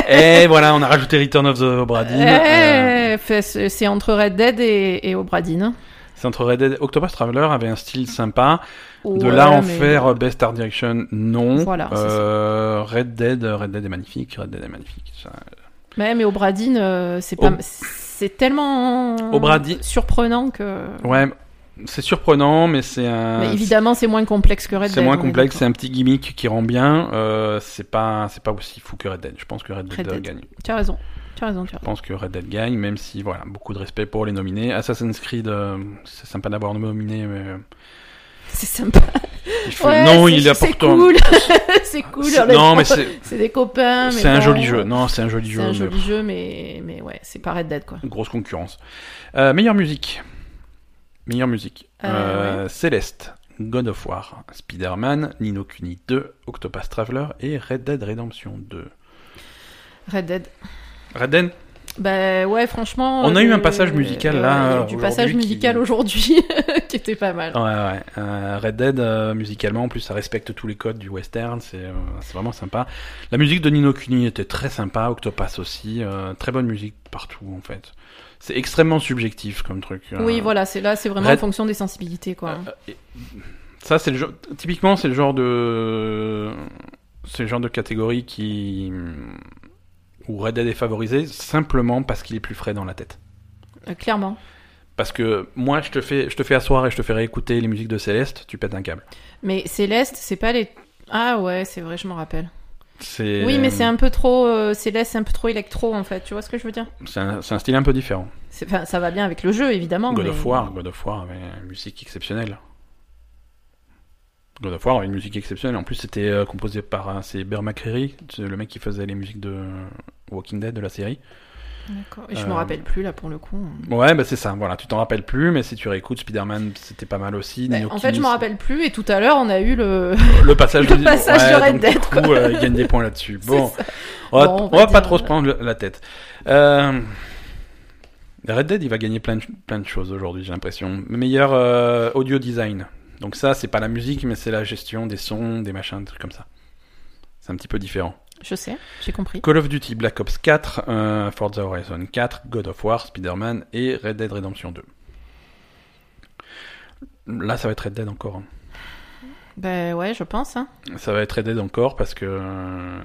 A: et voilà, on a rajouté Return of the Obra Dinn. euh,
B: Eh, fait, c'est c'est entre Red Dead et, hein. et Obra Dinn.
A: C'est entre Red Dead... Octopath Traveler avait un style sympa. De
B: Ouais,
A: là en
B: mais-
A: faire Best Art Direction, non.
B: Voilà, c'est
A: Euh, Red Dead, Red Dead est magnifique, Red Dead est magnifique. ça.
B: Ouais, mais Obra Dinn, euh, c'est pas,
A: Ob-
B: c'est tellement
A: Obra Dinn-
B: surprenant que.
A: Ouais, c'est surprenant, mais c'est un...
B: Mais évidemment, c'est moins complexe que Red Dead.
A: C'est moins
B: on est
A: complexe, c'est
B: d'accord.
A: un petit gimmick qui rend bien. Euh, c'est pas, c'est pas aussi fou que Red Dead. Je pense que Red Dead,
B: Red Dead.
A: gagne.
B: Tu as raison. Tu as raison. Tu as
A: Je
B: raison.
A: pense que Red Dead gagne, même si voilà, beaucoup de respect pour les nominés. Assassin's Creed, euh, c'est sympa d'avoir nominé, mais euh,
B: C'est sympa.
A: il fait-
B: Ouais,
A: non,
B: c'est-
A: il est
B: C'est
A: important.
B: cool. c'est cool.
A: C'est-
B: on les
A: non,
B: prend.
A: mais c'est,
B: C'est des copains. mais
A: c'est un
B: bon.
A: joli jeu. Non, c'est un joli
B: C'est
A: jeu.
B: un
A: mais
B: joli jeu, mais, mais ouais, c'est pas Red Dead quoi.
A: Grosse concurrence. Euh, meilleure musique. Meilleure musique.
B: Euh,
A: Euh, Céleste, God of War, Spider-Man, Nino Kuni 2, Octopath Traveler et Red Dead Redemption 2.
B: Red Dead.
A: Red Dead
B: Ben ouais, franchement.
A: On a
B: euh,
A: eu un passage musical,
B: ouais,
A: là,
B: il y a eu
A: aujourd'hui,
B: Du passage
A: qui- Ah,
B: musical aujourd'hui qui était pas mal.
A: Ouais, ouais. Euh, Red Dead, euh, musicalement, en plus, ça respecte tous les codes du western. C'est euh, c'est vraiment sympa. La musique de Nino Kuni était très sympa. Octopus aussi. euh, très bonne musique partout, en fait. C'est extrêmement subjectif comme truc. euh.
B: Oui, voilà, c'est là, c'est vraiment
A: Red-
B: en fonction des sensibilités, quoi.
A: Euh, et- ça, c'est le genre- Typiquement, c'est le genre de. C'est le genre de catégorie qui. Où Red Dead est favorisé simplement parce qu'il est plus frais dans la tête.
B: Euh, clairement.
A: Parce que moi, je te fais, je te fais asseoir et je te fais réécouter les musiques de Céleste, tu pètes un câble.
B: Mais Céleste, c'est pas les. Ah ouais, c'est vrai, je me rappelle.
A: C'est-
B: Oui, mais c'est un peu trop. euh, Céleste, c'est un peu trop électro, en fait. Tu vois ce que je veux dire
A: C'est un, c'est un style un peu différent.
B: C'est- enfin, ça va bien avec le jeu, évidemment.
A: God
B: mais-
A: of War, God of War avait une musique exceptionnelle. God of War avait une musique exceptionnelle. En plus, c'était euh, composé par euh, c'est Bear McCreary, c'est le mec qui faisait les musiques de Walking Dead de la série.
B: D'accord. Et je
A: Euh,
B: me rappelle plus, là, pour le coup.
A: Ouais, bah c'est ça. Voilà, tu t'en rappelles plus, mais si tu réécoutes Spider-Man, c'était pas mal aussi.
B: Mais
A: Nino
B: Bah, en fait, je
A: Kuni,
B: me rappelle plus, et tout à l'heure, on a eu le.
A: c'est- le passage,
B: le
A: du-
B: passage de Red
A: donc,
B: Dead,
A: Du coup, euh, il gagne des points là-dessus. Bon,
B: C'est ça.
A: on va,
B: Bon, on
A: on
B: va
A: va pas
B: dire-
A: trop se prendre la tête. Euh, Red Dead, il va gagner plein de, plein de choses aujourd'hui, j'ai l'impression. Meilleur euh, audio design. Donc ça, c'est pas la musique, mais c'est la gestion des sons, des machins, des trucs comme ça. C'est un petit peu différent.
B: Je sais, j'ai compris.
A: Call of Duty, Black Ops 4, euh, Forza Horizon 4, God of War, Spider-Man et Red Dead Redemption 2. Là, ça va être Red Dead encore. hein.
B: Ben ouais, je pense. Hein.
A: Ça va être Red Dead encore parce que euh,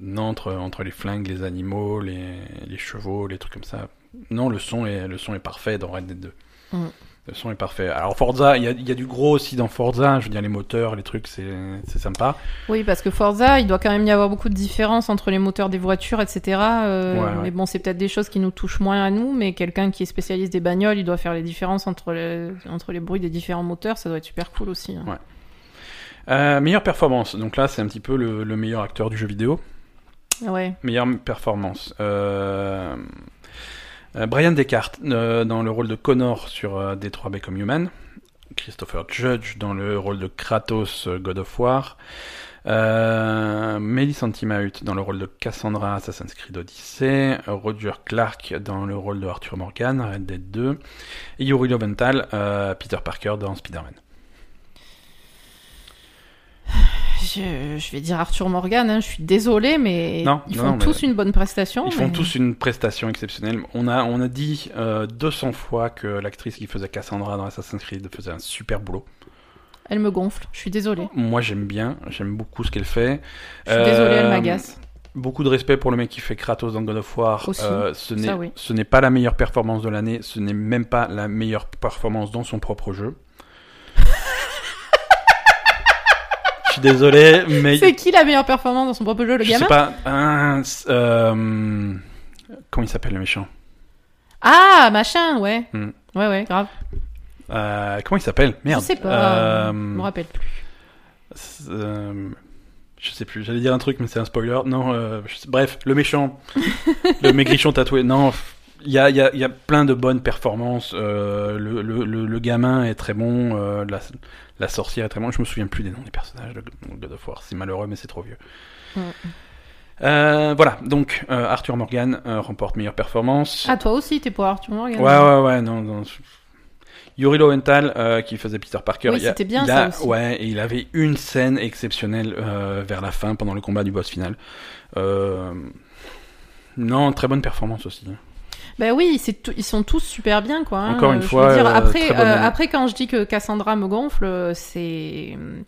A: non entre, entre les flingues, les animaux, les, les chevaux, les trucs comme ça. Non, le son est le son est parfait dans Red Dead 2.
B: Mm.
A: Le son est parfait. Alors Forza, il y a, il y a du gros aussi dans Forza. Je veux dire les moteurs, les trucs, c'est c'est sympa.
B: Oui, parce que Forza, il doit quand même y avoir beaucoup de différences entre les moteurs des voitures, etc. euh,
A: Ouais, ouais.
B: Mais bon, c'est peut-être des choses qui nous touchent moins à nous, mais quelqu'un qui est spécialiste des bagnoles, il doit faire les différences entre les, entre les bruits des différents moteurs, ça doit être super cool aussi. hein.
A: Ouais. Euh, meilleure performance. Donc là, c'est un petit peu le, le meilleur acteur du jeu vidéo.
B: Ouais.
A: Meilleure performance. Euh, euh, Brian Descartes euh, dans le rôle de Connor sur euh, Detroit Become Human. Christopher Judge dans le rôle de Kratos euh, God of War. Euh, Melissandre Mahut dans le rôle de Cassandra Assassin's Creed Odyssey. Roger Clark dans le rôle de Arthur Morgan Red Dead 2. Et Yuri Loventhal, euh, Peter Parker dans Spider-Man.
B: Je, je vais dire Arthur Morgan, hein, je suis désolée, mais
A: Non,
B: ils
A: non,
B: font
A: non, mais-
B: tous une bonne prestation.
A: Ils font
B: mais-
A: tous une prestation exceptionnelle. On a, on a dit euh, 200 fois que l'actrice qui faisait Cassandra dans Assassin's Creed faisait un super boulot.
B: Elle me gonfle, je suis désolée.
A: Moi, j'aime bien, j'aime beaucoup ce qu'elle fait. Euh,
B: Je suis désolée, elle m'agace.
A: Beaucoup de respect pour le mec qui fait Kratos dans God of War. Euh,
B: Aussi,
A: ce n'est
B: ça oui.
A: ce n'est pas la meilleure performance de l'année, ce n'est même pas la meilleure performance dans son propre jeu. Je suis désolé, mais
B: C'est qui la meilleure performance dans son propre jeu, le
A: je
B: gamin
A: sais pas. un- euh, comment il s'appelle le méchant
B: Ah, machin, ouais.
A: Hmm.
B: Ouais, ouais, grave.
A: Euh, comment il s'appelle Merde.
B: Je sais pas,
A: Euh,
B: je me rappelle plus.
A: c'est, euh, je sais plus. J'allais dire un truc, mais c'est un spoiler. Non. euh, je sais- bref, le méchant, le maigrichon tatoué. Non. f- Il y a, il y a- il y a plein de bonnes performances. Euh, le, le- le- le gamin est très bon. euh, la, la sorcière est très bonne. Je me souviens plus des noms des personnages de God of War. C'est malheureux, mais c'est trop vieux.
B: Mm.
A: Euh, voilà, donc euh, Arthur Morgan euh, remporte meilleure performance.
B: Ah, toi aussi, t'es pour Arthur Morgan.
A: Ouais, ouais, ouais, non, non. Yuri Lowenthal, euh, qui faisait Peter Parker,
B: Oui,
A: il a-
B: c'était bien,
A: il a-
B: ça aussi.
A: Ouais, et il avait une scène exceptionnelle euh, vers la fin, pendant le combat du boss final. Euh, Non, très bonne performance aussi.
B: Ben oui, c'est tout- ils sont tous super bien, quoi. hein.
A: Encore une
B: Je veux
A: fois,
B: dire,
A: euh,
B: après,
A: très bonne
B: euh,
A: année.
B: après, quand je dis que Cassandra me gonfle, euh, c'est hum,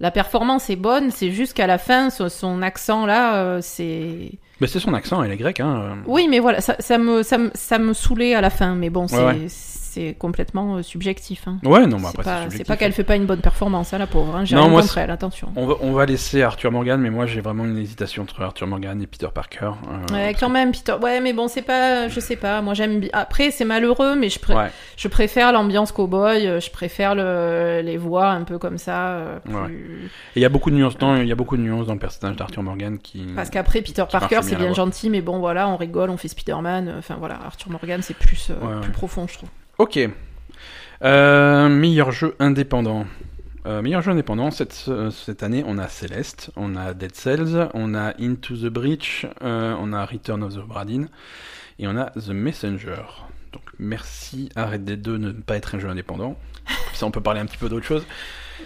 B: la performance est bonne, c'est juste qu'à la fin, son, son accent là, euh, c'est.
A: Mais c'est son accent, elle est grecque. Hein.
B: Oui, mais voilà, ça, ça me, ça, me, ça me saoulait à la fin, mais bon, c'est
A: ouais.
B: c'est complètement euh, subjectif. hein.
A: Ouais, non, mais
B: c'est
A: après,
B: pas,
A: subjectif,
B: c'est pas qu'elle fait pas une bonne performance, hein, la pauvre. Hein. J'ai
A: Non,
B: rien
A: moi,
B: contre
A: c'est-
B: elle, attention.
A: On va, on va laisser Arthur Morgan, mais moi j'ai vraiment une hésitation entre Arthur Morgan et Peter Parker. euh,
B: Ouais,
A: parce
B: quand même, Peter. Ouais, mais bon, c'est pas, je sais pas. Moi, j'aime bien. Après, c'est malheureux, mais je,
A: que-
B: pré-
A: Ouais.
B: Je préfère l'ambiance cow-boy, euh, je préfère le- les voix un peu comme ça. euh, plus-
A: Et il y a beaucoup de nuances dans, il y a beaucoup de nuances dans le personnage d'Arthur Morgan qui.
B: Parce qu'après, Peter
A: marche
B: Parker,
A: bien
B: c'est
A: la
B: bien
A: voix.
B: gentil, mais bon, voilà, on rigole, on fait Spider-Man. euh, Enfin, voilà, Arthur Morgan, c'est plus, euh,
A: Ouais, ouais.
B: plus profond, je trouve.
A: Ok. Euh, meilleur jeu indépendant. Euh, meilleur jeu indépendant, cette, euh, cette année, on a Celeste, on a Dead Cells, on a Into the Breach, euh, on a Return of the Bradin, et on a The Messenger. Donc merci à Red Dead 2 de ne pas être un jeu indépendant. Comme ça, on peut parler un petit peu d'autre chose.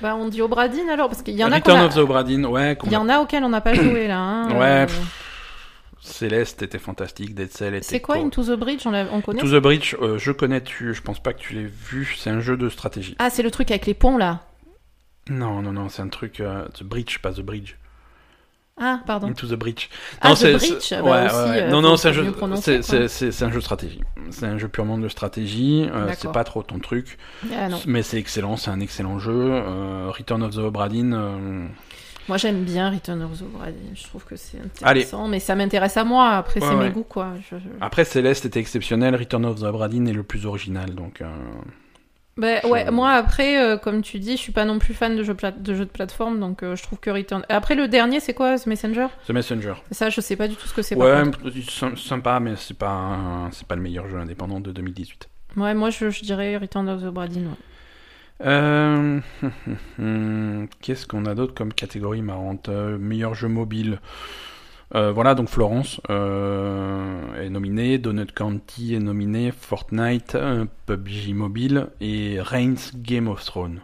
B: Bah, on dit Obradine alors, parce qu'il y en a qu'on
A: Return
B: a-
A: of the Bradin, ouais. qu'on
B: Il y en a auxquels on n'a pas joué là. hein,
A: Ouais,
B: euh,
A: pff, Celeste était fantastique, Dead Cell était.
B: C'est quoi
A: cool.
B: Into the Bridge On, l'a- on connaît
A: To the Breach, euh, je connais, tu, je pense pas que tu l'aies vu, c'est un jeu de stratégie.
B: Ah, c'est le truc avec les ponts là.
A: Non, non, non, c'est un truc. euh, the Breach, pas The Bridge.
B: Ah, pardon.
A: Into the Breach.
B: Ah, The
A: c'est-
B: Breach,
A: c'est-
B: bah
A: ouais,
B: aussi,
A: ouais,
B: euh,
A: Non,
B: faut-
A: non, c'est un
B: faut mieux
A: jeu.
B: prononcer,
A: C'est, c'est-
B: quoi.
A: c'est- c'est un jeu de stratégie. C'est un jeu purement de stratégie. euh, c'est
B: D'accord.
A: pas trop ton truc.
B: Ah non.
A: Mais c'est excellent, c'est un excellent jeu. euh, Return of the Obra Dinn, euh,
B: Moi j'aime bien Return of the Obra Dinn. Je trouve que c'est
A: Allez.
B: intéressant, mais ça m'intéresse à moi. Après,
A: Ouais,
B: c'est
A: ouais.
B: mes goûts quoi. Je- je-
A: Après, Céleste était exceptionnel. Return of the Obra Dinn est le plus original. Donc, euh,
B: Ben,
A: Je-
B: ouais, moi après, euh, comme tu dis, je suis pas non plus fan de jeux, pla- de, jeux de plateforme, donc euh, je trouve que Return. Après, le dernier, c'est quoi, The Messenger
A: The Messenger.
B: Ça, je sais pas du tout ce que c'est. par
A: Ouais,
B: contre.
A: sy- sympa, mais c'est pas, un- c'est pas le meilleur jeu indépendant de 2018.
B: ouais, moi je, je dirais Return of the Obra Dinn. ouais.
A: Euh, Qu'est-ce qu'on a d'autre comme catégorie marrante Euh, Meilleur jeu mobile. Euh, voilà, donc Florence euh, est nominée, Donut County est nominé, Fortnite, euh, PUBG Mobile et Reigns Game of Thrones.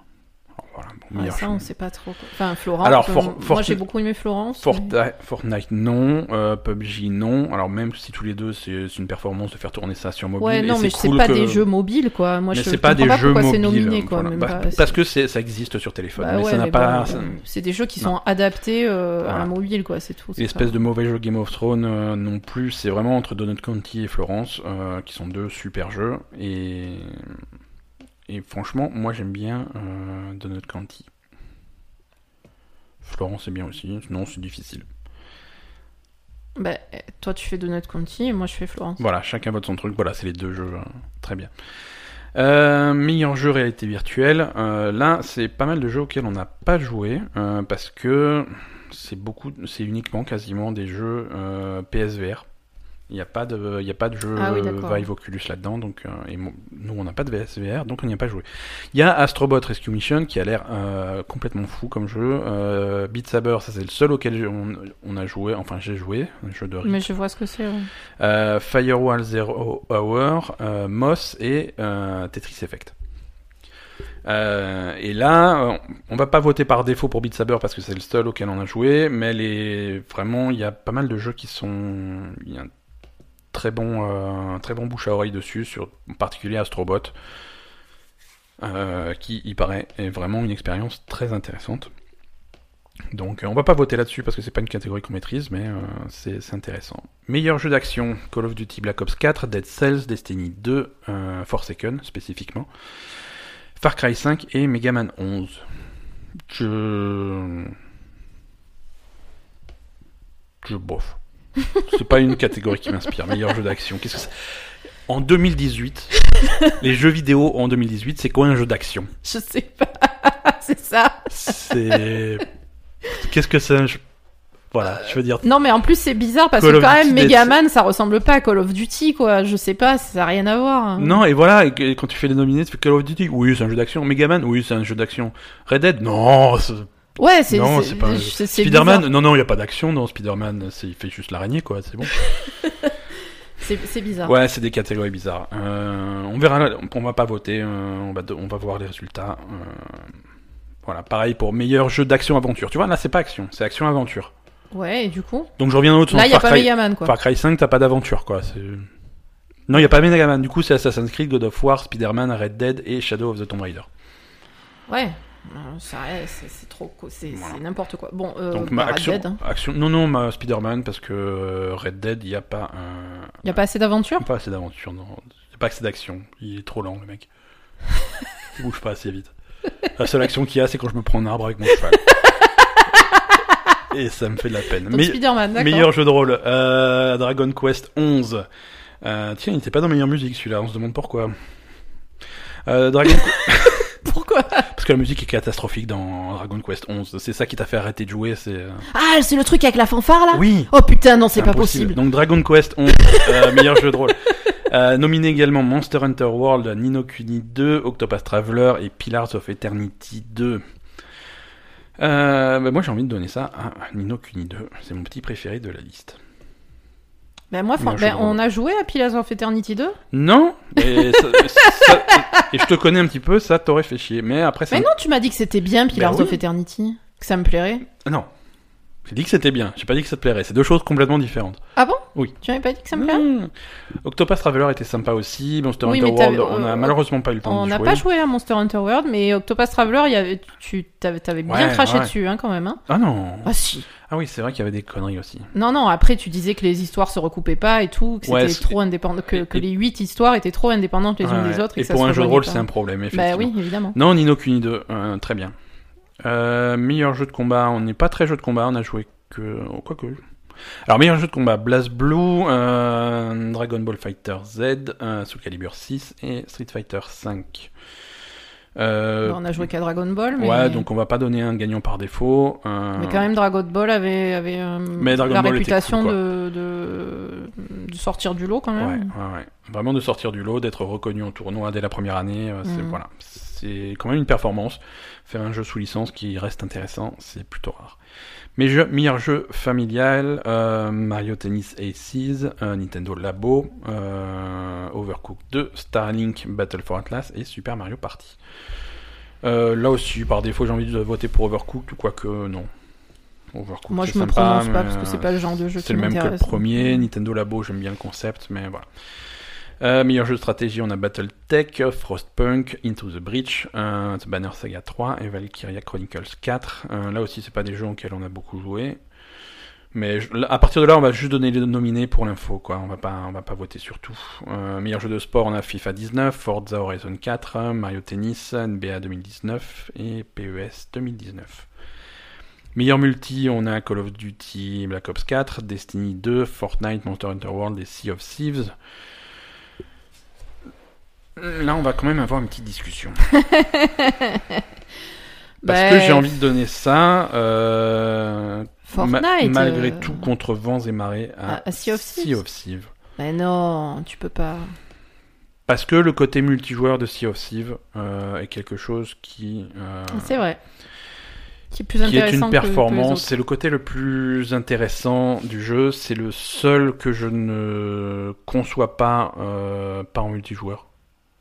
A: Alors, voilà, bon,
B: Ouais,
A: meilleur
B: Ah, ça,
A: jeu.
B: on sait pas trop. quoi. Enfin, Florence.
A: Alors,
B: euh,
A: For-
B: moi
A: Fortnite-
B: j'ai beaucoup aimé Florence. mais-
A: Fortnite, Fortnite, non, euh, PUBG non. Alors même si tous les deux c'est c'est une performance de faire tourner ça sur mobile.
B: Ouais, non,
A: et
B: mais
A: c'est
B: c'est
A: cool
B: pas
A: que-
B: des jeux mobiles, quoi. Moi,
A: mais
B: je
A: c'est pas des
B: comprends pas
A: jeux
B: pourquoi
A: mobiles.
B: c'est nominé, quoi.
A: voilà.
B: même
A: Bah,
B: pas-
A: parce que c'est- ça existe sur téléphone,
B: Bah
A: mais
B: ouais,
A: ça n'a
B: mais
A: pas
B: bon,
A: ça-
B: euh, c'est des jeux qui sont adaptés euh, à
A: Voilà.
B: un mobile, quoi. C'est tout. c'est
A: l'espèce
B: pas-
A: de mauvais jeu Game of Thrones euh, non plus. C'est vraiment entre Donut County et Florence, euh, qui sont deux super jeux. Et, et franchement, moi j'aime bien euh, Donut County. Florence est bien aussi, sinon c'est difficile.
B: Bah, euh, toi, tu fais Donut County et moi, je fais Florence.
A: Voilà, chacun vote son truc. Voilà, c'est les deux jeux. euh, Très bien. Euh, meilleur jeu réalité virtuelle. Euh, là, c'est pas mal de jeux auxquels on n'a pas joué euh, parce que c'est beaucoup, c'est uniquement quasiment des jeux euh, PSVR. Il n'y a pas de, il y a pas de jeu
B: Ah oui,
A: euh,
B: d'accord.
A: Vive Oculus là-dedans, donc euh, et mon- nous on n'a pas de VSVR, donc on n'y a pas joué. Il y a Astrobot Rescue Mission qui a l'air euh, complètement fou comme jeu. Euh, Beat Saber, ça c'est le seul auquel on, on a joué, enfin j'ai joué, un jeu de rythme.
B: Mais je vois ce que c'est. ouais.
A: Euh, Firewall Zero Hour, euh, Moss et euh, Tetris Effect. Euh, et là, euh, on va pas voter par défaut pour Beat Saber parce que c'est le seul auquel on a joué, mais les... vraiment, il y a pas mal de jeux qui sont. Il y a un très bon, euh, un très bon bouche à oreille dessus, sur, en particulier Astrobot, euh, qui, il paraît, est vraiment une expérience très intéressante. Donc, euh, on va pas voter là-dessus parce que c'est pas une catégorie qu'on maîtrise, mais euh, c'est c'est intéressant. Meilleur jeu d'action, Call of Duty Black Ops 4, Dead Cells, Destiny 2, euh, Forsaken spécifiquement, Far Cry 5 et Mega Man 11. Je... Je bof. C'est pas une catégorie qui m'inspire. Meilleur jeu d'action, qu'est-ce que c'est En 2018, les jeux vidéo en 2018, c'est quoi un jeu d'action
B: Je sais pas. c'est ça.
A: C'est... Qu'est-ce que c'est un jeu... Voilà, je veux dire...
B: Non, mais en plus, c'est bizarre parce
A: Call
B: que
A: of
B: quand
A: Duty
B: même,
A: Dead-
B: Megaman, ça ressemble pas à Call of Duty, quoi. Je sais pas, ça a rien à voir. hein.
A: Non, et voilà, et que- quand tu fais les nominés, tu fais Call of Duty, oui, c'est un jeu d'action. Megaman, oui, c'est un jeu d'action. Red Dead, non, c'est-
B: Ouais, c'est.
A: non, c'est pas. un jeu.
B: c'est- c'est
A: Spider-Man,
B: bizarre.
A: non, non, il n'y a pas d'action dans Spider-Man, c'est- il fait juste l'araignée, quoi, c'est bon.
B: C'est c'est bizarre.
A: Ouais, c'est des catégories bizarres. Euh, on verra, là, on va pas voter, euh, on, va, on va voir les résultats. Euh, voilà, pareil pour meilleur jeu d'action-aventure. Tu vois, là, c'est pas action, c'est action-aventure.
B: Ouais, et du coup.
A: Donc je reviens à l'autre
B: Là,
A: sens,
B: il y a
A: Far
B: pas
A: Cry-
B: Megaman, quoi.
A: Far Cry 5, t'as pas d'aventure, quoi. c'est- Non, il n'y a pas Megaman, du coup, c'est Assassin's Creed, God of War, Spider-Man, Red Dead et Shadow of the Tomb Raider.
B: Ouais. Non, ça, ouais, C'est c'est trop. co- C'est c'est
A: Voilà.
B: n'importe quoi. Bon, euh,
A: Donc ma
B: bah, Red
A: action,
B: Dead, hein.
A: action- non non ma Spider-Man parce que euh, Red Dead il n'y a pas un
B: Y a pas assez d'aventure
A: pas assez d'aventure non il y a pas assez d'action il est trop lent le mec il bouge pas assez vite la seule action qu'il y a c'est quand je me prends un arbre avec mon cheval et ça me fait de la peine
B: Donc
A: Mais-
B: Spider-Man, d'accord.
A: meilleur jeu de rôle euh, Dragon Quest 11 Euh, tiens il n'était pas dans meilleure musique celui-là on se demande pourquoi Euh, Dragon
B: Pourquoi
A: parce que la musique est catastrophique dans Dragon Quest 11 c'est ça qui t'a fait arrêter de jouer c'est euh,
B: Ah, c'est le truc avec la fanfare là
A: oui
B: Oh putain, non, c'est pas
A: Impossible.
B: possible.
A: Donc Dragon Quest 11, euh, meilleur jeu de rôle. Euh, nominé également Monster Hunter World, Nino Kuni 2, Octopus Traveler et Pillars of Eternity 2. Euh, bah, moi, j'ai envie de donner ça à Nino Kuni 2. C'est mon petit préféré de la liste.
B: Ben moi, fran-
A: Non, je
B: ben,
A: suis
B: on a joué à Pillars of Eternity 2.
A: Non et, ça- ça- et je te connais un petit peu, ça t'aurait fait chier. Mais après, ça.
B: Mais non, tu m'as dit que c'était bien Pillars
A: Ben oui.
B: of Eternity, que ça me plairait.
A: me- non. J'ai dit que c'était bien, j'ai pas dit que ça te plairait. C'est deux choses complètement différentes.
B: Ah bon
A: Oui.
B: Tu m'avais pas dit que ça me plairait
A: Mmh. Octopus Traveler était sympa aussi. Monster
B: Oui,
A: Hunter
B: mais t'avais-
A: World, on a
B: euh,
A: malheureusement pas eu le temps
B: On
A: de
B: n'a
A: jouer.
B: pas joué à Monster Hunter World, mais Octopus Traveler, il y avait, tu t'avais, t'avais bien
A: Ouais,
B: craché
A: ouais.
B: dessus hein, quand même. Hein.
A: Ah non.
B: Ah si.
A: Ah oui, c'est vrai qu'il y avait des conneries aussi.
B: Non, non, après tu disais que les histoires se recoupaient pas et tout, que c'était
A: Ouais, c'est-
B: trop indépendant, que,
A: et-
B: que les huit histoires étaient trop indépendantes les unes
A: Ouais,
B: des autres. Et,
A: Et,
B: que ça
A: pour
B: se
A: un jeu de
B: rejoignait
A: rôle,
B: pas.
A: c'est un problème, effectivement.
B: Bah oui, évidemment.
A: Non, Nino Kuni 2, euh, très bien. Euh, meilleur jeu de combat, on n'est pas très jeu de combat, on a joué que. oh, quoi que. Alors, meilleur jeu de combat, Blast Blue, euh, Dragon Ball Fighter Z, euh, Soul Calibur 6 et Street Fighter 5. Euh,
B: Bah, on a joué qu'à Dragon Ball, mais,
A: Ouais, donc on va pas donner un gagnant par défaut. euh,
B: mais quand même Dragon Ball avait, avait euh,
A: Mais Dragon
B: la
A: Ball était
B: réputation
A: cool, quoi.
B: de, de, de sortir du lot quand
A: Ouais, ouais,
B: même.
A: ouais. Vraiment de sortir du lot, d'être reconnu en tournoi dès la première année, euh, c'est
B: Mm.
A: voilà, c'est quand même une performance. Faire un jeu sous licence qui reste intéressant, c'est plutôt rare. Mais jeux, meilleur jeu familial, euh, Mario Tennis Aces, euh, Nintendo Labo, euh, Overcooked 2, Starlink Battle for Atlas et Super Mario Party. Euh, là aussi, par défaut, j'ai envie de voter pour Overcooked ou quoique non. Overcooked,
B: Moi,
A: c'est
B: je me
A: sympa,
B: prononce pas
A: mais,
B: parce que c'est
A: euh,
B: pas le genre de jeu qui euh,
A: c'est le même que le
B: m'intéresse.
A: premier. Nintendo Labo, j'aime bien le concept, mais voilà. Euh, meilleur jeu de stratégie, on a Battletech, Frostpunk, Into the Breach, euh, The Banner Saga 3 et Valkyria Chronicles 4. Euh, là aussi, c'est pas des jeux auxquels on a beaucoup joué. Mais je- là, à partir de là, on va juste donner les nominés pour l'info, quoi. On va pas, on va pas voter sur tout. Euh, meilleur jeu de sport, on a FIFA 19, Forza Horizon 4, euh, Mario Tennis, NBA 2019 et E PES 2019. Meilleur multi, on a Call of Duty Black Ops 4, Destiny 2, Fortnite, Monster Hunter World et Sea of Thieves. Là, on va quand même avoir une petite discussion. Parce
B: Bah,
A: que j'ai envie de donner ça, euh, ma-
B: Fortnite.
A: malgré
B: euh,
A: tout, contre vents et marées à,
B: à- à Sea of Thieves.
A: Thieves.
B: Mais Bah non, tu peux pas.
A: Parce que le côté multijoueur de Sea of Thieves euh, est quelque chose qui... euh,
B: C'est vrai. Qui est plus
A: qui est une
B: intéressant que- que les
A: performance.
B: autres.
A: C'est le côté le plus intéressant du jeu. C'est le seul que je ne conçois pas, euh, pas en multijoueur.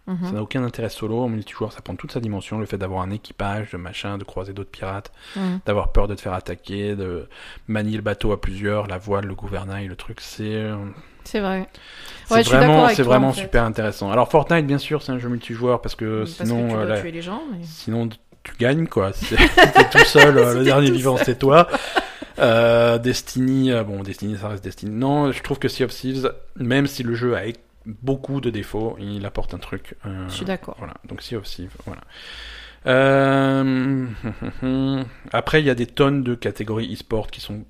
B: Mhm.
A: Ça n'a aucun intérêt solo. En multijoueur, ça prend toute sa dimension. Le fait d'avoir un équipage, de machin, de croiser d'autres pirates,
B: Mhm.
A: d'avoir peur de te faire attaquer, de manier le bateau à plusieurs, la voile, le gouvernail, le truc, c'est
B: C'est vrai.
A: c'est
B: Ouais, je suis d'accord
A: vraiment,
B: avec
A: c'est
B: toi,
A: vraiment
B: en fait.
A: super intéressant. Alors Fortnite, bien sûr, c'est un jeu multijoueur parce que
B: Parce que
A: sinon,
B: tu
A: euh,
B: dois
A: la-
B: tuer les gens. mais-
A: Sinon, tu gagnes, quoi. C'est- T'es tout seul, euh, le
B: C'était
A: dernier
B: tout
A: vivant, c'est toi. Euh, Destiny, euh, bon, Destiny, ça reste Destiny. Non, je trouve que Sea of Thieves, même si le jeu a é- beaucoup de défauts, il apporte un truc. euh,
B: Je suis d'accord.
A: voilà, donc Sea of Thieves, voilà. Euh, Après, il y a des tonnes de catégories e-sport qui sont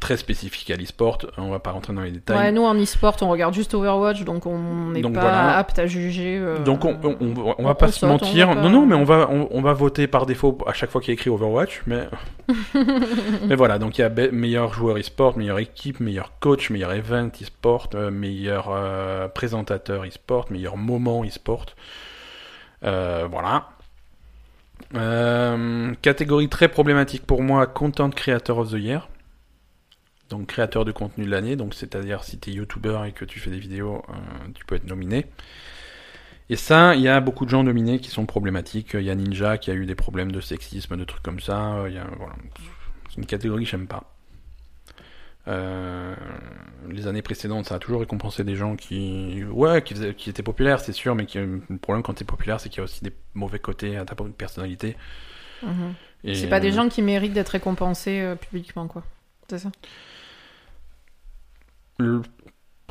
A: très spécifiques à l'e-sport. On va pas rentrer dans les détails.
B: Ouais, nous en e-sport, on regarde juste Overwatch, donc on n'est pas
A: Donc voilà.
B: apte à juger. euh,
A: Donc on, on, on- on va pas
B: on
A: se
B: saute, on
A: mentir.
B: va pas-
A: Non, non, mais on va, on, on va voter par défaut à chaque fois qu'il y a écrit Overwatch. Mais, mais voilà, donc il y a be- meilleur joueur e-sport, meilleure équipe, meilleur coach, meilleur event e-sport, euh, meilleur euh, présentateur e-sport, meilleur moment e-sport. Euh, voilà. Euh, catégorie très problématique pour moi, Content Creator of the Year. Donc créateur de contenu de l'année, donc c'est-à-dire si t'es youtubeur et que tu fais des vidéos, euh, tu peux être nominé. Et ça, il y a beaucoup de gens nominés qui sont problématiques. Il y a Ninja qui a eu des problèmes de sexisme, de trucs comme ça. Euh, Il y a, voilà. C'est une catégorie que j'aime pas. Euh, les années précédentes, ça a toujours récompensé des gens qui, ouais, qui, faisaient- qui étaient populaires, c'est sûr, mais qui, le problème quand t'es populaire, c'est qu'il y a aussi des mauvais côtés hein, à ta personnalité.
B: mhm.
A: Et- euh,
B: C'est pas des gens qui méritent d'être récompensés euh, publiquement, quoi. C'est ça
A: Le-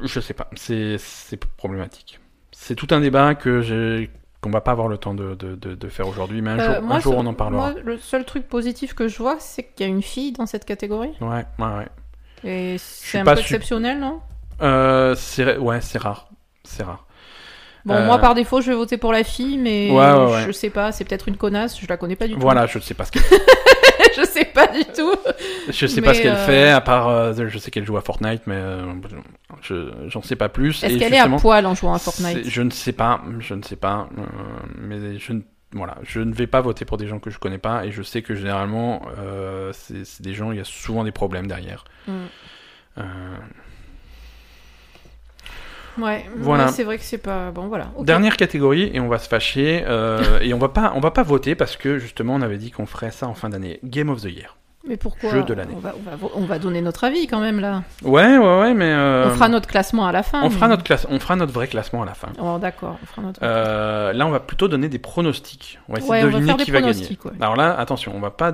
A: Je sais pas, c'est c'est problématique. C'est tout un débat que j'ai- qu'on va pas avoir le temps de, de- de- de faire aujourd'hui, mais un
B: Euh,
A: jour, un
B: moi,
A: jour,
B: ce-
A: on en parlera.
B: moi, le seul truc positif que je vois, c'est qu'il y a une fille dans cette catégorie.
A: Ouais, ouais, ouais.
B: Et c'est un
A: pas
B: peu
A: su-
B: exceptionnel, non
A: Euh, c'est ouais, c'est rare, c'est rare.
B: Bon,
A: Euh,
B: moi par défaut, je vais voter pour la fille, mais
A: Ouais, ouais,
B: je
A: ouais.
B: sais pas, c'est peut-être une connasse, je la connais pas du
A: Voilà, je sais pas ce qu'elle,
B: tout. je sais pas du tout.
A: je sais pas
B: Mais,
A: ce qu'elle
B: euh,
A: fait à part, euh, je sais qu'elle joue à Fortnite, mais euh, je j'en sais pas plus.
B: Est-ce
A: Et
B: qu'elle est à hein,
A: justement,
B: poil en jouant à
A: c'est-
B: Fortnite
A: Je ne sais pas, je ne sais pas, euh, mais je ne voilà, je ne vais pas voter pour des gens que je connais pas et je sais que généralement, euh, c'est c'est des gens, il y a souvent des problèmes derrière.
B: Mm.
A: Euh,
B: Ouais,
A: Voilà.
B: ouais, c'est vrai que c'est pas. Bon, voilà. Ok.
A: Dernière catégorie et on va se fâcher euh, et on va pas, on va pas voter parce que justement on avait dit qu'on ferait ça en fin d'année. Game of the Year.
B: Mais pourquoi
A: Jeu de l'année.
B: On va, on, va, on va donner notre avis quand même là.
A: Ouais, ouais, ouais, mais euh,
B: On fera notre classement à la fin.
A: on fera
B: Ah, mais-
A: notre classe, on fera notre vrai classement à la fin.
B: Oh, d'accord, on fera notre.
A: Euh, là, on va plutôt donner des pronostics. On va essayer
B: Ouais,
A: de
B: on va
A: deviner
B: faire des
A: qui va gagner.
B: pronostics, ouais.
A: Alors là, attention, on va pas.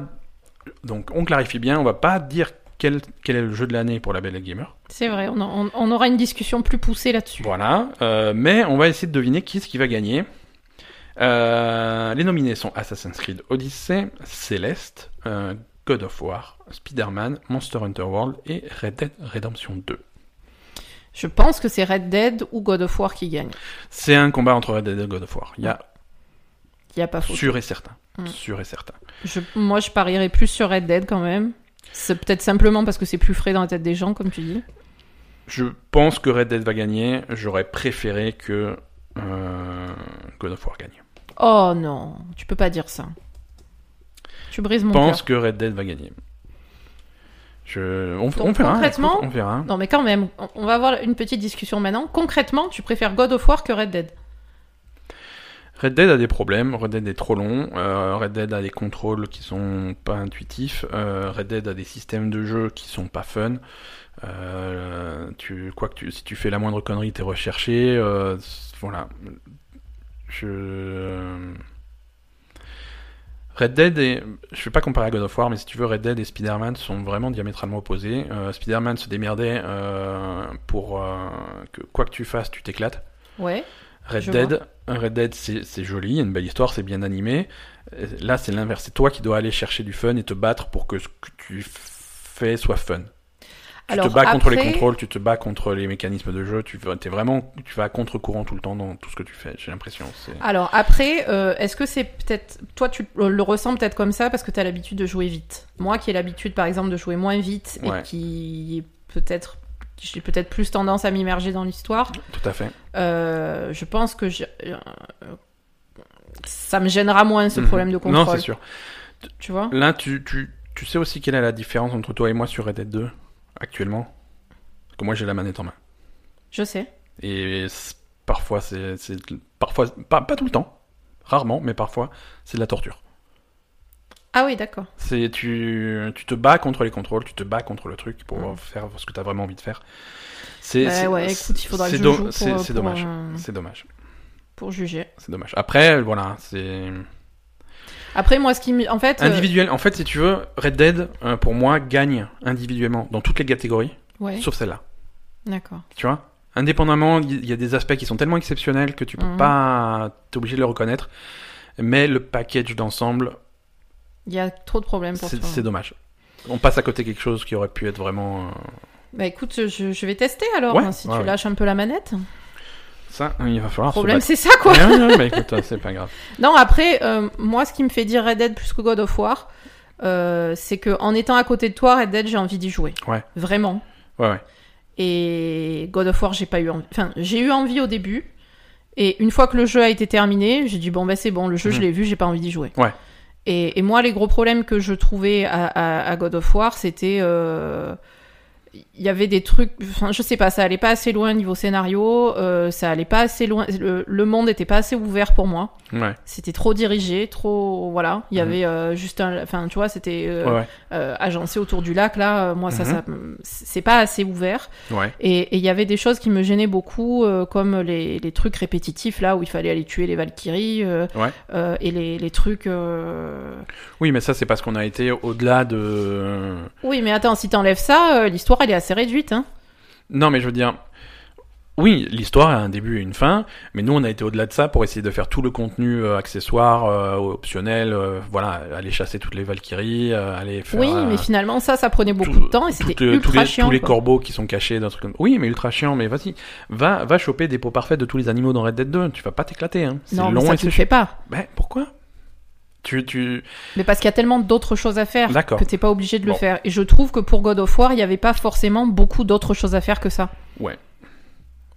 A: Donc, on clarifie bien, on va pas dire quel, quel est le jeu de l'année pour la Belle et le Gamer.
B: C'est vrai, on, en- on- on aura une discussion plus poussée là-dessus.
A: Voilà. Euh, mais on va essayer de deviner qui est-ce qui va gagner. Euh, les nominés sont Assassin's Creed Odyssey, Celeste, euh, God of War, Spider-Man, Monster Hunter World et Red Dead Redemption 2.
B: Je pense que c'est Red Dead ou God of War qui gagne.
A: C'est un combat entre Red Dead et God of War. Il y a
B: Il n'y a pas faute.
A: sûr et certain.
B: Mm.
A: Sûr et certain.
B: Je- moi, je parierais plus sur Red Dead quand même. C'est peut-être simplement parce que c'est plus frais dans la tête des gens, comme tu dis.
A: Je pense que Red Dead va gagner. J'aurais préféré que euh, God of War gagne.
B: Oh non, tu peux pas dire ça. Tu brises
A: Je
B: mon
A: pense
B: cœur.
A: que Red Dead va gagner. Je... On,
B: Donc,
A: on verra.
B: concrètement,
A: écoute, on verra.
B: Non, mais quand même, on- on va avoir une petite discussion maintenant. Concrètement, tu préfères God of War que Red Dead
A: Red Dead a des problèmes. Red Dead est trop long. euh, Red Dead a des contrôles qui sont pas intuitifs. euh, Red Dead a des systèmes de jeu qui sont pas fun. Euh, tu, quoi que tu, si tu fais la moindre connerie, t'es recherché. euh, voilà. Je. Red Dead et. Je vais pas comparer à God of War, mais si tu veux, Red Dead et Spider-Man sont vraiment diamétralement opposés. Euh, Spider-Man se démerdait euh, pour euh, que quoi que tu fasses, tu t'éclates.
B: Ouais.
A: Red
B: Je
A: Dead, Red Dead c'est c'est joli, il y a une belle histoire, c'est bien animé. Euh, Là, c'est l'inverse. C'est toi qui dois aller chercher du fun et te battre pour que ce que tu f- fais soit fun. Tu te bats contre les
B: après-
A: contrôles, tu te bats contre les mécanismes de jeu, tu vas- t'es vraiment, tu vas à contre-courant tout le temps dans tout ce que tu fais. J'ai l'impression. c'est-
B: Alors après, euh, est-ce que c'est peut-être toi tu le le ressens peut-être comme ça parce que tu as l'habitude de jouer vite. Moi qui ai l'habitude par exemple de jouer moins vite
A: Ouais.
B: et qui est peut-être j'ai peut-être plus tendance à m'immerger dans l'histoire.
A: Tout à fait.
B: euh, je pense que je- euh, ça me gênera moins ce
A: Mhm.
B: problème de
A: Non,
B: contrôle.
A: c'est sûr.
B: tu vois
A: Là, tu, tu, tu sais aussi quelle est la différence entre toi et moi sur Red Dead 2 actuellement. Parce que moi, j'ai la manette en main.
B: Je sais.
A: Et c'est- parfois, c'est. c'est- Parfois, pas, pas tout le temps, rarement, mais parfois, c'est de la torture.
B: Ah oui, d'accord.
A: C'est tu, tu te bats contre les contrôles, tu te bats contre le truc pour
B: Mm.
A: faire ce que tu as vraiment envie de faire. C'est
B: Bah
A: c'est-
B: ouais, écoute, il faudra que
A: c'est
B: je
A: do-
B: joue pour,
A: c'est-
B: euh,
A: c'est
B: pour,
A: dommage.
B: euh,
A: C'est dommage.
B: pour juger.
A: C'est dommage. Après, voilà, c'est
B: Euh, Après moi ce qui me- en fait euh,
A: individuel. En fait, si tu veux, Red Dead euh, pour moi gagne individuellement dans toutes les catégories,
B: ouais,
A: sauf celle-là.
B: d'accord.
A: Tu vois Indépendamment, il y a des aspects qui sont tellement exceptionnels que tu peux
B: Mhm.
A: pas, t'es obligé de le reconnaître. Mais le package d'ensemble,
B: Il y a trop de problèmes pour
A: c'est
B: toi.
A: c'est dommage. On passe à côté quelque chose qui aurait pu être vraiment. euh,
B: Bah écoute, je, je vais tester alors
A: Ouais,
B: hein, si
A: ouais,
B: tu
A: ouais.
B: lâches un peu la manette.
A: Ça, il va falloir. se
B: problème
A: battre.
B: c'est ça quoi.
A: Ouais, ouais, ouais, bah écoute, euh, c'est pas grave.
B: Non, après, euh, moi, ce qui me fait dire Red Dead plus que God of War, euh, c'est que en étant à côté de toi, Red Dead, j'ai envie d'y jouer.
A: Ouais.
B: Vraiment.
A: Ouais, ouais.
B: Et God of War, j'ai pas eu envie. Enfin, j'ai eu envie au début. Et une fois que le jeu a été terminé, j'ai dit bon ben c'est bon, le jeu
A: Mhm.
B: je l'ai vu, j'ai pas envie d'y jouer.
A: Ouais.
B: Et, et moi, les gros problèmes que je trouvais à, à- à God of War, c'était euh, il y avait des trucs. Enfin, je sais pas, ça allait pas assez loin niveau scénario, euh, ça allait pas assez loin. Le, le monde était pas assez ouvert pour moi.
A: Ouais,
B: C'était trop dirigé, trop voilà. Il y
A: Mhm.
B: avait euh, juste un, enfin tu vois, c'était euh,
A: ouais, ouais.
B: euh, agencé autour du lac là. euh, Moi ça,
A: Mhm.
B: ça, me- c'est pas assez ouvert.
A: ouais.
B: Et et il y avait des choses qui me gênaient beaucoup, euh, comme les, les trucs répétitifs là où il fallait aller tuer les Valkyries euh,
A: Ouais.
B: euh, et les, les trucs. euh,
A: Oui, mais ça, c'est parce qu'on a été au-delà de.
B: Oui, mais attends, si t'enlèves ça, euh, l'histoire elle est assez réduite. Hein.
A: Non, mais je veux dire. Oui, l'histoire a un début et une fin, mais nous, on a été au-delà de ça pour essayer de faire tout le contenu euh, accessoire, euh, optionnel, euh, voilà, aller chasser toutes les Valkyries, euh, aller faire.
B: oui,
A: euh,
B: mais finalement ça, ça prenait beaucoup
A: tout-
B: de temps et
A: toutes,
B: c'était
A: euh, tous
B: ultra
A: les,
B: chiant.
A: tous les
B: quoi.
A: corbeaux qui sont cachés d'un truc comme oui mais ultra chiant mais vas-y va va choper des peaux parfaites de tous les animaux dans Red Dead 2 tu vas pas t'éclater hein. c'est
B: non, mais
A: long
B: ça
A: et
B: tu
A: c'est
B: le fais pas.
A: ben pourquoi tu tu
B: Mais parce qu'il y a tellement d'autres choses à faire
A: D'accord.
B: que t'es pas obligé de le
A: Bon.
B: faire. Et je trouve que pour God of War, il n'y avait pas forcément beaucoup d'autres choses à faire que ça.
A: Ouais.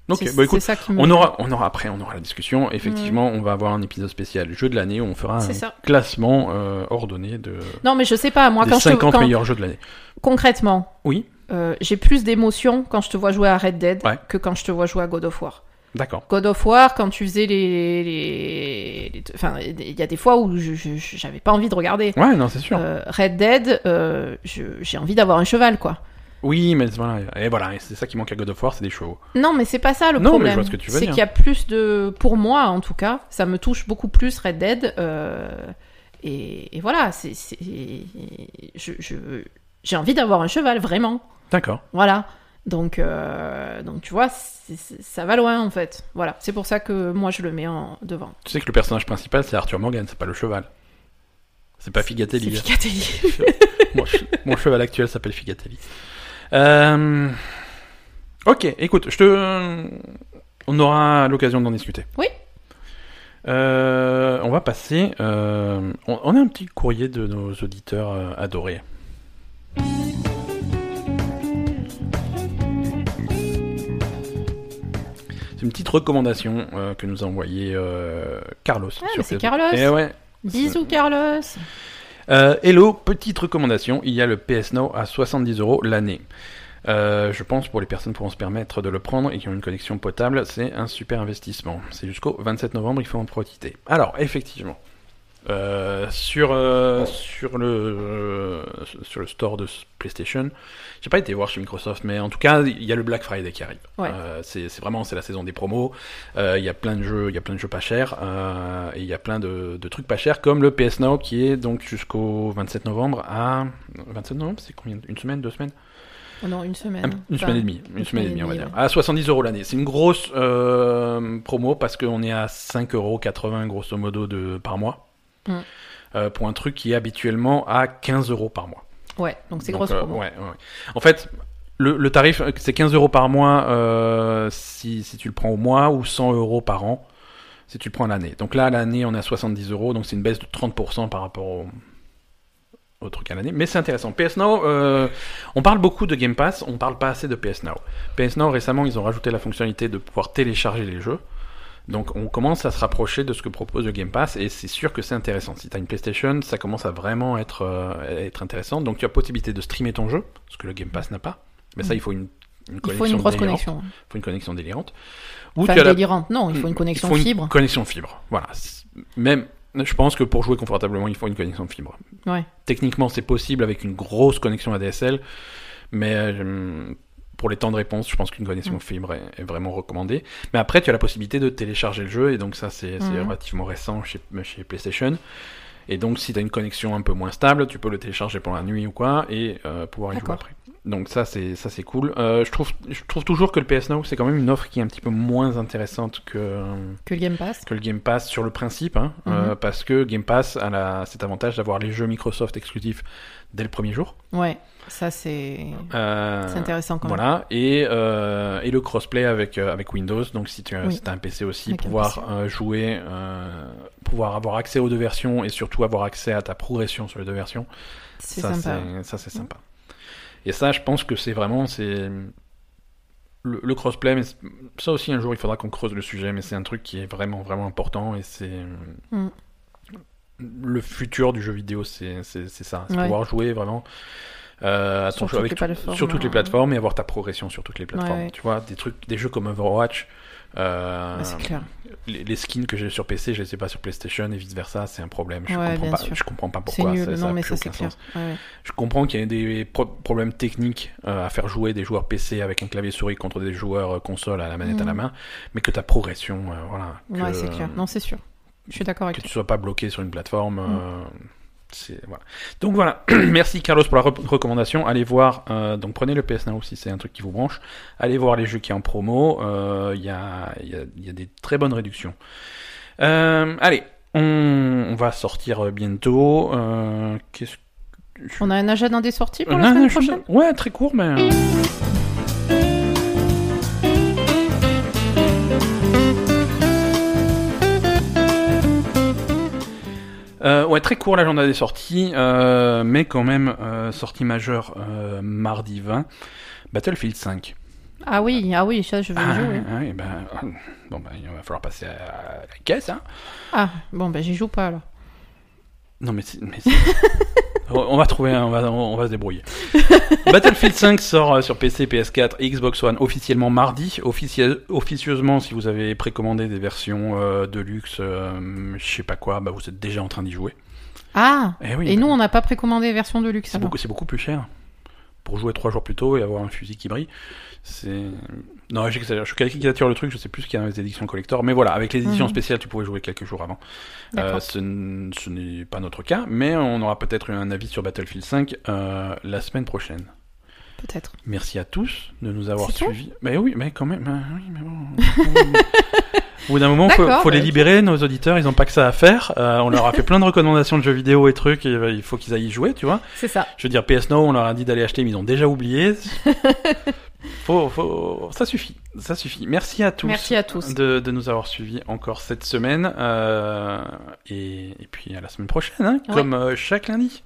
A: Ok,
B: C'est
A: bah écoute,
B: c'est ça qui me-
A: On aura, on aura après, on aura la discussion. Effectivement, on va avoir un épisode spécial jeu de l'année où on fera un
B: C'est ça.
A: classement euh, ordonné de
B: Non, mais je sais pas. Moi,
A: des
B: quand je te-
A: 50
B: quand-
A: meilleurs jeux de l'année.
B: concrètement,
A: Oui,
B: euh, j'ai plus d'émotions quand je te vois jouer à Red Dead
A: Ouais.
B: que quand je te vois jouer à God of War.
A: d'accord.
B: God of War, quand tu faisais les, les- les- enfin, il y a des fois où je- je- je- j'avais pas envie de regarder.
A: Ouais, non, c'est sûr.
B: Euh, Red Dead, euh, je- j'ai envie d'avoir un cheval, quoi.
A: Oui, mais voilà, et voilà, et c'est ça qui manque à God of War, c'est des chevaux.
B: Non, mais c'est pas ça le
A: Non, mais
B: problème.
A: je vois ce que tu veux
B: c'est
A: dire.
B: qu'il y a plus de, pour moi en tout cas, ça me touche beaucoup plus Red Dead. euh, et, et voilà, c'est, c'est- je, je- j'ai envie d'avoir un cheval vraiment.
A: D'accord.
B: Voilà. Donc, euh, donc tu vois, c'est- c'est- ça va loin en fait. Voilà, c'est pour ça que moi je le mets en devant.
A: Tu sais que le personnage principal, c'est Arthur Morgan, c'est pas le cheval. C'est pas Figatelli. hein.
B: C'est Ficatelli.
A: mon, che- mon cheval actuel s'appelle Figatelli. Euh, Ok, écoute, je te... on aura l'occasion d'en discuter.
B: Oui.
A: Euh, on va passer. euh, on, on a un petit courrier de nos auditeurs euh, adorés. C'est une petite recommandation euh, que nous a envoyée euh, Carlos.
B: Ah,
A: sur
B: mais c'est
A: Facebook.
B: Carlos.
A: Eh ouais,
B: Bisous Carlos.
A: euh, hello, petite recommandation, il y a le PS Now à 70 euros l'année. Euh, je pense pour les personnes pouvant se permettre de le prendre et qui ont une connexion potable, c'est un super investissement. C'est jusqu'au 27 novembre, il faut en profiter. Alors, effectivement, euh, sur, euh, sur, le, euh, sur le store de PlayStation, j'ai pas été voir chez Microsoft, mais en tout cas, il y a le Black Friday qui arrive.
B: Ouais.
A: Euh, c'est c'est vraiment c'est la saison des promos. Euh, Il y a plein de jeux, il y a plein de jeux pas chers euh, et il y a plein de, de trucs pas chers comme le PS Now qui est donc jusqu'au 27 novembre à 27 novembre, c'est combien Une semaine, deux semaines
B: Oh non, une semaine.
A: Un- Une
B: Enfin,
A: semaine et demie, une, semaine, et demie, on va dire.
B: ouais.
A: À 70 euros l'année. C'est une grosse euh, promo parce qu'on est à 5,80 euros grosso modo de par mois
B: Mm.
A: Euh, pour un truc qui est habituellement à 15 euros par mois.
B: Ouais, donc c'est
A: Donc,
B: grosse
A: euh,
B: promo.
A: ouais, ouais, ouais. En fait, le, le tarif, euh, c'est 15 euros par mois euh, si, si tu le prends au mois ou 100 euros par an si tu le prends à l'année. Donc là, à l'année, on est à 70 euros, donc c'est une baisse de 30% par rapport au, au truc à l'année. Mais c'est intéressant. PS Now, euh, on parle beaucoup de Game Pass, on parle pas assez de PS Now. PS Now, récemment, ils ont rajouté la fonctionnalité de pouvoir télécharger les jeux. Donc on commence à se rapprocher de ce que propose le Game Pass et c'est sûr que c'est intéressant. Si tu as une PlayStation, ça commence à vraiment être, euh, être intéressant. Donc tu as possibilité de streamer ton jeu, ce que le Game Pass n'a pas. Mais ça, il faut une, une
B: Mm. Il
A: connexion.
B: faut une grosse
A: délirante.
B: connexion.
A: Il faut une connexion délirante. Ou
B: Enfin,
A: tu as la- Mm,
B: délirante. Non, il faut une connexion
A: faut une
B: fibre.
A: Connexion fibre, voilà. C'est- Même, je pense que pour jouer confortablement, il faut une connexion fibre.
B: Ouais.
A: Techniquement, c'est possible avec une grosse connexion ADSL, mais euh, pour les temps de réponse, je pense qu'une connexion
B: Mm.
A: fibre est, est vraiment recommandée. Mais après, tu as la possibilité de télécharger le jeu, et donc ça, c'est c'est
B: Mhm.
A: relativement récent chez, chez PlayStation. Et donc, si tu as une connexion un peu moins stable, tu peux le télécharger pendant la nuit ou quoi, et euh, pouvoir y jouer
B: D'accord.
A: après. Donc ça c'est ça c'est cool. Euh, je trouve je trouve toujours que le PS Now c'est quand même une offre qui est un petit peu moins intéressante que
B: Que le Game Pass.
A: que le Game Pass sur le principe, hein,
B: Mhm.
A: euh, parce que Game Pass a la, cet avantage d'avoir les jeux Microsoft exclusifs dès le premier jour.
B: Ouais, ça c'est
A: Euh,
B: c'est intéressant quand même.
A: voilà et, euh, et le crossplay avec euh, avec Windows donc si tu as,
B: Oui.
A: si t'as un PC aussi
B: Avec un
A: pouvoir
B: PC.
A: euh, jouer euh, pouvoir avoir accès aux deux versions et surtout avoir accès à ta progression sur les deux versions
B: C'est
A: ça,
B: sympa.
A: c'est-
B: Mm.
A: Ça, c'est sympa. Et ça, je pense que c'est vraiment c'est le, le crossplay. Mais c'est- ça aussi, un jour, il faudra qu'on creuse le sujet. Mais c'est un truc qui est vraiment, vraiment important. Et c'est
B: Mm.
A: le futur du jeu vidéo, c'est c'est- c'est ça. C'est
B: Ouais.
A: pouvoir jouer vraiment. euh, à ton
B: Sur
A: jeu
B: toutes
A: avec
B: les
A: tout-
B: plateformes,
A: sur toutes les
B: hein.
A: plateformes et avoir ta progression sur toutes les plateformes.
B: ouais.
A: Tu vois, des trucs, des jeux comme Overwatch, euh,
B: Ah, c'est clair.
A: les, les skins que j'ai sur PC, je les ai pas sur PlayStation et vice versa, c'est un problème. Je,
B: Ouais,
A: comprends
B: bien
A: pas,
B: sûr.
A: je comprends pas
B: C'est
A: pourquoi.
B: nul.
A: ça- ça
B: non,
A: a
B: mais
A: plus
B: ça c'est
A: aucun
B: clair.
A: sens.
B: Ouais, ouais.
A: Je comprends qu'il y a des pro- problèmes techniques euh, à faire jouer des joueurs PC avec un clavier souris contre des joueurs euh, console à la manette à la
B: Mhm.
A: main, mais que ta progression, euh, voilà, que,
B: Ouais, c'est clair. Non, c'est sûr. Je suis d'accord
A: que
B: avec
A: tu
B: toi.
A: sois pas bloqué sur une plateforme. euh,
B: Mm.
A: c'est- voilà. Donc voilà, merci Carlos pour la re- recommandation. Allez voir, euh, donc prenez le PS Now si c'est un truc qui vous branche. Allez voir les jeux qui est en promo. euh, Il y, a, il y a- il y a des très bonnes réductions. Euh, allez, on, on va sortir bientôt. Euh, Qu'est-ce que je-
B: On a un agenda des sorties pour
A: euh,
B: la
A: non,
B: semaine
A: non, je-
B: prochaine
A: Ouais, très court, mais. euh, Euh, ouais, très court l'agenda des sorties, euh, mais quand même, euh, sortie majeure euh, mardi 20, Battlefield 5.
B: Ah oui, ah oui, ça je veux
A: Ah,
B: jouer.
A: ah oui, ben, bon, ben, il va falloir passer à la caisse, hein.
B: Ah, bon, ben j'y joue pas alors.
A: Non, mais, c'est- mais c'est- on on va trouver, un- on va, on va se débrouiller. Battlefield 5 sort euh, sur PC, PS4 et Xbox One officiellement mardi. Officie- officieusement, si vous avez précommandé des versions euh, de luxe, euh, je sais pas quoi, bah, vous êtes déjà en train d'y jouer.
B: Ah
A: Eh oui,
B: Et
A: bah,
B: nous, on n'a pas précommandé version de luxe.
A: c'est
B: alors.
A: beaucoup, c'est beaucoup plus cher. Pour jouer trois jours plus tôt et avoir un fusil qui brille, c'est. Non, j'exagère, je caricature le truc, je sais plus ce qu'il y a dans les éditions collector, mais voilà, avec les éditions
B: Mhm.
A: spéciales, tu pouvais jouer quelques jours avant.
B: D'accord.
A: Euh, ce n- ce n'est pas notre cas, mais on aura peut-être eu un avis sur Battlefield 5 euh, la semaine prochaine. Euh,
B: Peut-être.
A: Merci à tous de nous avoir
B: C'est tout
A: suivis. Mais oui, mais quand même. bah oui, mais bon. Au bout d'un moment, faut,
B: D'accord,
A: faut les
B: bah,
A: libérer, nos auditeurs, ils n'ont pas que ça à faire. Euh, on leur a fait plein de recommandations de jeux vidéo et trucs, et, euh, il faut qu'ils aillent y jouer, tu vois.
B: C'est ça.
A: Je veux dire, PS Now, on leur a dit d'aller acheter, mais ils ont déjà oublié. Faut- faut- Ça suffit, ça suffit. Merci à tous
B: Merci à tous.
A: de, de nous avoir suivis encore cette semaine. euh, et, et puis à la semaine prochaine, hein,
B: Ouais.
A: comme euh, chaque lundi.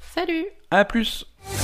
B: Salut
A: À plus.
C: Thank